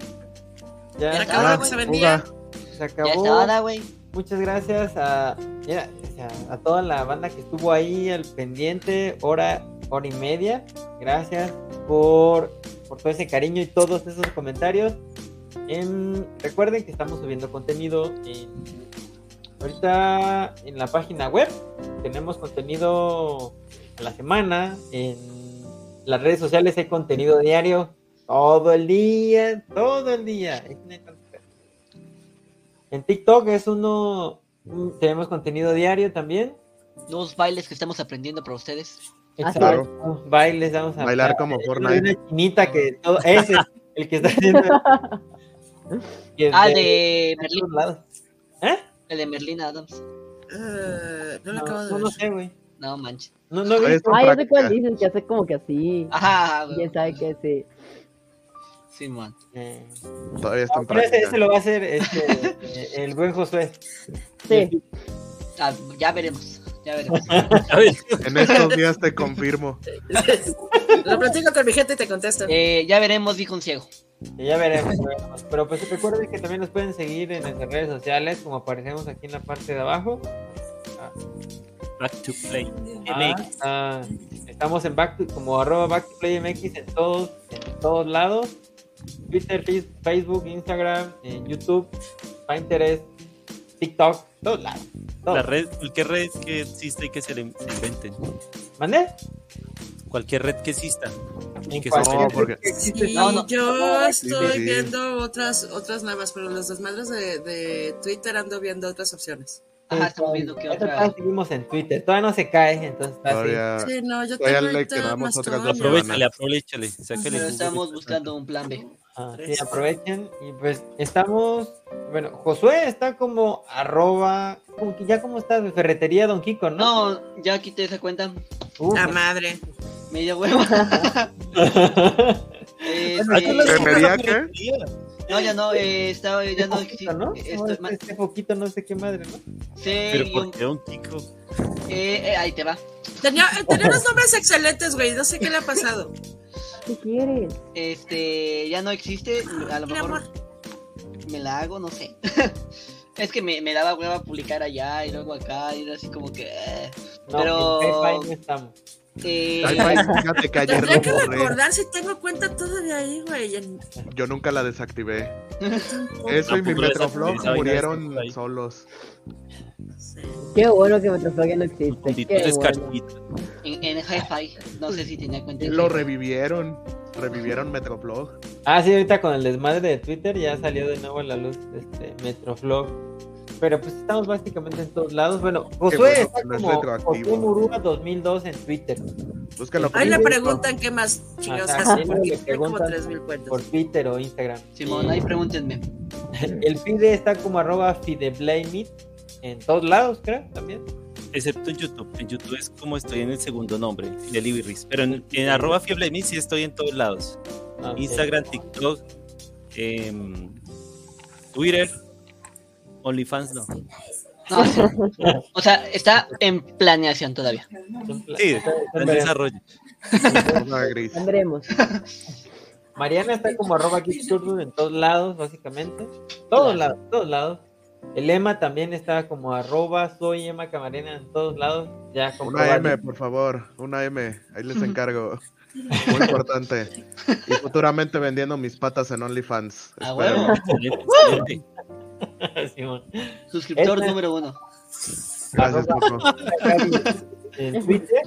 [SPEAKER 1] Ya,
[SPEAKER 2] Ya
[SPEAKER 1] se
[SPEAKER 2] acabó lo que se vendía.
[SPEAKER 1] se
[SPEAKER 5] Ya
[SPEAKER 1] acabó.
[SPEAKER 5] está ahora, güey.
[SPEAKER 1] Muchas gracias a, mira, o sea, a toda la banda que estuvo ahí al pendiente, hora, hora y media. Gracias por, por todo ese cariño y todos esos comentarios. Em, recuerden que estamos subiendo contenido en- ahorita en la página web. Tenemos contenido a la semana. En las redes sociales hay contenido diario. Todo el día, todo el día. Es neta. En TikTok es uno. un- Tenemos contenido diario también.
[SPEAKER 5] Nuevos bailes que estamos aprendiendo para ustedes.
[SPEAKER 6] Así
[SPEAKER 1] Exacto. Bailes, vamos a eh,
[SPEAKER 4] Bailar como
[SPEAKER 1] Hay
[SPEAKER 4] Fortnite.
[SPEAKER 1] una chinita que todo. Ese, el que está haciendo. que es
[SPEAKER 5] Ah,
[SPEAKER 1] de-
[SPEAKER 5] de
[SPEAKER 1] de
[SPEAKER 5] Merlin,
[SPEAKER 1] todos lados. ¿Eh?
[SPEAKER 5] el de Merlin Adams.
[SPEAKER 2] Eh, no
[SPEAKER 1] No,
[SPEAKER 2] lo acabo de
[SPEAKER 1] no
[SPEAKER 2] ver.
[SPEAKER 1] lo sé, güey.
[SPEAKER 5] No manches.
[SPEAKER 1] No, no vi.
[SPEAKER 4] Pues- Con
[SPEAKER 6] Ah, ya sé
[SPEAKER 4] práctica.
[SPEAKER 5] Ah,
[SPEAKER 6] cuál dices, que hace como que así.
[SPEAKER 5] Ajá,
[SPEAKER 6] Quién
[SPEAKER 5] güey.
[SPEAKER 6] sabe qué, sí.
[SPEAKER 5] Simón.
[SPEAKER 1] Eh,
[SPEAKER 4] pues, Todavía están
[SPEAKER 1] pero ese, ese
[SPEAKER 4] practicando.
[SPEAKER 1] lo va a hacer este, el buen Josué.
[SPEAKER 6] Sí,
[SPEAKER 5] Ah, ya veremos. Ya veremos.
[SPEAKER 3] A ver,
[SPEAKER 4] En estos días te confirmo.
[SPEAKER 2] Lo platico con mi gente y te contesto.
[SPEAKER 5] Eh, ya veremos, dijo un ciego.
[SPEAKER 1] Y ya veremos, ya veremos. Pero pues recuerden que también nos pueden seguir en nuestras redes sociales, como aparecemos aquí en la parte de abajo.
[SPEAKER 3] back to play.
[SPEAKER 1] Ah, ah, estamos en back to- como arroba back to play MX en todos, en todos lados. Twitter, Face- Facebook, Instagram, eh, YouTube, Pinterest, TikTok, todos lados.
[SPEAKER 3] La
[SPEAKER 1] Todos.
[SPEAKER 3] red, cualquier red que exista y que se le se invente.
[SPEAKER 1] ¿Mande?
[SPEAKER 3] Cualquier red que exista.
[SPEAKER 1] En
[SPEAKER 3] que
[SPEAKER 1] cualquier
[SPEAKER 4] No,
[SPEAKER 1] red
[SPEAKER 4] porque-
[SPEAKER 1] que existe,
[SPEAKER 2] Y
[SPEAKER 5] No, no.
[SPEAKER 2] yo estoy
[SPEAKER 4] sí.
[SPEAKER 2] viendo otras, otras nuevas, pero los desmadres de, de Twitter ando viendo otras opciones.
[SPEAKER 5] Ajá, estamos viendo qué
[SPEAKER 1] Ahorita
[SPEAKER 5] otra.
[SPEAKER 1] todavía seguimos en Twitter. Todavía no se cae, entonces está así.
[SPEAKER 4] Todavía.
[SPEAKER 2] Sí, no, yo
[SPEAKER 4] Ah, Todavía
[SPEAKER 2] tengo
[SPEAKER 4] le
[SPEAKER 2] ahorita
[SPEAKER 4] quedamos otras dos
[SPEAKER 2] Mastodon.
[SPEAKER 3] Aprovechale, aprovechale. Sácale.
[SPEAKER 5] Pero
[SPEAKER 3] jugo.
[SPEAKER 5] estamos buscando un plan B.
[SPEAKER 1] Ah, sí,
[SPEAKER 2] Tres.
[SPEAKER 1] aprovechen. Y pues estamos. Bueno, Josué está como arroba. Como que ya como estás, ferretería Don Kiko, ¿no?
[SPEAKER 5] No, ya quité esa cuenta.
[SPEAKER 1] Uf.
[SPEAKER 2] La madre.
[SPEAKER 5] Me dio hueva. Este,
[SPEAKER 4] ¿Enfermería qué?
[SPEAKER 5] no, ya no, eh, estaba, ya no.
[SPEAKER 1] Foquito, ¿no?
[SPEAKER 5] estoy
[SPEAKER 1] Este-
[SPEAKER 5] más-
[SPEAKER 1] este poquito, no sé qué madre, ¿no?
[SPEAKER 5] sí,
[SPEAKER 3] Pero
[SPEAKER 5] guión-
[SPEAKER 3] ¿por qué un tico?
[SPEAKER 5] eh, eh, ahí te va.
[SPEAKER 2] Tenía, eh, tenía unos nombres excelentes, güey. No sé qué le ha pasado.
[SPEAKER 6] ¿qué quieres?
[SPEAKER 5] Este, ya no existe. A lo
[SPEAKER 2] Mi
[SPEAKER 5] mejor
[SPEAKER 2] amor.
[SPEAKER 5] me la hago, no sé. es que me, me daba hueva publicar allá y luego acá y era así como que. eh,
[SPEAKER 1] No,
[SPEAKER 5] Pero-
[SPEAKER 1] en Paypal no estamos.
[SPEAKER 5] eh,
[SPEAKER 4] Ay, bye, fíjate que ayer
[SPEAKER 2] Tendría
[SPEAKER 4] lo
[SPEAKER 2] que
[SPEAKER 4] borré.
[SPEAKER 2] recordar si tengo cuenta todavía ahí, güey. en-
[SPEAKER 4] Yo nunca la desactivé.
[SPEAKER 2] tampoco
[SPEAKER 4] Eso y
[SPEAKER 3] No,
[SPEAKER 4] mi
[SPEAKER 3] pues,
[SPEAKER 4] Metroflog
[SPEAKER 3] esa vaina está
[SPEAKER 4] murieron
[SPEAKER 3] ahí.
[SPEAKER 4] solos.
[SPEAKER 2] sé.
[SPEAKER 6] Qué bueno que Metroflog ya no existe.
[SPEAKER 3] Maldito
[SPEAKER 6] Qué bueno.
[SPEAKER 3] escarchito.
[SPEAKER 5] en, en Hi-Fi. No sé si tenía cuenta. en
[SPEAKER 4] Lo
[SPEAKER 5] Hi-Fi.
[SPEAKER 4] revivieron. Revivieron Metroflog.
[SPEAKER 1] Ah, sí, ahorita con el desmadre de Twitter ya salió de nuevo a la luz este Metroflog. Pero pues estamos básicamente en todos lados. Bueno, Josué
[SPEAKER 4] bueno que
[SPEAKER 1] está
[SPEAKER 4] no es
[SPEAKER 1] como
[SPEAKER 4] retroactivo.
[SPEAKER 1] Josué Murúa 2002 en Twitter.
[SPEAKER 4] Búscalo por
[SPEAKER 2] Ahí le
[SPEAKER 1] Ajá.
[SPEAKER 2] preguntan qué más chingados
[SPEAKER 1] Ajá,
[SPEAKER 2] hace,
[SPEAKER 1] sí,
[SPEAKER 2] porque
[SPEAKER 1] le
[SPEAKER 2] tiene como
[SPEAKER 1] preguntan
[SPEAKER 2] 3.000
[SPEAKER 1] Por
[SPEAKER 2] cuentas.
[SPEAKER 1] Twitter o Instagram.
[SPEAKER 5] Simón, ahí pregúntenme.
[SPEAKER 1] El Fide está como arroba Fideblameit en todos lados, creo, también.
[SPEAKER 3] Excepto en YouTube. En YouTube es como estoy en el segundo nombre, Deliveries. Pero en, en arroba fiebre de mí sí estoy en todos lados.
[SPEAKER 1] Ah, ok.
[SPEAKER 3] Instagram, TikTok, em, Twitter, OnlyFans no.
[SPEAKER 5] No, sí. o sea, está en planeación todavía.
[SPEAKER 3] Sí,
[SPEAKER 1] Está- está
[SPEAKER 3] en
[SPEAKER 1] bien.
[SPEAKER 3] desarrollo.
[SPEAKER 4] una gris.
[SPEAKER 6] Andremos.
[SPEAKER 1] Mariana está como arroba Geeksurdur en todos lados, básicamente. Todos lados, todos lados. El Emma también está como arroba soy Emma Camarena en todos lados. Ya
[SPEAKER 4] Una
[SPEAKER 1] comprobado.
[SPEAKER 4] M, por favor. Una M. Ahí les encargo. Muy importante. Y futuramente vendiendo mis patas en OnlyFans.
[SPEAKER 5] A
[SPEAKER 4] Espero.
[SPEAKER 5] huevo.
[SPEAKER 3] Excelente, excelente.
[SPEAKER 1] Simón.
[SPEAKER 5] Suscriptor
[SPEAKER 1] Esta-
[SPEAKER 5] número uno.
[SPEAKER 4] Gracias, Coco.
[SPEAKER 1] en Twitter.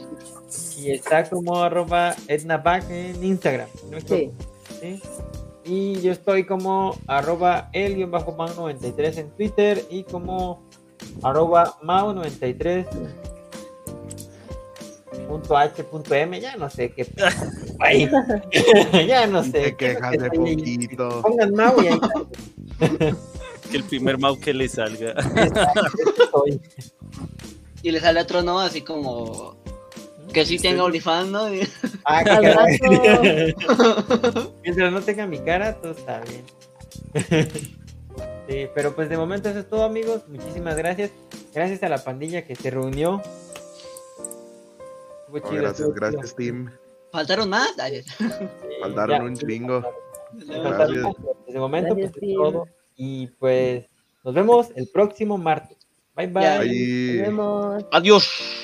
[SPEAKER 1] Y está como arroba Edna Bach en Instagram. ¿no es
[SPEAKER 6] Sí.
[SPEAKER 1] ¿sí? Y yo estoy como arroba el guión bajo Mau 93 en Twitter y como arroba Mau 93 punto H punto M, ya no sé qué ahí. ya no
[SPEAKER 4] Y
[SPEAKER 1] sé.
[SPEAKER 4] Te quejas de
[SPEAKER 1] Ahí.
[SPEAKER 4] poquito.
[SPEAKER 1] Pongan Mau y ahí está,
[SPEAKER 3] Que el primer mouse que le salga.
[SPEAKER 1] estoy.
[SPEAKER 5] Y le sale otro no, así como. Que sí
[SPEAKER 3] Este-
[SPEAKER 5] tenga OnlyFans, ¿no?
[SPEAKER 1] Ah,
[SPEAKER 6] Al
[SPEAKER 1] caray.
[SPEAKER 6] rato.
[SPEAKER 1] Mientras no tenga mi cara, todo está bien. Sí, pero pues de momento eso es todo, amigos. Muchísimas gracias. Gracias a la pandilla que se reunió. Estuvo
[SPEAKER 4] Oh,
[SPEAKER 1] chido,
[SPEAKER 4] gracias,
[SPEAKER 1] estuvo chido.
[SPEAKER 4] gracias, Team.
[SPEAKER 5] ¿Faltaron más? Ay,
[SPEAKER 1] Sí,
[SPEAKER 4] Faltaron
[SPEAKER 1] ya,
[SPEAKER 4] un
[SPEAKER 1] sí,
[SPEAKER 4] chingo.
[SPEAKER 1] sí,
[SPEAKER 3] Ah,
[SPEAKER 1] faltaron
[SPEAKER 4] Gracias.
[SPEAKER 1] muchos, pero De momento,
[SPEAKER 6] Gracias,
[SPEAKER 1] pues es
[SPEAKER 6] Tim.
[SPEAKER 1] todo. Y pues nos vemos el próximo martes. Bye, bye.
[SPEAKER 5] Ya,
[SPEAKER 6] Nos
[SPEAKER 4] Ahí.
[SPEAKER 6] vemos.
[SPEAKER 5] Adiós.